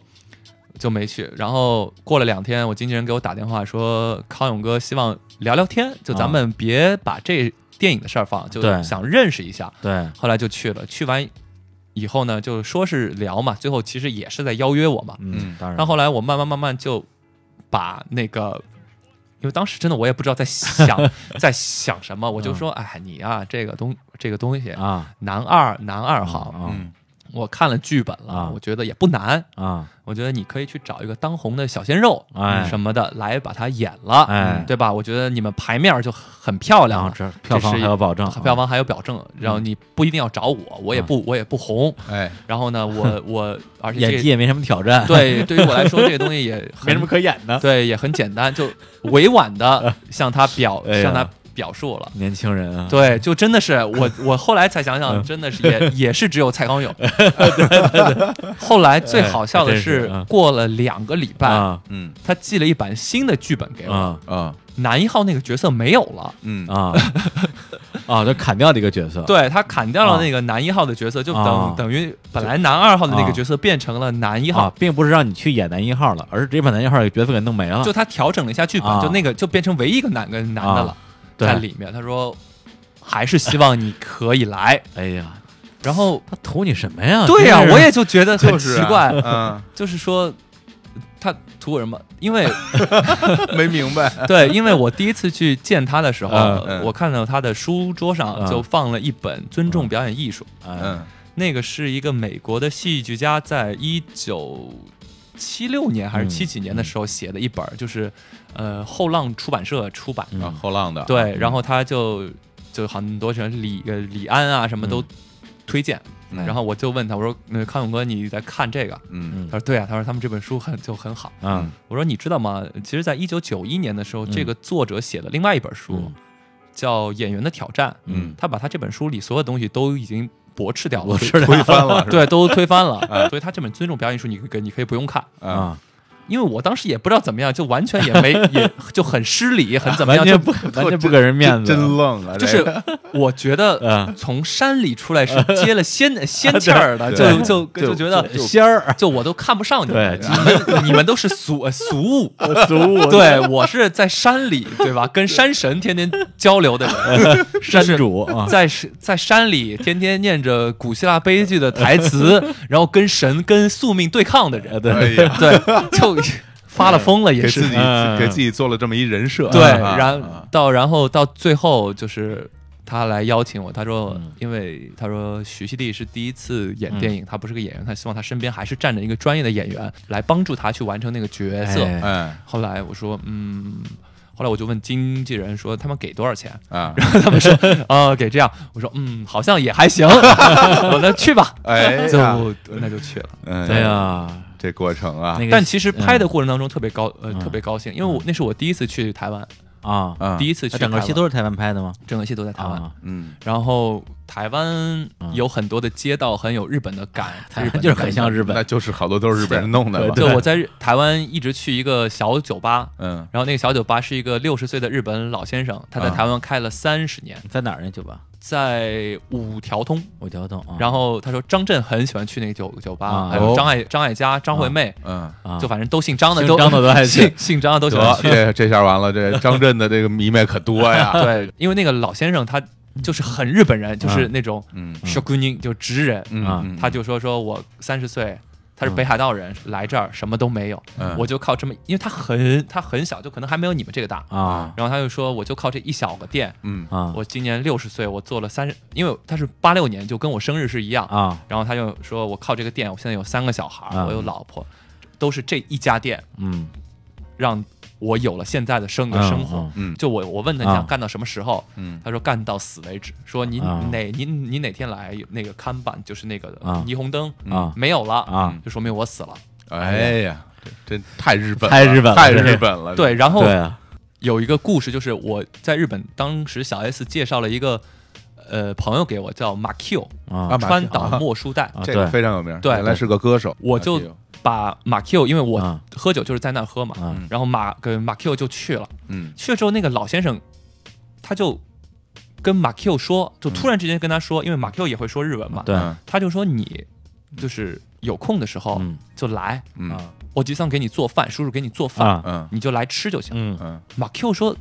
Speaker 3: 就没去。然后过了两天，我经纪人给我打电话说，康永哥希望聊聊天，就咱们别把这电影的事儿放，就
Speaker 1: 对
Speaker 3: 想认识一下。
Speaker 1: 对，
Speaker 3: 后来就去了，去完以后呢，就说是聊嘛，最后其实也是在邀约我嘛。
Speaker 1: 嗯，当然，
Speaker 3: 但后来我慢慢慢慢就把那个，因为当时真的我也不知道 在想在想什么，我就
Speaker 1: 嗯
Speaker 3: 说，哎，你啊，这个东这个东西，
Speaker 1: 啊，
Speaker 3: 男二男二号，
Speaker 1: 啊
Speaker 2: 嗯
Speaker 3: 我看了剧本了
Speaker 1: 啊，
Speaker 3: 我觉得也不难，
Speaker 1: 啊，
Speaker 3: 我觉得你可以去找一个当红的小鲜肉
Speaker 1: 哎
Speaker 3: 什么的来把它演了，
Speaker 1: 哎，
Speaker 3: 对吧？我觉得你们牌面就很漂亮
Speaker 1: 然
Speaker 3: 了
Speaker 1: 后，这票房还有保证，啊
Speaker 3: 票房还有保证，
Speaker 1: 嗯
Speaker 3: 然后你不一定要找我，我也不、我也不红。
Speaker 2: 哎
Speaker 3: 然后 呢，我我而且
Speaker 1: 演技
Speaker 3: 这
Speaker 1: 也没什么挑战，，
Speaker 3: 对对于我来说，这个东西也 很
Speaker 1: 没什么可演的，
Speaker 3: 对，也很简单，就委婉 的向他表、
Speaker 1: 哎呀
Speaker 3: 向他表述了。
Speaker 1: 年轻人啊，
Speaker 3: 对，就真的是 我，我后来才想
Speaker 1: 嗯
Speaker 3: 想，真的是也也是只有蔡康永。后来最好笑的
Speaker 1: 哎还真
Speaker 3: 是
Speaker 1: 是嗯，
Speaker 3: 过了两个礼拜，
Speaker 1: 啊
Speaker 2: 嗯
Speaker 3: 他寄了一版新的剧本给我，
Speaker 1: 啊
Speaker 2: 啊
Speaker 3: 男一号那个角色没有了。
Speaker 2: 嗯
Speaker 1: 啊啊，就砍掉的一个角色，
Speaker 3: 对他砍掉了那个男一号的角色，就等、
Speaker 1: 啊
Speaker 3: 等于本来男二号的那个角色变成了男一号，
Speaker 1: 啊，并不是让你去演男一号了，而是直接把男一号给角色给弄没了，
Speaker 3: 就他调整了一下剧本，
Speaker 1: 啊
Speaker 3: 就那个就变成唯一一个男跟男的了，
Speaker 1: 啊对
Speaker 3: 在里面。他说还是希望你可以 来，
Speaker 1: 哎呀，
Speaker 3: 然后
Speaker 1: 他图你什么呀？
Speaker 3: 对呀、
Speaker 1: 真是啊
Speaker 3: 我也就觉得很
Speaker 2: 就是
Speaker 3: 奇怪，就是
Speaker 2: 嗯，
Speaker 3: 说。他图我什么？因为
Speaker 2: 嗯没明白
Speaker 3: 对，因为我第一次去见他的时候，
Speaker 1: 嗯
Speaker 2: 嗯
Speaker 3: 我看到他的书桌上
Speaker 1: 嗯
Speaker 3: 就放了一本《尊重表演艺术》，
Speaker 1: 哎
Speaker 2: 嗯
Speaker 3: 那个是一个美国的戏剧家在一九七六年还是七几年的时候写的一本儿，就是呃后浪出版社出版的。
Speaker 2: 啊
Speaker 1: 嗯
Speaker 2: 后浪的
Speaker 3: 对，然后他就就很多人李呃李安啊什么都
Speaker 1: 嗯
Speaker 3: 推荐，
Speaker 2: 嗯
Speaker 3: 然后我就问他，我说那康永哥你在看这个？
Speaker 2: 嗯
Speaker 3: 他说对啊，他说他们这本书很就很好。
Speaker 1: 嗯
Speaker 3: 我说你知道吗？其实，在一九九一年的时候，
Speaker 1: 嗯
Speaker 3: 这个作者写的另外一本书
Speaker 1: 嗯
Speaker 3: 叫《演员的挑战》，
Speaker 1: 嗯
Speaker 3: 他把他这本书里所有东西都已经驳斥掉了，
Speaker 1: 我知道
Speaker 3: 啊
Speaker 2: 推翻了是吧
Speaker 3: 对，都推翻了，所以他这本尊重表演艺术，你可以你可以不用看。
Speaker 2: 啊
Speaker 1: 啊
Speaker 3: 因为我当时也不知道怎么样，就完全也没也就很失礼，很怎么
Speaker 1: 完
Speaker 3: 样，
Speaker 1: 全
Speaker 3: 就
Speaker 1: 不完全不给人面子，
Speaker 2: 真真愣啊！
Speaker 3: 就
Speaker 2: 这
Speaker 3: 是
Speaker 2: 个
Speaker 3: 我觉得
Speaker 1: 嗯，
Speaker 3: 从山里出来是接了仙仙气儿的，
Speaker 2: 对
Speaker 3: 就就
Speaker 2: 对
Speaker 3: 就觉得
Speaker 1: 仙儿
Speaker 3: 就我都看不上你们，
Speaker 1: 对
Speaker 3: 你们你们都是俗呃俗物，
Speaker 1: 俗物，
Speaker 3: 对我是在山里，对吧？跟山神天天交流的人，
Speaker 1: 山
Speaker 3: 就是
Speaker 1: 主啊，
Speaker 3: 在是在山里天天念着古希腊悲剧的台词，然后跟神跟宿命对抗的人，
Speaker 1: 对
Speaker 2: 哎呀，
Speaker 3: 对，就发了疯了也
Speaker 2: 给
Speaker 3: 是
Speaker 2: 自。己
Speaker 1: 嗯
Speaker 2: 给自己做了这么一人设啊，
Speaker 3: 对，
Speaker 2: 啊
Speaker 3: 然到然后到最后就是他来邀请我，他说
Speaker 1: 嗯，
Speaker 3: 因为他说徐熙娣是第一次演电影，他不是个演员，他希望他身边还是站着一个专业的演员来帮助他去完成那个角色。
Speaker 1: 哎
Speaker 2: 哎
Speaker 3: 后来我说，嗯，后来我就问经纪人说，他们给多少钱？
Speaker 2: 啊，
Speaker 3: 他们说，啊、给这样。我说，嗯，好像也还行。我说 去吧，
Speaker 2: 哎
Speaker 3: 就
Speaker 2: 呀
Speaker 3: 那就去了。
Speaker 2: 嗯
Speaker 1: 对哎呀，
Speaker 2: 这过程啊
Speaker 1: 那个
Speaker 3: 但其实拍的过程当中特别高，呃，
Speaker 1: 嗯
Speaker 3: 特别高兴，因为我那是我第一次去台湾，
Speaker 1: 啊，
Speaker 2: 啊，
Speaker 3: 第一次去
Speaker 1: 整个
Speaker 3: 台湾
Speaker 1: 戏都是台湾拍的吗？
Speaker 3: 整个戏都在台湾。
Speaker 1: 啊，
Speaker 2: 嗯
Speaker 3: 然后台湾
Speaker 1: 嗯
Speaker 3: 有很多的街道很有日本的感，
Speaker 1: 台
Speaker 3: 日
Speaker 1: 湾
Speaker 3: 本的
Speaker 1: 就是很
Speaker 3: 感
Speaker 1: 像
Speaker 3: 觉。
Speaker 1: 日
Speaker 2: 那
Speaker 1: 本，
Speaker 2: 就是好多都是日本人弄的了，
Speaker 3: 对，我在日台湾一直去一个小酒吧，
Speaker 2: 嗯，
Speaker 3: 然后那个小酒吧是一个六十岁的日本老先生，他在
Speaker 2: 啊
Speaker 3: 台湾开了三十年，
Speaker 1: 在哪儿呢？酒吧？
Speaker 3: 在五条通。
Speaker 1: 五条通啊，
Speaker 3: 然后他说张震很喜欢去那个酒酒吧，
Speaker 1: 啊
Speaker 3: 还有张艾张艾嘉、张惠妹，
Speaker 2: 嗯，
Speaker 1: 啊
Speaker 3: 就反正都姓张的
Speaker 1: 姓
Speaker 3: 都
Speaker 1: 张的都爱去
Speaker 3: 姓 姓张的都喜欢
Speaker 2: 得
Speaker 3: 去。
Speaker 2: 这这下完 了，这张震的这个迷妹可多呀，
Speaker 3: 对，因为那个老先生他就是很日本人，就是那种
Speaker 2: 嗯
Speaker 3: 小姑娘就直人，
Speaker 2: 嗯
Speaker 1: 啊
Speaker 2: 嗯
Speaker 3: 他就说说我三十岁，他是
Speaker 1: 嗯
Speaker 3: 北海道人，来这儿什么都没有，
Speaker 2: 嗯
Speaker 3: 我就靠这么，因为他很他很小，就可能还没有你们这个大。
Speaker 1: 啊
Speaker 3: 然后他就说，我就靠这一小个店，
Speaker 2: 嗯
Speaker 1: 啊
Speaker 3: 我今年六十岁，我做了三十，因为他是八六年，就跟我生日是一样。
Speaker 1: 啊，
Speaker 3: 然后他就说，我靠这个店，我现在有三个小孩儿，
Speaker 1: 嗯
Speaker 3: 我有老婆，都是这一家店
Speaker 1: 嗯，
Speaker 3: 让我有了现在的生个
Speaker 1: 嗯
Speaker 3: 生活。
Speaker 1: 嗯
Speaker 2: 嗯
Speaker 3: 就我我问他你
Speaker 1: 啊
Speaker 3: 想干到什么时候，
Speaker 2: 嗯
Speaker 3: 他说干到死为止。说你
Speaker 1: 啊
Speaker 3: 哪你你哪天来，那个看板就是那个
Speaker 1: 啊
Speaker 3: 霓虹灯
Speaker 1: 啊
Speaker 3: 没有了
Speaker 1: 啊，
Speaker 3: 就说明我死了。
Speaker 2: 哎呀，这真太日本了，
Speaker 1: 太日本了
Speaker 2: 太
Speaker 1: 这
Speaker 2: 日本了，
Speaker 3: 对，然后
Speaker 1: 对啊，
Speaker 3: 有一个故事，就是我在日本当时小 S 介绍了一个呃朋友给我，叫马 Q，
Speaker 1: 啊
Speaker 2: 啊马 Q，
Speaker 3: 川岛莫书代。
Speaker 1: 啊，
Speaker 2: 这个
Speaker 1: 对
Speaker 2: 非常有名，
Speaker 3: 对
Speaker 2: 原来是个歌手，
Speaker 3: 我就
Speaker 2: 哎呦
Speaker 3: 把马 Q，因为我
Speaker 1: 啊
Speaker 3: 喝酒就是在那儿喝嘛，
Speaker 1: 啊
Speaker 3: 然后马跟马 Q 就去了，
Speaker 2: 嗯
Speaker 3: 去了之后那个老先生他就跟马 Q 说，就突然之间跟他说，因为马 Q 也会说日文嘛，
Speaker 1: 嗯对
Speaker 2: 嗯
Speaker 3: 他就说你就是有空的时候
Speaker 1: 嗯
Speaker 3: 就来，
Speaker 2: 嗯
Speaker 1: 啊
Speaker 3: 我吉桑给你做饭，叔叔给你做饭，
Speaker 1: 啊
Speaker 2: 嗯
Speaker 3: 你就来吃就行。
Speaker 1: 嗯
Speaker 2: 嗯
Speaker 3: 马 Q 说，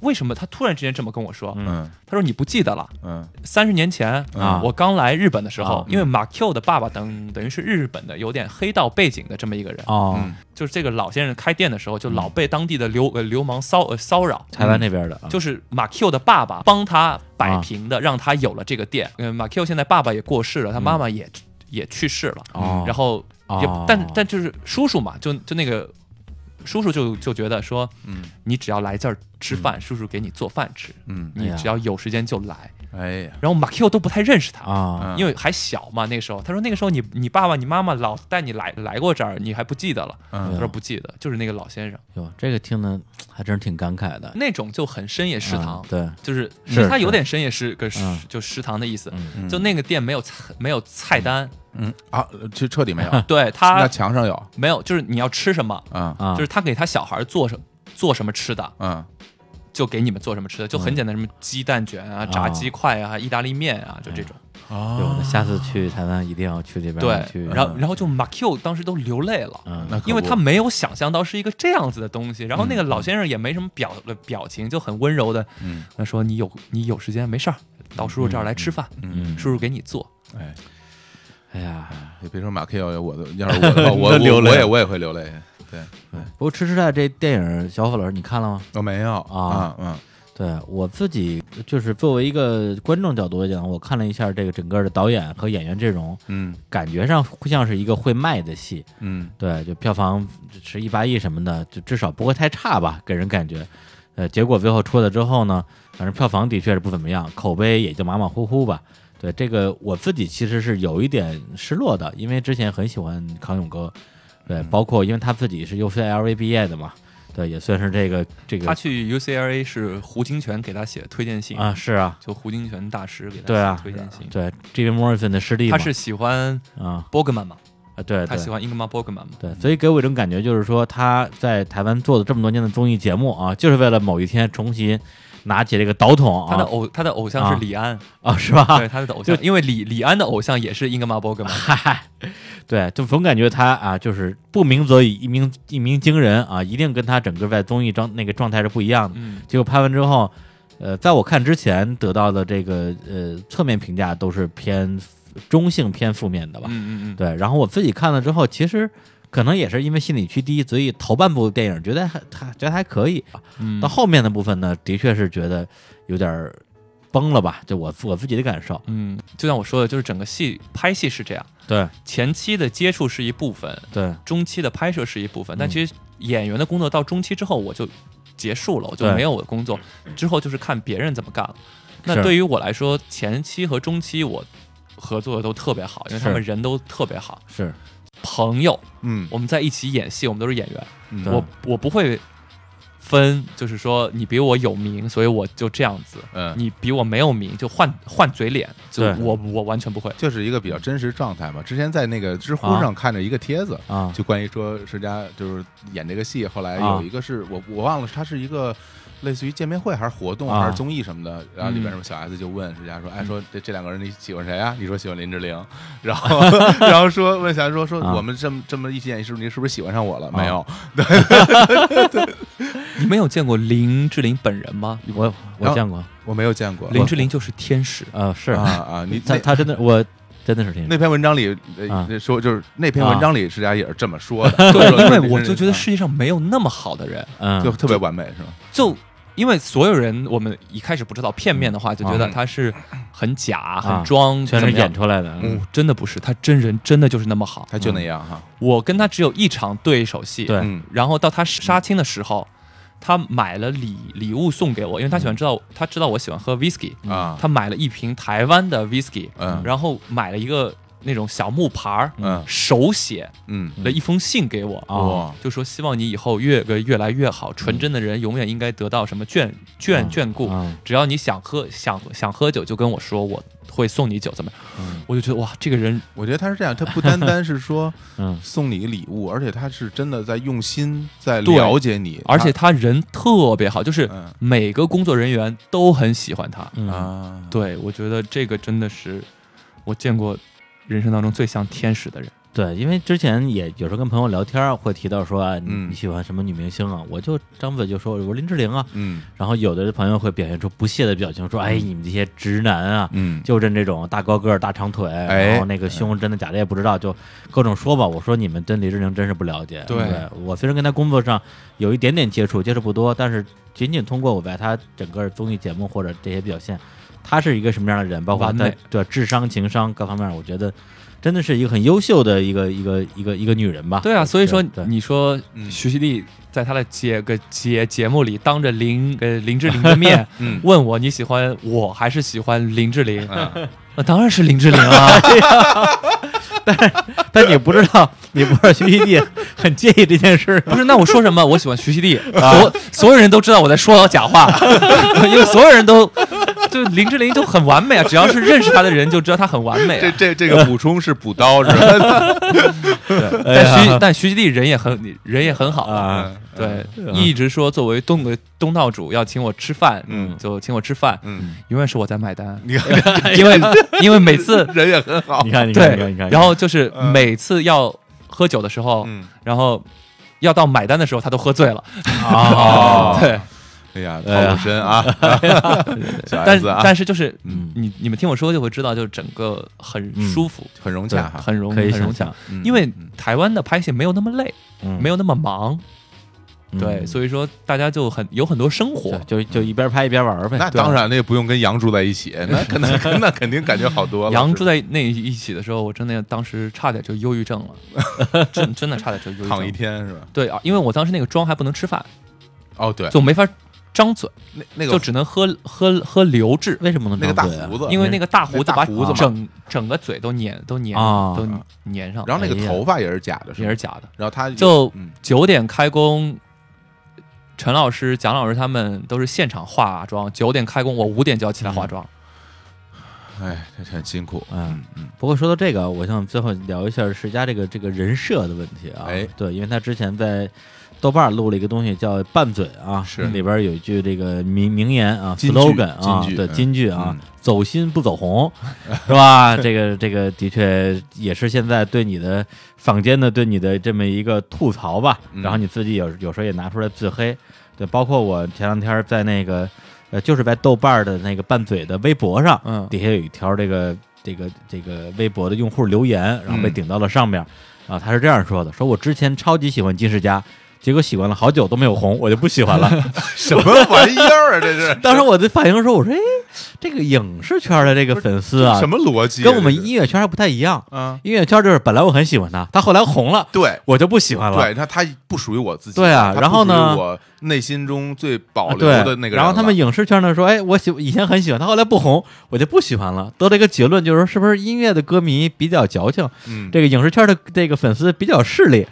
Speaker 3: 为什么他突然之间这么跟我说？
Speaker 1: 嗯
Speaker 2: 嗯
Speaker 3: 他说你不记得了，
Speaker 2: 嗯
Speaker 3: 三十年前。
Speaker 1: 啊
Speaker 3: 我刚来日本的时候，
Speaker 1: 啊
Speaker 3: 因为马 Q 的爸爸等等于是日本的有点黑道背景的这么一个人，
Speaker 1: 哦，
Speaker 2: 嗯
Speaker 3: 就是这个老先生开店的时候就老被当地的流呃流氓骚呃骚扰，
Speaker 1: 台湾那边的啊，
Speaker 3: 就是马 Q 的爸爸帮他摆平
Speaker 1: 啊
Speaker 3: 的，让他有了这个店。嗯，马 Q 现在爸爸也过
Speaker 1: 嗯
Speaker 3: 世了，他妈妈也、也去世了，
Speaker 1: 哦，
Speaker 3: 然后也、
Speaker 1: 哦
Speaker 3: 但但就是叔叔嘛，就就那个叔叔就就觉得说，
Speaker 2: 嗯
Speaker 3: 你只要来这儿吃饭，叔叔给你做饭吃，
Speaker 2: 嗯，
Speaker 1: 嗯哎
Speaker 3: 你
Speaker 1: 呀
Speaker 3: 只要有时间就来。
Speaker 2: 哎呀，
Speaker 3: 然后马 Q 都不太认识他。
Speaker 1: 啊
Speaker 2: 嗯
Speaker 3: 因为还小嘛，那时候他说那个时候你你爸爸你妈妈老带你来来过这儿，你还不记得了？
Speaker 2: 嗯
Speaker 1: 哎
Speaker 3: 他说不记得，就是那个老先生，
Speaker 1: 哟，这个听的还真是挺感慨的，
Speaker 3: 那种就很深夜嗯食堂
Speaker 1: 啊，对，
Speaker 3: 就是
Speaker 1: 哎是
Speaker 3: 其实它
Speaker 1: 是
Speaker 3: 有点深夜食个食
Speaker 1: 嗯
Speaker 3: 就食堂的意思，
Speaker 1: 嗯
Speaker 2: 嗯
Speaker 3: 就那个店没有菜没有菜单，
Speaker 2: 嗯啊，这彻底没有，
Speaker 3: 对
Speaker 2: 那
Speaker 3: 他
Speaker 2: 墙上有
Speaker 3: 没有，就是你要吃什么，
Speaker 2: 啊
Speaker 1: 啊，
Speaker 3: 就是他给他小孩做什做什么吃的，
Speaker 2: 嗯
Speaker 3: 就给你们做什么吃的，就
Speaker 1: 嗯
Speaker 3: 很简单，什么鸡蛋卷啊、炸鸡块啊、意大利面啊，
Speaker 1: 哎
Speaker 3: 就这种。
Speaker 1: 有的
Speaker 2: 啊，
Speaker 1: 下次去台湾一定要去这边
Speaker 3: 对
Speaker 1: 去，，啊
Speaker 3: 然后然后就马 Q 当时都流泪了。
Speaker 1: 嗯
Speaker 2: 那可
Speaker 3: 因为
Speaker 2: 不
Speaker 3: 他没有想象到是一个这样子的东西，然后那个
Speaker 1: 嗯
Speaker 3: 老先生也没什么表呃表情，就很温柔的
Speaker 2: 嗯
Speaker 3: 他说：“你有你有时间没事儿，到叔叔这儿来吃饭，
Speaker 1: 嗯，
Speaker 3: 叔叔给你做。
Speaker 2: 哎。
Speaker 1: 哎呀，
Speaker 2: 也别说马 K 我的，要是我 的话，我
Speaker 1: 你都流
Speaker 2: 我
Speaker 1: 泪
Speaker 2: 我也我也会流泪。对，
Speaker 1: 不过《吃吃菜》这电影，小虎老师你看了吗？
Speaker 2: 我没有
Speaker 1: 啊
Speaker 2: 啊，嗯
Speaker 1: 对我自己就是作为一个观众角度来讲，我看了一下这个整个的导演和演员阵容，
Speaker 2: 嗯
Speaker 1: 感觉上像是一个会卖的戏，
Speaker 2: 嗯
Speaker 1: 对，就票房十亿八亿什么的，就至少不会太差吧，给人感觉。呃，结果最后出了之后呢，反正票房的确是不怎么样，口碑也就马马虎虎吧。对这个我自己其实是有一点失落的，因为之前很喜欢康永哥，
Speaker 3: 嗯
Speaker 1: 对，包括因为他自己是 UCLA 毕业的嘛，对，也算是这个这
Speaker 3: 他
Speaker 1: 个
Speaker 3: 去 UCLA 是胡金铨给他写推荐信
Speaker 1: 啊，，是啊，
Speaker 3: 就胡金铨大师给他
Speaker 1: 对啊
Speaker 3: 写推荐信。
Speaker 1: 对 j i m Morrison 的师弟嘛，
Speaker 3: 他是喜欢
Speaker 1: 啊，
Speaker 3: 伯格曼嘛？
Speaker 1: 啊，对，
Speaker 3: 他
Speaker 1: 对
Speaker 3: 喜欢 Ingmar Bergman 嘛。
Speaker 1: 对，所以给我一种感觉，就是说他在台湾做了这么多年的综艺节目啊，就是为了某一天重新拿起这个导筒
Speaker 3: 他的
Speaker 1: 啊
Speaker 3: 偶他的偶像
Speaker 1: 啊
Speaker 3: 是李安，
Speaker 1: 啊，是吧
Speaker 3: 对？他的偶像，因为李李安的偶像也是 Ingmar Bergman，
Speaker 1: 嗨，对，就总感觉他啊，就是不鸣则已，一鸣一鸣惊人啊，一定跟他整个在综艺状那个状态是不一样的。
Speaker 3: 嗯，
Speaker 1: 结果拍完之后，呃，在我看之前得到的这个呃侧面评价都是偏中性偏负面的吧？
Speaker 3: 嗯嗯嗯，
Speaker 1: 对，然后我自己看了之后，其实可能也是因为心理区低，所以头半部电影觉得还还觉得还可以，
Speaker 3: 嗯
Speaker 1: 到后面的部分呢，的确是觉得有点儿崩了吧，就我我自己的感受。
Speaker 3: 嗯，就像我说的，就是整个戏拍戏是这样，
Speaker 1: 对
Speaker 3: 前期的接触是一部分，
Speaker 1: 对
Speaker 3: 中期的拍摄是一部分，但
Speaker 1: 嗯
Speaker 3: 其实演员的工作到中期之后我就结束了，我就
Speaker 1: 对
Speaker 3: 没有我的工作，之后就是看别人怎么干了。那
Speaker 1: 是
Speaker 3: 对于我来说，前期和中期我合作的都特别好，因为他
Speaker 1: 是
Speaker 3: 们人都特别好，
Speaker 1: 是，
Speaker 3: 朋友，
Speaker 2: 嗯，
Speaker 3: 我们在一起演戏，我们都是演员，
Speaker 2: 嗯
Speaker 1: 对
Speaker 3: 我我不会分，就是说你比我有名，所以我就这样子。
Speaker 2: 嗯，
Speaker 3: 你比我没有名，就换换嘴脸，就
Speaker 1: 对
Speaker 3: 我我完全不会。
Speaker 2: 就是一个比较真实状态嘛。之前在那个知乎
Speaker 1: 啊
Speaker 2: 上看着一个帖子，
Speaker 1: 啊
Speaker 2: 就关于说石家就是演这个戏，后来
Speaker 1: 啊
Speaker 2: 有一个是我我忘了，他是一个类似于见面会还是活动
Speaker 1: 啊
Speaker 2: 还是综艺什么的，然后里边
Speaker 3: 嗯
Speaker 2: 什么小 S 就问石家说，哎，说这这两个人你喜欢谁啊？你说喜欢林志玲，然后 然后说问小 S 说说
Speaker 1: 啊
Speaker 2: 我们这么这么一起演，是不是你是不是喜欢上我了？没有，
Speaker 3: 你没有见过林志玲本人吗？
Speaker 1: 我
Speaker 2: 然
Speaker 1: 我
Speaker 2: 后
Speaker 1: 见过，
Speaker 2: 我没有见过
Speaker 3: 林志玲就是天使，
Speaker 1: 呃，是
Speaker 2: 啊啊， 你
Speaker 1: 他
Speaker 2: 那
Speaker 1: 他真的我真的是挺
Speaker 2: 那篇文章里
Speaker 1: 啊
Speaker 2: 呃说就是那篇
Speaker 1: 啊
Speaker 2: 文章里石家也是这么说的，
Speaker 3: 对
Speaker 2: 就，说
Speaker 3: 因为
Speaker 2: 林志
Speaker 3: 我
Speaker 2: 玲
Speaker 3: 就觉得
Speaker 2: 啊
Speaker 3: 世界上没有那么好的人，
Speaker 1: 嗯
Speaker 2: 就特别完美是吗？
Speaker 3: 就因为所有人我们一开始不知道，片面的话就觉得
Speaker 2: 嗯
Speaker 3: 他是很假、
Speaker 1: 啊
Speaker 3: 很装，
Speaker 1: 全
Speaker 3: 怎
Speaker 1: 是
Speaker 3: 么样
Speaker 1: 演。出来的，
Speaker 2: 嗯
Speaker 1: 嗯
Speaker 3: 哦真的不是，他真人真的就是那么好。
Speaker 2: 他就那样哈，
Speaker 3: 我跟他只有一场对手戏，
Speaker 1: 对
Speaker 2: 嗯
Speaker 3: 然后到他杀青的时候，他买了礼礼物送给我，因为他喜欢知道，他知道我喜欢喝 whisky，
Speaker 2: 啊，
Speaker 3: 嗯他买了一瓶台湾的 whisky，
Speaker 2: 嗯
Speaker 3: 然后买了一个那种小木牌儿，
Speaker 2: 嗯
Speaker 3: 手写
Speaker 2: 嗯
Speaker 3: 了一封信给我，啊
Speaker 1: 嗯
Speaker 2: 哇
Speaker 3: 就说希望你以后越个越来越好，纯真的人永远应该得到什么眷
Speaker 2: 嗯
Speaker 3: 眷眷顾，
Speaker 1: 啊
Speaker 3: 只要你想喝想想喝酒就跟我说，我会送你酒，怎么样？
Speaker 1: 嗯
Speaker 3: 我就觉得哇，这个人
Speaker 2: 我觉得他是这样，他不单单是说
Speaker 1: 嗯
Speaker 2: 送你礼物，而且他是真的在用心在
Speaker 3: 对
Speaker 2: 了解你，
Speaker 3: 而且他人特别好，就是
Speaker 2: 嗯
Speaker 3: 每个工作人员都很喜欢他。
Speaker 2: 他
Speaker 1: 嗯
Speaker 2: 啊，
Speaker 3: 对我觉得这个真的是我见过人生当中最像天使的人。
Speaker 1: 对，因为之前也有时候跟朋友聊天儿会提到说啊你
Speaker 2: 嗯
Speaker 1: 你喜欢什么女明星啊，我就张嘴就说我说林志玲啊，
Speaker 2: 嗯
Speaker 1: 然后有的朋友会表现出不屑的表情，说哎你们这些直男啊，
Speaker 2: 嗯，
Speaker 1: 就认这种大高个儿、大长腿，
Speaker 2: 哎
Speaker 1: 然后那个胸真的假的也不知道，就各种说吧。我说你们对林志玲真是不了解。
Speaker 3: 对
Speaker 1: 我虽然跟她工作上有一点点接触，接触不多，但是仅仅通过我在她整个综艺节目或者这些表现，她是一个什么样的人，包括
Speaker 3: 完
Speaker 1: 她
Speaker 3: 美
Speaker 1: 对智商、情商各方面，我觉得真的是一个很优秀的一个一个一个一个女人吧。
Speaker 3: 对啊，所以说
Speaker 1: 对
Speaker 3: 你说
Speaker 2: 嗯
Speaker 3: 徐熙娣在她的节个节节目里当着林呃林志玲的面
Speaker 2: 嗯
Speaker 3: 问我你喜欢我还是喜欢林志玲？
Speaker 2: 嗯
Speaker 3: 那当然是林志玲啊！
Speaker 1: 但你不知道，你不知道徐熙娣很介意这件事 儿吗
Speaker 3: 不是，那我说什么？我喜欢徐熙娣，
Speaker 2: 嗯
Speaker 3: 所所有人都知道我在说假话， 因为所有人都就林志玲就很完美啊，只要是认识她的人就知道她很完美、
Speaker 2: 这
Speaker 3: 啊。
Speaker 2: 这这个补充是补刀是吧？
Speaker 1: 哎呀
Speaker 3: 但徐但徐熙娣人也很人也很好
Speaker 1: 啊？
Speaker 2: 嗯
Speaker 3: 对，
Speaker 1: 嗯
Speaker 3: 一直说作为东东道主要请我吃饭，
Speaker 2: 嗯
Speaker 3: 就请我吃饭，
Speaker 2: 嗯，
Speaker 3: 永远是我在买单，
Speaker 2: 你看
Speaker 3: 因 为因为每次
Speaker 2: 人也很好
Speaker 1: 你，看，你看，你看，
Speaker 3: 对
Speaker 1: 你看，，
Speaker 3: 然后就是
Speaker 2: 嗯
Speaker 3: 每次要喝酒的时候，
Speaker 2: 嗯
Speaker 3: 然后要到买单的时候，他都喝醉了，
Speaker 1: 啊，
Speaker 3: 对，
Speaker 2: 哎呀，
Speaker 1: 哎呀
Speaker 2: 套路深啊，小
Speaker 3: 但
Speaker 2: S
Speaker 3: 是
Speaker 2: 啊，
Speaker 3: 但是就是
Speaker 1: 嗯，
Speaker 3: 你你们听我说就会知道，就整个很
Speaker 1: 嗯
Speaker 3: 舒服，
Speaker 2: 很融洽哈，嗯
Speaker 3: 很融
Speaker 1: 可以
Speaker 3: 很融
Speaker 1: 想
Speaker 3: 洽，因为台湾的拍戏没有那么累，
Speaker 1: 嗯
Speaker 3: 没有那么忙，
Speaker 2: 嗯
Speaker 3: 对，
Speaker 1: 以
Speaker 3: 所以说大家就很有很多生活，
Speaker 1: 就就一边拍一边玩呗。
Speaker 2: 那当然，那也不用跟羊住在一起，那可能那肯定感觉好多了。
Speaker 3: 杨住
Speaker 2: 在
Speaker 3: 在那一起的时候，我真的当时差点就忧郁症了， 真真的差点就忧郁
Speaker 2: 躺一
Speaker 3: 症。
Speaker 2: 天是吧？
Speaker 3: 对啊，因为我当时那个妆还不能吃饭，
Speaker 2: 哦，对，
Speaker 3: 就没法张嘴，
Speaker 2: 那那
Speaker 3: 就
Speaker 2: 个
Speaker 3: 只能喝喝喝流质，
Speaker 1: 为什么能
Speaker 2: 那个大
Speaker 1: 张嘴啊
Speaker 2: 胡子，
Speaker 3: 因为那个大胡子
Speaker 2: 那
Speaker 3: 把
Speaker 2: 大胡子嘛
Speaker 3: 整整个嘴都粘都粘
Speaker 1: 啊
Speaker 3: 都粘上，
Speaker 2: 然后那
Speaker 1: 哎
Speaker 2: 个
Speaker 1: 呀
Speaker 2: 头发也是假的，
Speaker 3: 也
Speaker 2: 吗
Speaker 3: 是假的。
Speaker 2: 然后他
Speaker 3: 就
Speaker 2: 嗯
Speaker 3: 九点开工，陈老师、
Speaker 2: 嗯
Speaker 3: 蒋老师他们都是现场化妆，九点开工，我五点就要起来化妆。
Speaker 2: 哎，这很辛苦。
Speaker 1: 嗯
Speaker 2: 嗯，
Speaker 1: 不过说到这个，我想最后聊一下世嘉这个这个人设的问题啊。
Speaker 2: 哎
Speaker 1: 对，因为他之前在豆瓣儿录了一个东西叫《拌嘴》啊，
Speaker 2: 是
Speaker 1: 里边儿有一句这个名名言啊
Speaker 2: 金句
Speaker 1: ，slogan 啊，
Speaker 2: 金句
Speaker 1: 对，
Speaker 2: 嗯
Speaker 1: 金句啊
Speaker 2: 嗯，
Speaker 1: 走心不走红，是 吧？这个这个的确也是现在对你的坊间的对你的这么一个吐槽吧。
Speaker 2: 嗯
Speaker 1: 然后你自己有有时候也拿出来自黑，对，包括我前两天在那个呃，就是在豆瓣儿的那个拌嘴的微博上，
Speaker 3: 嗯
Speaker 1: 底下有一条这个这个这个微博的用户留言，然后被
Speaker 2: 嗯
Speaker 1: 顶到了上面。啊，他是这样说的：说我之前超级喜欢金世佳，结果喜欢了好久都没有红，我就不喜欢 了。
Speaker 2: 什 么玩意儿啊？这是
Speaker 1: 当时我的反应说，我说，哎，这个影视圈的这个粉丝啊
Speaker 2: 什，么逻辑啊？
Speaker 1: 跟我们
Speaker 2: 这是
Speaker 1: 音乐圈还不太一样。
Speaker 2: 啊，
Speaker 1: 音乐圈就是本来我很喜欢他，他后来红了，
Speaker 2: 对
Speaker 1: 我就不喜欢了。
Speaker 2: 对，他他不属于我自己，
Speaker 1: 对啊
Speaker 2: 他
Speaker 1: 然
Speaker 2: 不
Speaker 1: 后
Speaker 2: 属于
Speaker 1: 呢
Speaker 2: 我内心中最保
Speaker 1: 啊
Speaker 2: 留
Speaker 1: 对，
Speaker 2: 的那个人了，
Speaker 1: 然后他们影视圈呢说，哎，我喜以前很喜欢他，后来不红，我就不喜欢了。得了一个结论，就是说，是不是音乐的歌迷比较矫情，
Speaker 2: 嗯，
Speaker 1: 这个影视圈的这个粉丝比较势利，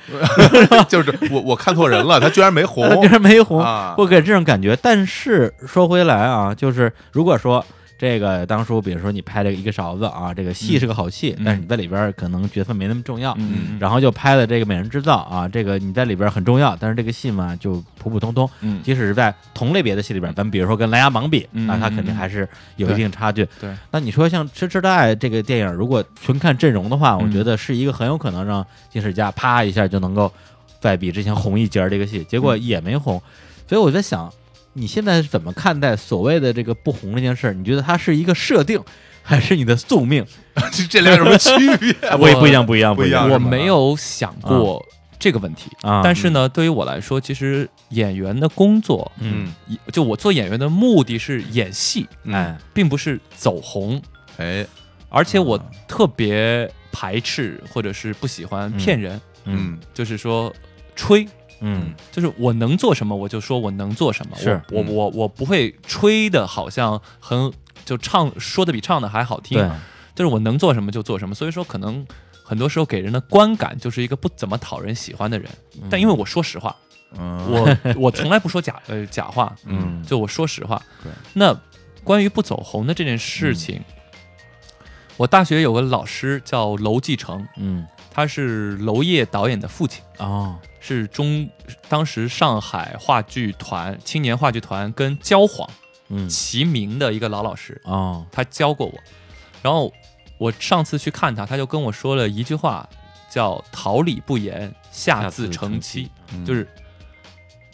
Speaker 2: 就是我我看错人了，他居然没 红
Speaker 1: 他居然呃没红，
Speaker 2: 啊
Speaker 1: 我给这种感觉。但是说回来啊，就是如果说。这个当初，比如说你拍了一个勺子啊，这个戏是个好戏，
Speaker 3: 嗯
Speaker 1: 但是你在里边儿可能角色没那么重要，
Speaker 3: 嗯，
Speaker 1: 然后就拍了这个《美人制造》啊，这个你在里边儿很重要，但是这个戏嘛就普普通通，
Speaker 3: 嗯
Speaker 1: 即使是在同类别的戏里边，咱们比如说跟《琅琊榜》比，
Speaker 3: 嗯
Speaker 1: 那它肯定还是有一定差距。
Speaker 3: 对，
Speaker 1: 那你说像《痴痴的爱》这个电影，如果纯看阵容的话，我
Speaker 3: 嗯
Speaker 1: 觉得是一个很有可能让金世佳啪一下就能够再比之前红一截儿这个戏，结
Speaker 3: 嗯
Speaker 1: 果也没红。所以我在想，你现在是怎么看待所谓的这个不红这件事儿？你觉得它是一个设定，还是你的宿 命？
Speaker 2: 这这俩有什 么区别？
Speaker 1: 不不一样，不一样，
Speaker 2: 不一
Speaker 1: 一
Speaker 2: 样
Speaker 1: 样。
Speaker 2: 是
Speaker 3: 我
Speaker 2: 吗
Speaker 3: 没有想
Speaker 2: 嗯
Speaker 3: 过这个问题，
Speaker 1: 啊，
Speaker 3: 但是呢，对于我来说，其实演员的工作，
Speaker 1: 嗯，
Speaker 3: 就我做演员的目的是演戏，
Speaker 2: 嗯
Speaker 1: 哎，
Speaker 3: 并不是走红，
Speaker 2: 哎，
Speaker 3: 而且我
Speaker 2: 啊
Speaker 3: 特别排斥或者是不喜欢骗人，
Speaker 1: 嗯
Speaker 2: 嗯
Speaker 3: 就是说吹。
Speaker 1: 嗯
Speaker 3: 就是我能做什么，我就说我能做什么。
Speaker 1: 是嗯
Speaker 3: 我我我我不会吹的，好像很就唱说的比唱的还好嗯听。
Speaker 1: 嗯对，
Speaker 3: 就是我能做什么就做什么。所以说，可能很多时候给人的观感就是一个不怎么讨人喜欢的人。但因为我说实话，
Speaker 2: 嗯，
Speaker 3: 我我从来不说假呃假话，
Speaker 1: 嗯
Speaker 3: 就我说实话
Speaker 2: 对。
Speaker 3: 那关于不走红的这件
Speaker 1: 嗯
Speaker 3: 事情，我大学有个老师叫娄继成，
Speaker 1: 嗯
Speaker 3: 他是娄烨导演的父亲。
Speaker 1: 哦
Speaker 3: 是中当时上海话剧团青年话剧团跟焦晃
Speaker 1: 嗯
Speaker 3: 齐名的一个老老师，
Speaker 1: 哦
Speaker 3: 他教过我。然后我上次去看他，他就跟我说了一句话，叫“桃李不言，下自成蹊”，
Speaker 2: 嗯
Speaker 3: 就是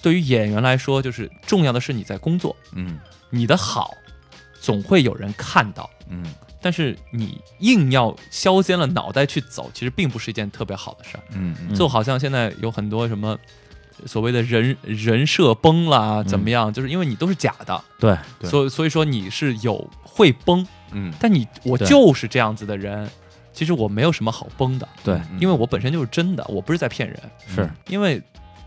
Speaker 3: 对于演员来说，就是重要的是你在工作，
Speaker 2: 嗯
Speaker 3: 你的好总会有人看到。
Speaker 2: 嗯
Speaker 3: 但是你硬要削尖了脑袋去走，其实并不是一件特别好的事儿。
Speaker 2: 嗯嗯
Speaker 3: 就好像现在有很多什么所谓的人人设崩啦，怎么样？就是因为你都是假的，
Speaker 1: 对，
Speaker 2: 对
Speaker 3: 所以所以说你是有会崩，
Speaker 2: 嗯，
Speaker 3: 但你我
Speaker 1: 对
Speaker 3: 就是这样子的人，其实我没有什么好崩的，
Speaker 1: 对
Speaker 2: 嗯
Speaker 3: 因为我本身就是真的，我不是在骗人。
Speaker 1: 是
Speaker 3: 因为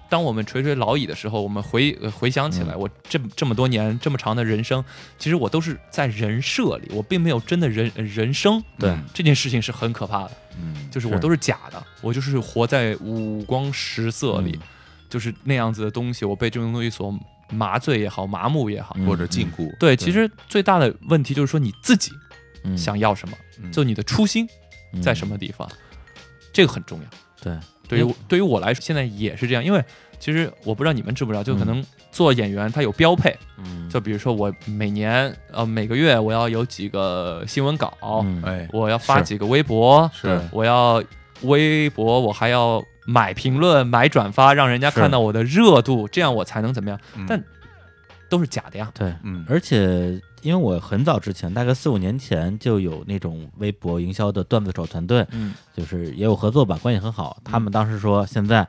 Speaker 3: 当我们垂垂老矣的时候，我们回呃回想起来，
Speaker 1: 嗯
Speaker 3: 我这这么多年这么长的人生，其实我都是在人设里，我并没有真的人呃人生。
Speaker 1: 对
Speaker 3: 这件事情是很可怕的。
Speaker 2: 嗯
Speaker 3: 就是
Speaker 1: 是
Speaker 3: 我都是假的，我就是活在五光十色里，
Speaker 1: 嗯
Speaker 3: 就是那样子的东西，我被这种东西所麻醉也好，麻木也好。
Speaker 1: 嗯
Speaker 2: 或者禁锢，
Speaker 3: 对，其实最大的问题就是说你自己
Speaker 1: 嗯
Speaker 3: 想要什么，
Speaker 2: 嗯
Speaker 3: 就你的初心
Speaker 1: 嗯
Speaker 3: 在什么地方，这个很重要。
Speaker 1: 对
Speaker 3: 对于
Speaker 1: 嗯
Speaker 3: 我对于我来说，现在也是这样，因为其实我不知道你们知不知道，就可能做演员他有标配，
Speaker 1: 嗯
Speaker 3: 就比如说我每年呃每个月我要有几个新闻稿，
Speaker 1: 嗯
Speaker 2: 哎
Speaker 3: 我要发
Speaker 1: 是
Speaker 3: 几个微博，
Speaker 2: 是
Speaker 3: 我要微博，我还要买评论、买转发，让人家
Speaker 1: 是
Speaker 3: 看到我的热度，这样我才能怎么样？
Speaker 2: 嗯
Speaker 3: 但都是假的呀。
Speaker 1: 对，
Speaker 2: 嗯
Speaker 1: 而且因为我很早之前，大概四五年前就有那种微博营销的段子手团队，
Speaker 3: 嗯
Speaker 1: 就是也有合作吧，关系很好。他们当时说现在。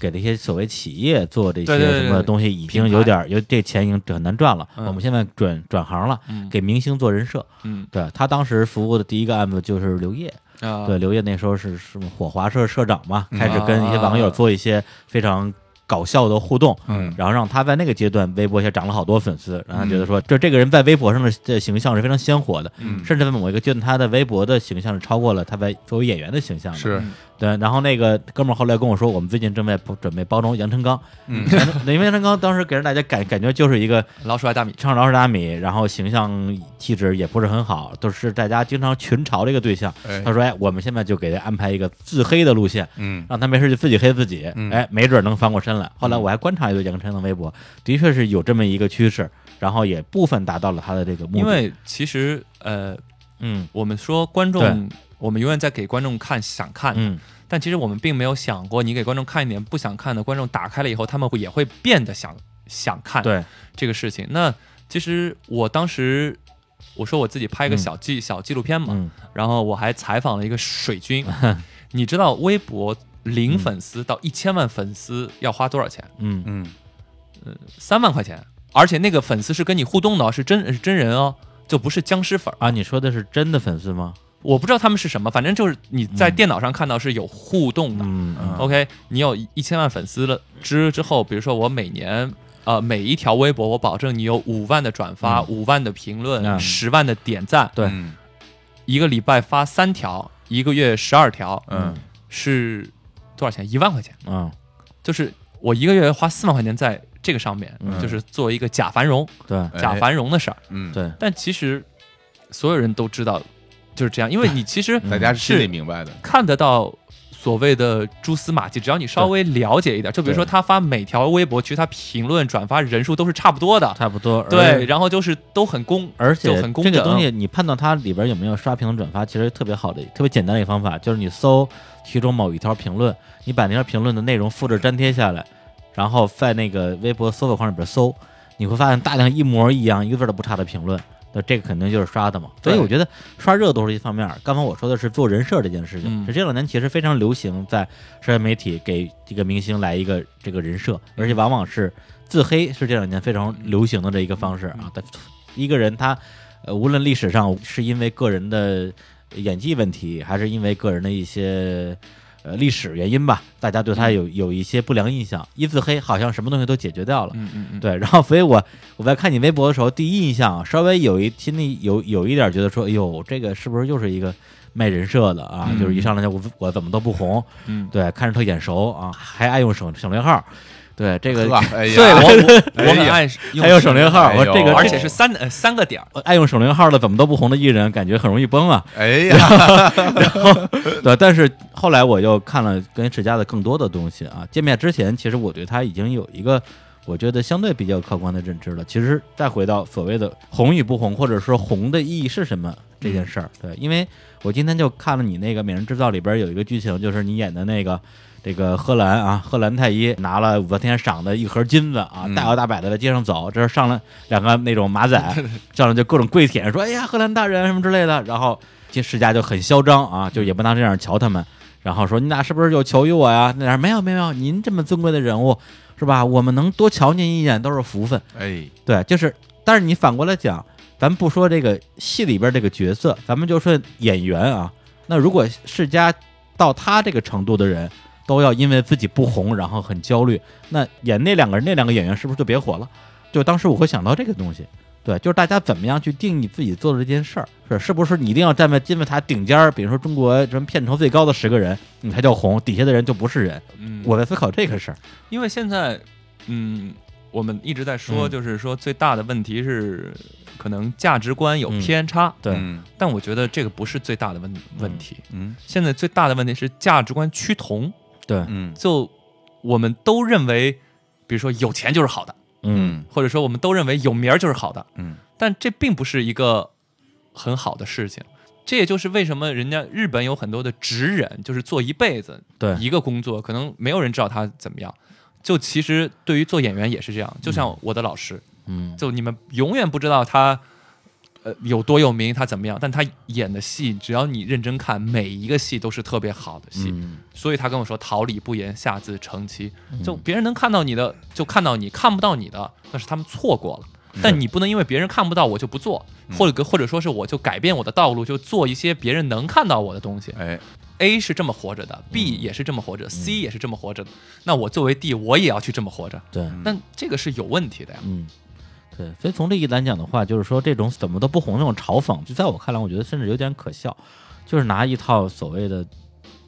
Speaker 1: 给这些所谓企业做这
Speaker 3: 对对
Speaker 1: 些
Speaker 3: 对
Speaker 1: 什么
Speaker 3: 对
Speaker 1: 东西，已
Speaker 3: 品
Speaker 1: 经
Speaker 3: 牌
Speaker 1: 有点儿有这钱已经很难赚了。
Speaker 3: 嗯
Speaker 1: 我们现在转转行了，
Speaker 3: 嗯
Speaker 1: 给明星做人设。
Speaker 3: 嗯
Speaker 1: 对他当时服务的第一个案子就是刘烨，
Speaker 3: 啊
Speaker 1: 对，刘烨那时候是是火华社社长嘛，
Speaker 2: 嗯
Speaker 1: 开始跟一些网友做一些非常搞笑的互动，
Speaker 2: 嗯
Speaker 1: 然后让他在那个阶段微博也涨了好多粉丝，让他觉得说，这这个人在微博上的这形象是非常鲜活的，
Speaker 2: 嗯
Speaker 1: 甚至在某一个阶段，他的微博的形象是超过了他在作为演员的形象的。
Speaker 2: 是
Speaker 1: 对，然后那个哥们儿后来跟我说，我们最近正在包准备包装杨成刚，
Speaker 2: 嗯
Speaker 1: 杨成因为杨成刚当时给人大家感感觉就是一个
Speaker 3: 老鼠爱大米，
Speaker 1: 唱老鼠大米，然后形象气质也不是很好，都是大家经常群嘲的一个对象。
Speaker 2: 哎
Speaker 1: 他说：“哎，我们现在就给他安排一个自黑的路线，
Speaker 2: 嗯
Speaker 1: 让他没事就自己黑自己，
Speaker 2: 嗯
Speaker 1: 哎，没准能翻过身
Speaker 3: 嗯
Speaker 1: 来。”后来我还观察一段杨晨的微博，的确是有这么一个趋势，然后也部分达到了他的这个目的。
Speaker 3: 因为其实呃，
Speaker 1: 嗯
Speaker 3: 我们说观众
Speaker 1: 对，
Speaker 3: 我们永远在给观众看想看的，
Speaker 1: 嗯，
Speaker 3: 但其实我们并没有想过，你给观众看一点不想看的，观众打开了以后，他们会也会变得想想看
Speaker 1: 对，
Speaker 3: 这个事情。那其实我当时我说我自己拍一个小纪、小纪录片嘛，
Speaker 1: 嗯
Speaker 3: 然后我还采访了一个 水军，你知道微博零粉丝到一千万粉丝要花多少钱？
Speaker 1: 嗯
Speaker 2: 嗯
Speaker 3: 三万块钱，而且那个粉丝是跟你互动的哦，是真是真人哦，就不是僵尸粉儿。
Speaker 1: 啊，你说的是真的粉丝吗？
Speaker 3: 我不知道他们是什么，反正就是你在
Speaker 1: 嗯
Speaker 3: 电脑上看到是有互动的。
Speaker 1: 嗯嗯
Speaker 3: OK，你有一千万粉丝了之之后，比如说我每年。呃，每一条微博，我保证你有五万的转发，
Speaker 1: 嗯
Speaker 3: 五、万的评论，
Speaker 1: 嗯
Speaker 3: 十、万的点赞。
Speaker 1: 对
Speaker 2: 嗯
Speaker 3: 一个礼拜发三条，一个月十二条，
Speaker 2: 嗯
Speaker 3: 是多少钱？一万块钱。
Speaker 1: 嗯，
Speaker 3: 就是我一个月花四万块钱在这个上面，
Speaker 1: 嗯
Speaker 3: 就是做一个假繁荣、
Speaker 1: 对
Speaker 2: 哎
Speaker 3: 假繁荣的事儿。
Speaker 2: 嗯，
Speaker 1: 对，
Speaker 3: 但其实所有人都知道就是这样，因为你其实
Speaker 2: 大家是心里
Speaker 3: 是
Speaker 2: 明白的，
Speaker 3: 看得到所谓的蛛丝马迹，只要你稍微了解一点，就比如说他发每条微博，其实他评论转发人数都是差不多的，
Speaker 1: 差不多。
Speaker 3: 对，。然后就是都很公，
Speaker 1: 而且
Speaker 3: 就很工
Speaker 1: 这
Speaker 3: 整
Speaker 1: 个东西，你判断它里边有没有刷屏转发，其实特别好的、特别简单的一个方法，就是你搜其中某一条评论，你把那条评论的内容复制粘贴下来，然后在那个微博搜索框里边搜，你会发现大量一模一样、一个字儿都不差的评论。那这个肯定就是刷的嘛，所以
Speaker 3: 对
Speaker 1: 我觉得刷热度是一方面儿。刚才我说的是做人设这件事情，
Speaker 3: 嗯
Speaker 1: 是这两年其实非常流行在社交媒体给这个明星来一个这个人设，而且往往是自黑是这两年非常流行的这一个方式
Speaker 3: 嗯
Speaker 1: 啊。但一个人他，呃，无论历史上是因为个人的演技问题，还是因为个人的一些呃历史原因吧，大家对他有有一些不良印象，一自黑好像什么东西都解决掉了。
Speaker 3: 嗯嗯嗯，
Speaker 1: 对，然后所以我我在看你微博的时候，第一印象啊稍微有一心里有有一点觉得说，哎呦，这个是不是又是一个卖人设的啊？就是一上来就我我怎么都不红，
Speaker 3: 嗯，
Speaker 1: 对，看着特眼熟啊，还爱用省省略号，对这个
Speaker 2: 呵哎呀，
Speaker 3: 对我我
Speaker 2: 哎
Speaker 3: 我很
Speaker 2: 呀
Speaker 3: 爱
Speaker 1: 还有省略号，
Speaker 2: 哎
Speaker 1: 我
Speaker 2: 呦
Speaker 1: 这个
Speaker 3: 而且是三呃三个点儿，
Speaker 1: 爱用省略号的怎么都不红的艺人，感觉很容易崩啊。
Speaker 2: 哎呀，
Speaker 1: 对，但是后来我又看了跟史佳的更多的东西啊。见面之前，其实我对他已经有一个我觉得相对比较客观的认知了。其实再回到所谓的红与不红，或者说红的意义是什么这件事儿，对，因为我今天就看了你那个《美人制造》里边有一个剧情，就是你演的那个。这个贺兰啊，贺兰太医拿了武则天赏的一盒金子啊，
Speaker 2: 嗯
Speaker 1: 大摇大摆的在街上走，这是上了两个那种马仔，上来就各种跪舔，说哎呀贺兰大人什么之类的，然后这世家就很嚣张啊，就也不拿这样瞧他们，然后说你俩是不是有求于我呀？那俩人没有没有，您这么尊贵的人物是吧？我们能多瞧您一眼都是福分。
Speaker 2: 哎，
Speaker 1: 对，就是，但是你反过来讲，咱不说这个戏里边这个角色，咱们就说演员啊。那如果世家到他这个程度的人都要因为自己不红然后很焦虑，那演那两个人那两个演员是不是就别火了？就当时我会想到这个东西。对，就是大家怎么样去定义自己做的这件事儿，是是不是你一定要站在金字塔顶尖儿？比如说中国什么片酬最高的十个人，你才叫红，底下的人就不是人。
Speaker 3: 嗯，
Speaker 1: 我在思考这个事儿。
Speaker 3: 因为现在嗯，我们一直在说，
Speaker 1: 嗯
Speaker 3: 就是说最大的问题是可能价值观有偏差，
Speaker 1: 对，
Speaker 2: 嗯
Speaker 3: 但我觉得这个不是最大的问问题。
Speaker 2: 嗯
Speaker 3: 现在最大的问题是价值观趋同，
Speaker 1: 对，
Speaker 2: 嗯
Speaker 3: 就我们都认为，比如说有钱就是好的，
Speaker 1: 嗯，
Speaker 3: 或者说我们都认为有名儿就是好的，
Speaker 2: 嗯
Speaker 3: 但这并不是一个很好的事情。这也就是为什么人家日本有很多的职人，就是做一辈子
Speaker 1: 对
Speaker 3: 一个工作，可能没有人知道他怎么样。就其实对于做演员也是这样，就像我的老师，
Speaker 1: 嗯，
Speaker 3: 就你们永远不知道他呃有多有名，他怎么样，但他演的戏，只要你认真看，每一个戏都是特别好的戏。
Speaker 1: 嗯
Speaker 3: 所以他跟我说“桃李不言，下自成蹊”，就别人能看到你的就看到你，看不到你的那是他们错过了。但你不能因为别人看不到我就不做，或者或者说是我就改变我的道路，就做一些别人能看到我的东西。
Speaker 2: 哎，
Speaker 3: A 是这么活着的，B 也是这么活着，C 也是这么活着的，那我作为 D 我也要去这么活着，
Speaker 1: 对，
Speaker 3: 那这个是有问题的呀。
Speaker 1: 嗯，对，所以从这一栏讲的话，就是说这种怎么都不红这种嘲讽，就在我看来，我觉得甚至有点可笑，就是拿一套所谓的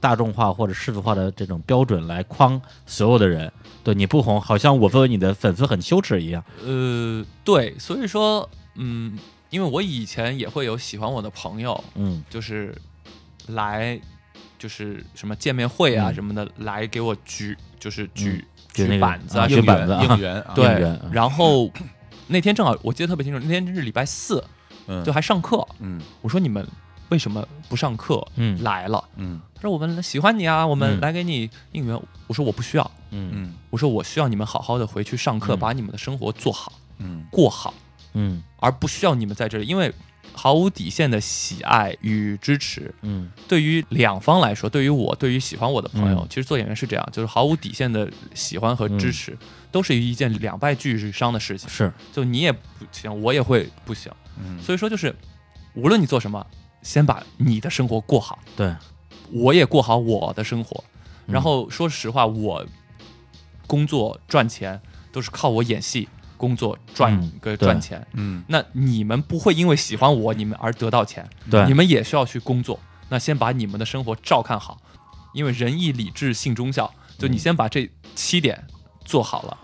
Speaker 1: 大众化或者世俗化的这种标准来框所有的人。对，你不红，好像我作为你的粉丝很羞耻一样。
Speaker 3: 呃，对，所以说，嗯，因为我以前也会有喜欢我的朋友，
Speaker 1: 嗯
Speaker 3: 就是来就是什么见面会啊
Speaker 1: 嗯
Speaker 3: 什么的，来给我举就是举、
Speaker 1: 举那个
Speaker 3: 板子啊
Speaker 1: 啊
Speaker 3: 什
Speaker 1: 举
Speaker 3: 么的
Speaker 2: 应
Speaker 1: 板子啊
Speaker 2: 援应援啊，
Speaker 1: 应
Speaker 3: 对
Speaker 1: 援嗯，
Speaker 3: 然后那天正好我记得特别清楚，那天是礼拜四，
Speaker 2: 嗯
Speaker 3: 就还上课。
Speaker 2: 嗯
Speaker 3: 我说你们为什么不上课
Speaker 1: 嗯
Speaker 3: 来了？
Speaker 2: 嗯
Speaker 3: 他说我们喜欢你啊，我
Speaker 1: 嗯
Speaker 3: 们来给你应援。我说我不需要，
Speaker 1: 嗯
Speaker 2: 嗯
Speaker 3: 我说我需要你们好好的回去上课，
Speaker 1: 嗯
Speaker 3: 把你们的生活做好
Speaker 2: 嗯
Speaker 3: 过好，
Speaker 1: 嗯
Speaker 3: 而不需要你们在这里，因为毫无底线的喜爱与支持，
Speaker 1: 嗯
Speaker 3: 对于两方来说，对于我，对于喜欢我的朋友，
Speaker 1: 嗯
Speaker 3: 其实做演员是这样，就是毫无底线的喜欢和支
Speaker 1: 嗯
Speaker 3: 持，都是一件两败俱伤的事情。
Speaker 1: 是
Speaker 3: 就你也不行，我也会不行。
Speaker 2: 嗯，
Speaker 3: 所以说，就是无论你做什么，先把你的生活过好，
Speaker 1: 对，
Speaker 3: 我也过好我的生活。
Speaker 1: 嗯
Speaker 3: 然后说实话，我工作赚钱都是靠我演戏工作赚
Speaker 1: 嗯对
Speaker 3: 个赚钱。
Speaker 2: 嗯
Speaker 3: 那你们不会因为喜欢我你们而得到钱，
Speaker 1: 对
Speaker 3: 你们也需要去工作。那先把你们的生活照看好，因为仁义礼智信忠孝，就你先把这七点做好了，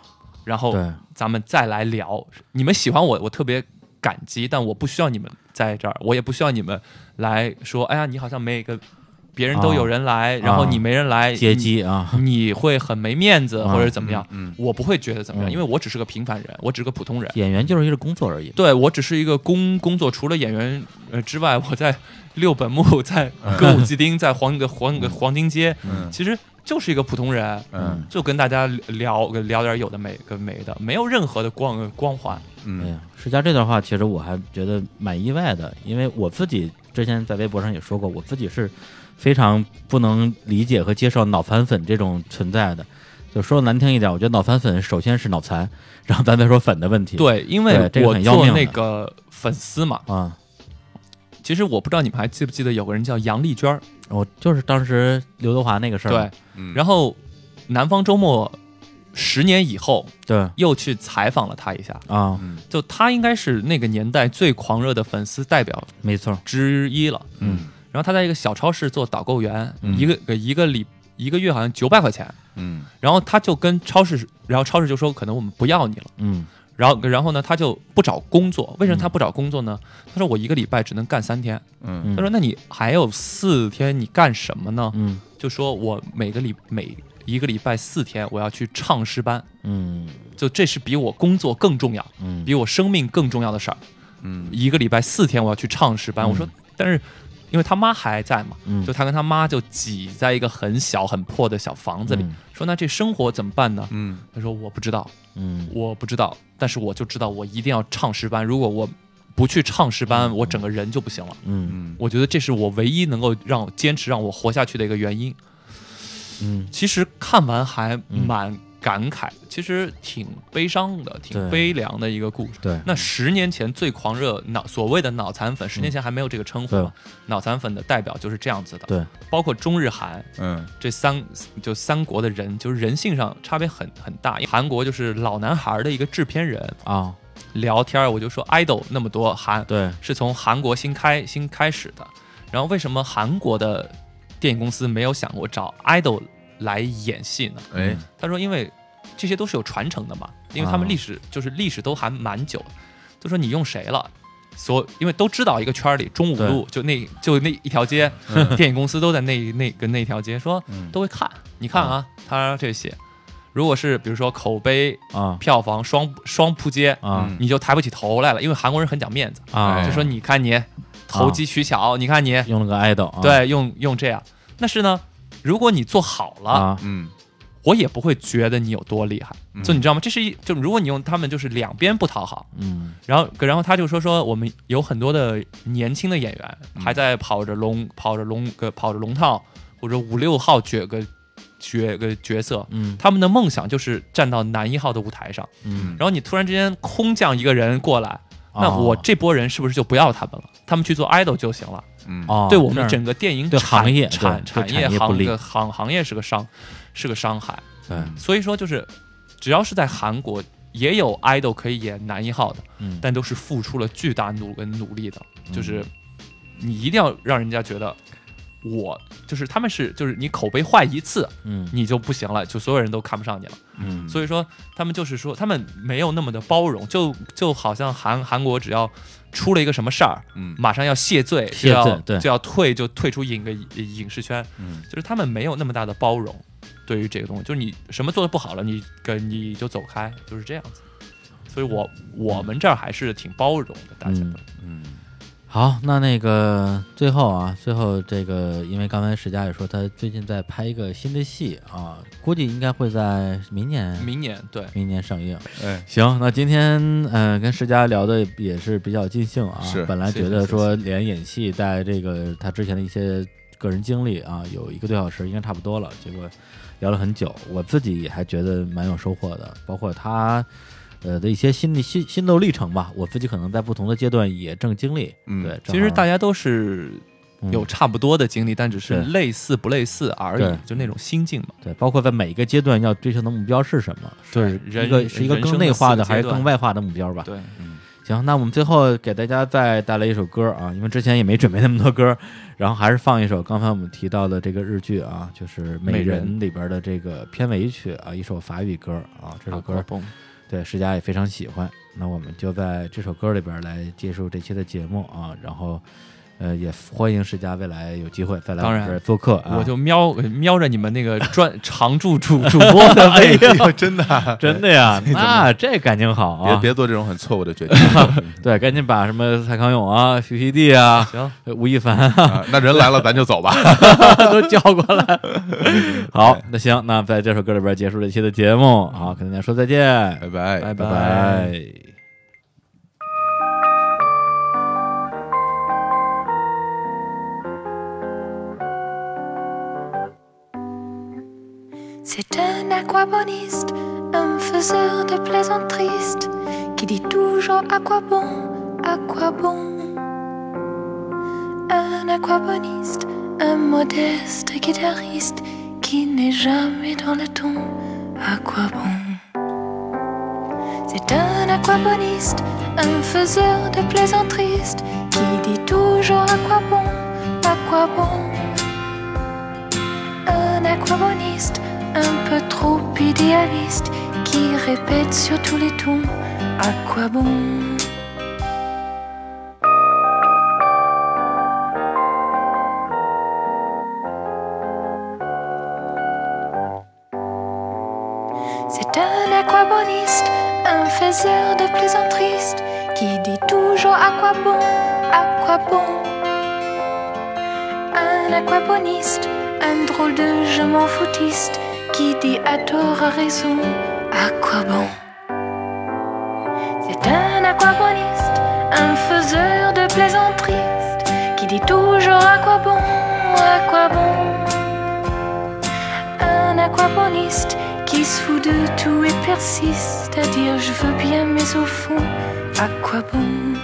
Speaker 3: 然后
Speaker 1: 对
Speaker 3: 咱们再来聊。你们喜欢我，我特别感激，但我不需要你们在这儿，我也不需要你们来说，哎呀，你好像没个别人都有人来，然后你没人来
Speaker 1: 啊接，机啊，
Speaker 3: 你你会很没面子
Speaker 1: 啊
Speaker 3: 或者怎么样？
Speaker 2: 嗯
Speaker 3: 我不会觉得怎么样，
Speaker 1: 嗯
Speaker 3: 因为我只是个平凡人，我只是个普通人。
Speaker 1: 演员就是一个工作而已。
Speaker 3: 对我只是一个工工作，除了演员呃之外，我在 六本木，在
Speaker 1: 嗯
Speaker 3: 歌舞伎町，在黄个黄个黄金街，
Speaker 2: 嗯
Speaker 3: 其实就是一个普通人，
Speaker 2: 嗯
Speaker 3: 就跟大家聊聊点有的没跟没的，没有任何的光光环。
Speaker 1: 哎
Speaker 2: 嗯
Speaker 1: 呀，世嘉这段话其实我还觉得蛮意外的，因为我自己之前在微博上也说过，我自己是非常不能理解和接受脑残粉这种存在的。就说难听一点，我觉得脑残粉首先是脑残，然后咱再说粉的问题。
Speaker 3: 对，因
Speaker 1: 对
Speaker 3: 为
Speaker 1: 这个
Speaker 3: 我
Speaker 1: 很要
Speaker 3: 做
Speaker 1: 命的
Speaker 3: 那个粉丝嘛，
Speaker 1: 啊，
Speaker 3: 其实我不知道你们还记不记得有个人叫杨丽娟儿，
Speaker 1: 我就是当时刘德华那个事儿嘛
Speaker 3: 对，，
Speaker 2: 嗯，
Speaker 3: 然后南方周末十年以后
Speaker 1: 对
Speaker 3: 又去采访了她一下，
Speaker 1: 啊，
Speaker 2: 嗯
Speaker 3: 就她应该是那个年代最狂热的粉丝代表
Speaker 1: 没错，
Speaker 3: 之一了。
Speaker 2: 嗯
Speaker 3: 然后他在一个小超市做导购员，
Speaker 1: 嗯
Speaker 3: 一个呃一个礼一个月好像九百块钱，
Speaker 2: 嗯
Speaker 3: 然后他就跟超市，然后超市就说可能我们不要你了，
Speaker 1: 嗯
Speaker 3: 然后然后呢他就不找工作，为什么
Speaker 1: 嗯
Speaker 3: 他不找工作呢？他说我一个礼拜只能干三天，
Speaker 2: 嗯
Speaker 1: 嗯，
Speaker 3: 他说那你还有四天你干什么呢？
Speaker 1: 嗯
Speaker 3: 就说我每个礼每一个礼拜四天我要去唱诗班，
Speaker 1: 嗯
Speaker 3: 就这是比我工作更重要，
Speaker 1: 嗯，
Speaker 3: 比我生命更重要的事儿。
Speaker 2: 嗯
Speaker 3: 一个礼拜四天我要去唱诗班，
Speaker 1: 嗯
Speaker 3: 我说但是因为他妈还在嘛。
Speaker 1: 嗯
Speaker 3: 就他跟他妈就挤在一个很小很破的小房子里，
Speaker 1: 嗯
Speaker 3: 说那这生活怎么办呢？
Speaker 2: 嗯
Speaker 3: 他说我不知道，
Speaker 1: 嗯
Speaker 3: 我不知道，但是我就知道我一定要唱诗班，如果我不去唱诗班，我整个人就不行了。
Speaker 1: 嗯
Speaker 2: 嗯
Speaker 3: 我觉得这是我唯一能够让我坚持让我活下去的一个原因。
Speaker 1: 嗯，
Speaker 3: 其实看完还
Speaker 1: 嗯
Speaker 3: 蛮感慨，其实挺悲伤的，挺
Speaker 1: 对
Speaker 3: 悲凉的一个故事。
Speaker 1: 对，
Speaker 3: 那十年前最狂热脑所谓的脑残粉，十年前还没有这个称呼
Speaker 1: 嗯对
Speaker 3: 嘛，脑残粉的代表就是这样子的。
Speaker 1: 对，
Speaker 3: 包括中日韩，
Speaker 2: 嗯
Speaker 3: 这三就三国的人，就是人性上差别很很大。因为韩国就是老男孩的一个制片人
Speaker 1: 啊，
Speaker 3: 聊天儿，我就说 idol 那么多韩
Speaker 1: 对，
Speaker 3: 是从韩国新开新开始的，然后为什么韩国的电影公司没有想过找 idol 来演戏呢？
Speaker 2: 哎
Speaker 3: 他说因为这些都是有传承的嘛，因为他
Speaker 1: 啊
Speaker 3: 们历史、就是历史都还蛮久的，就说你用谁了。所因为都知道一个圈儿里中五
Speaker 1: 对嗯
Speaker 3: 路就那就那一条街， 电影公司都在那那跟那条街说，
Speaker 2: 嗯
Speaker 3: 都会看。你看啊，
Speaker 1: 嗯
Speaker 3: 他这些，如果是比如说口碑、
Speaker 1: 啊
Speaker 3: 票房双双扑街，
Speaker 1: 啊
Speaker 2: 嗯
Speaker 3: 你就抬不起头来了，因为韩国人很讲面子，
Speaker 1: 啊，
Speaker 3: 就说你看你投机取巧，你看你
Speaker 1: 用了个 idol，啊
Speaker 3: 对用用这样。但是呢，如果你做好了，
Speaker 1: 啊，
Speaker 2: 嗯
Speaker 3: 我也不会觉得你有多厉害
Speaker 2: 嗯。
Speaker 3: 就你知道吗？这是一就如果你用他们就是两边不讨好，
Speaker 1: 嗯
Speaker 3: 然后然后他就说说我们有很多的年轻的演员还在跑着龙跑着龙个跑着龙套或者五六号角个角个角色，
Speaker 1: 嗯
Speaker 3: 他们的梦想就是站到男一号的舞台上。
Speaker 1: 嗯
Speaker 2: 哎
Speaker 3: 然后你突然之间空降一个人过来，那
Speaker 1: 哦
Speaker 3: 我这波人是不是就不要他们了？他们去做 idol 就行了。
Speaker 2: 嗯，
Speaker 1: 哦，
Speaker 3: 对我们
Speaker 1: 这
Speaker 3: 整
Speaker 1: 样
Speaker 3: 个电影
Speaker 1: 对
Speaker 3: 产
Speaker 1: 行业
Speaker 3: 产
Speaker 1: 对对
Speaker 3: 业
Speaker 1: 产业不
Speaker 3: 行
Speaker 1: 利
Speaker 3: 个行行业是个伤，是个伤害。
Speaker 1: 对，
Speaker 2: 嗯
Speaker 3: 所以说就是，只要是在韩国，也有 idol 可以演男一号的，
Speaker 1: 嗯，
Speaker 3: 但都是付出了巨大努跟努力的，就是
Speaker 1: 嗯
Speaker 3: 你一定要让人家觉得。我就是他们是就是你口碑坏一次
Speaker 1: 嗯
Speaker 3: 你就不行了，就所有人都看不上你了。
Speaker 1: 嗯，
Speaker 3: 所以说他们就是说他们没有那么的包容，就就好像韩韩国只要出了一个什么事儿，
Speaker 2: 嗯
Speaker 3: 马上要谢罪，
Speaker 1: 谢罪
Speaker 3: 就要
Speaker 1: 对
Speaker 3: 就要退，就退出影个影视圈，
Speaker 2: 嗯
Speaker 3: 就是他们没有那么大的包容。对于这个东西，就是你什么做的不好了，你跟你就走开，就是这样子。所以我我们这儿还是挺包容的，大家
Speaker 1: 嗯
Speaker 3: 都。
Speaker 2: 嗯
Speaker 1: 好，那那个最后啊，最后这个，因为刚才史佳也说他最近在拍一个新的戏啊，估计应该会在明年
Speaker 3: 明年对，
Speaker 1: 明年上映。
Speaker 2: 哎
Speaker 1: 行，那今天呃跟世家聊的也是比较尽兴啊。
Speaker 2: 是
Speaker 1: 本来
Speaker 3: 谢谢
Speaker 1: 觉得
Speaker 3: 谢谢
Speaker 1: 说连演戏带这个他之前的一些个人经历啊，有一个多小时应该差不多了，结果聊了很久，我自己也还觉得蛮有收获的，包括他。呃的一些心理心心路历程吧，我自己可能在不同的阶段也正经历。
Speaker 2: 嗯
Speaker 1: 对，嗯
Speaker 3: 其实大
Speaker 1: 家
Speaker 3: 家都是有差不多的经历，但只是
Speaker 1: 嗯对
Speaker 3: 类似不类似而
Speaker 1: 对
Speaker 3: 已，就那种心境嘛。
Speaker 1: 对，包括在每一个阶段要追求的目标是什么，
Speaker 3: 对
Speaker 1: 是一
Speaker 3: 人
Speaker 1: 个是一个
Speaker 3: 人
Speaker 1: 更
Speaker 3: 生的
Speaker 1: 内化的
Speaker 3: 四个
Speaker 1: 还是
Speaker 3: 阶段
Speaker 1: 更外化的目标吧？
Speaker 3: 对，
Speaker 2: 嗯
Speaker 1: 行，那我们最后给大家再带来一首歌啊，因为之前也没准备那么多歌，然后还是放一首刚才我们提到的这个日剧啊，就是《美
Speaker 3: 美
Speaker 1: 人
Speaker 3: 人》
Speaker 1: 里边的这个片尾曲啊，一首法语歌啊，这首歌、
Speaker 3: 啊蹦
Speaker 1: 对世嘉也非常喜欢。那我们就在这首歌里边来结束这期的节目啊，然后呃也欢迎世嘉未来有机会再来我
Speaker 3: 当
Speaker 1: 们
Speaker 3: 然
Speaker 1: 这儿做客啊，
Speaker 3: 我就瞄瞄着你们那个专常驻主主 播的位置，
Speaker 2: 呦， 真的啊，
Speaker 1: 真的呀， 那这感情好
Speaker 2: 别
Speaker 1: 啊，
Speaker 2: 别做这种很错误的决定啊
Speaker 1: 对，赶紧把什么蔡康永啊、徐熙娣啊、
Speaker 3: 行，
Speaker 1: 吴亦凡啊。
Speaker 2: 啊！那人来了，咱就走吧。
Speaker 1: 都叫过 来。好，那行，那在这首歌里边结束这期的节目，好，跟大家说再见，
Speaker 2: 拜拜，
Speaker 1: 拜
Speaker 3: 拜
Speaker 1: 拜
Speaker 4: C'est un aquaboniste, un faiseur de plaisanteries qui dit toujours à quoi bon, à quoi bon. Un aquaboniste, un modeste guitariste qui n'est jamais dans le ton, à quoi bon. C'est un aquaboniste, un faiseur de plaisanteries qui dit toujours à quoi bon, à quoi bon un aquaboniste un peu trop idéaliste qui répète sur tous les tons à quoi bon C'est un aquaboniste, un faiseur de plaisanteries qui dit toujours à quoi bon, à quoi bon un aquaponiste, un drôle de je m'en foutiste qui dit à tort à raison à quoi bon. C'est un aquaponiste, un faiseur de plaisanteries qui dit toujours à quoi bon, à quoi bon. Un aquaponiste qui se fout de tout et persiste à dire je veux bien mais au fond à quoi bon.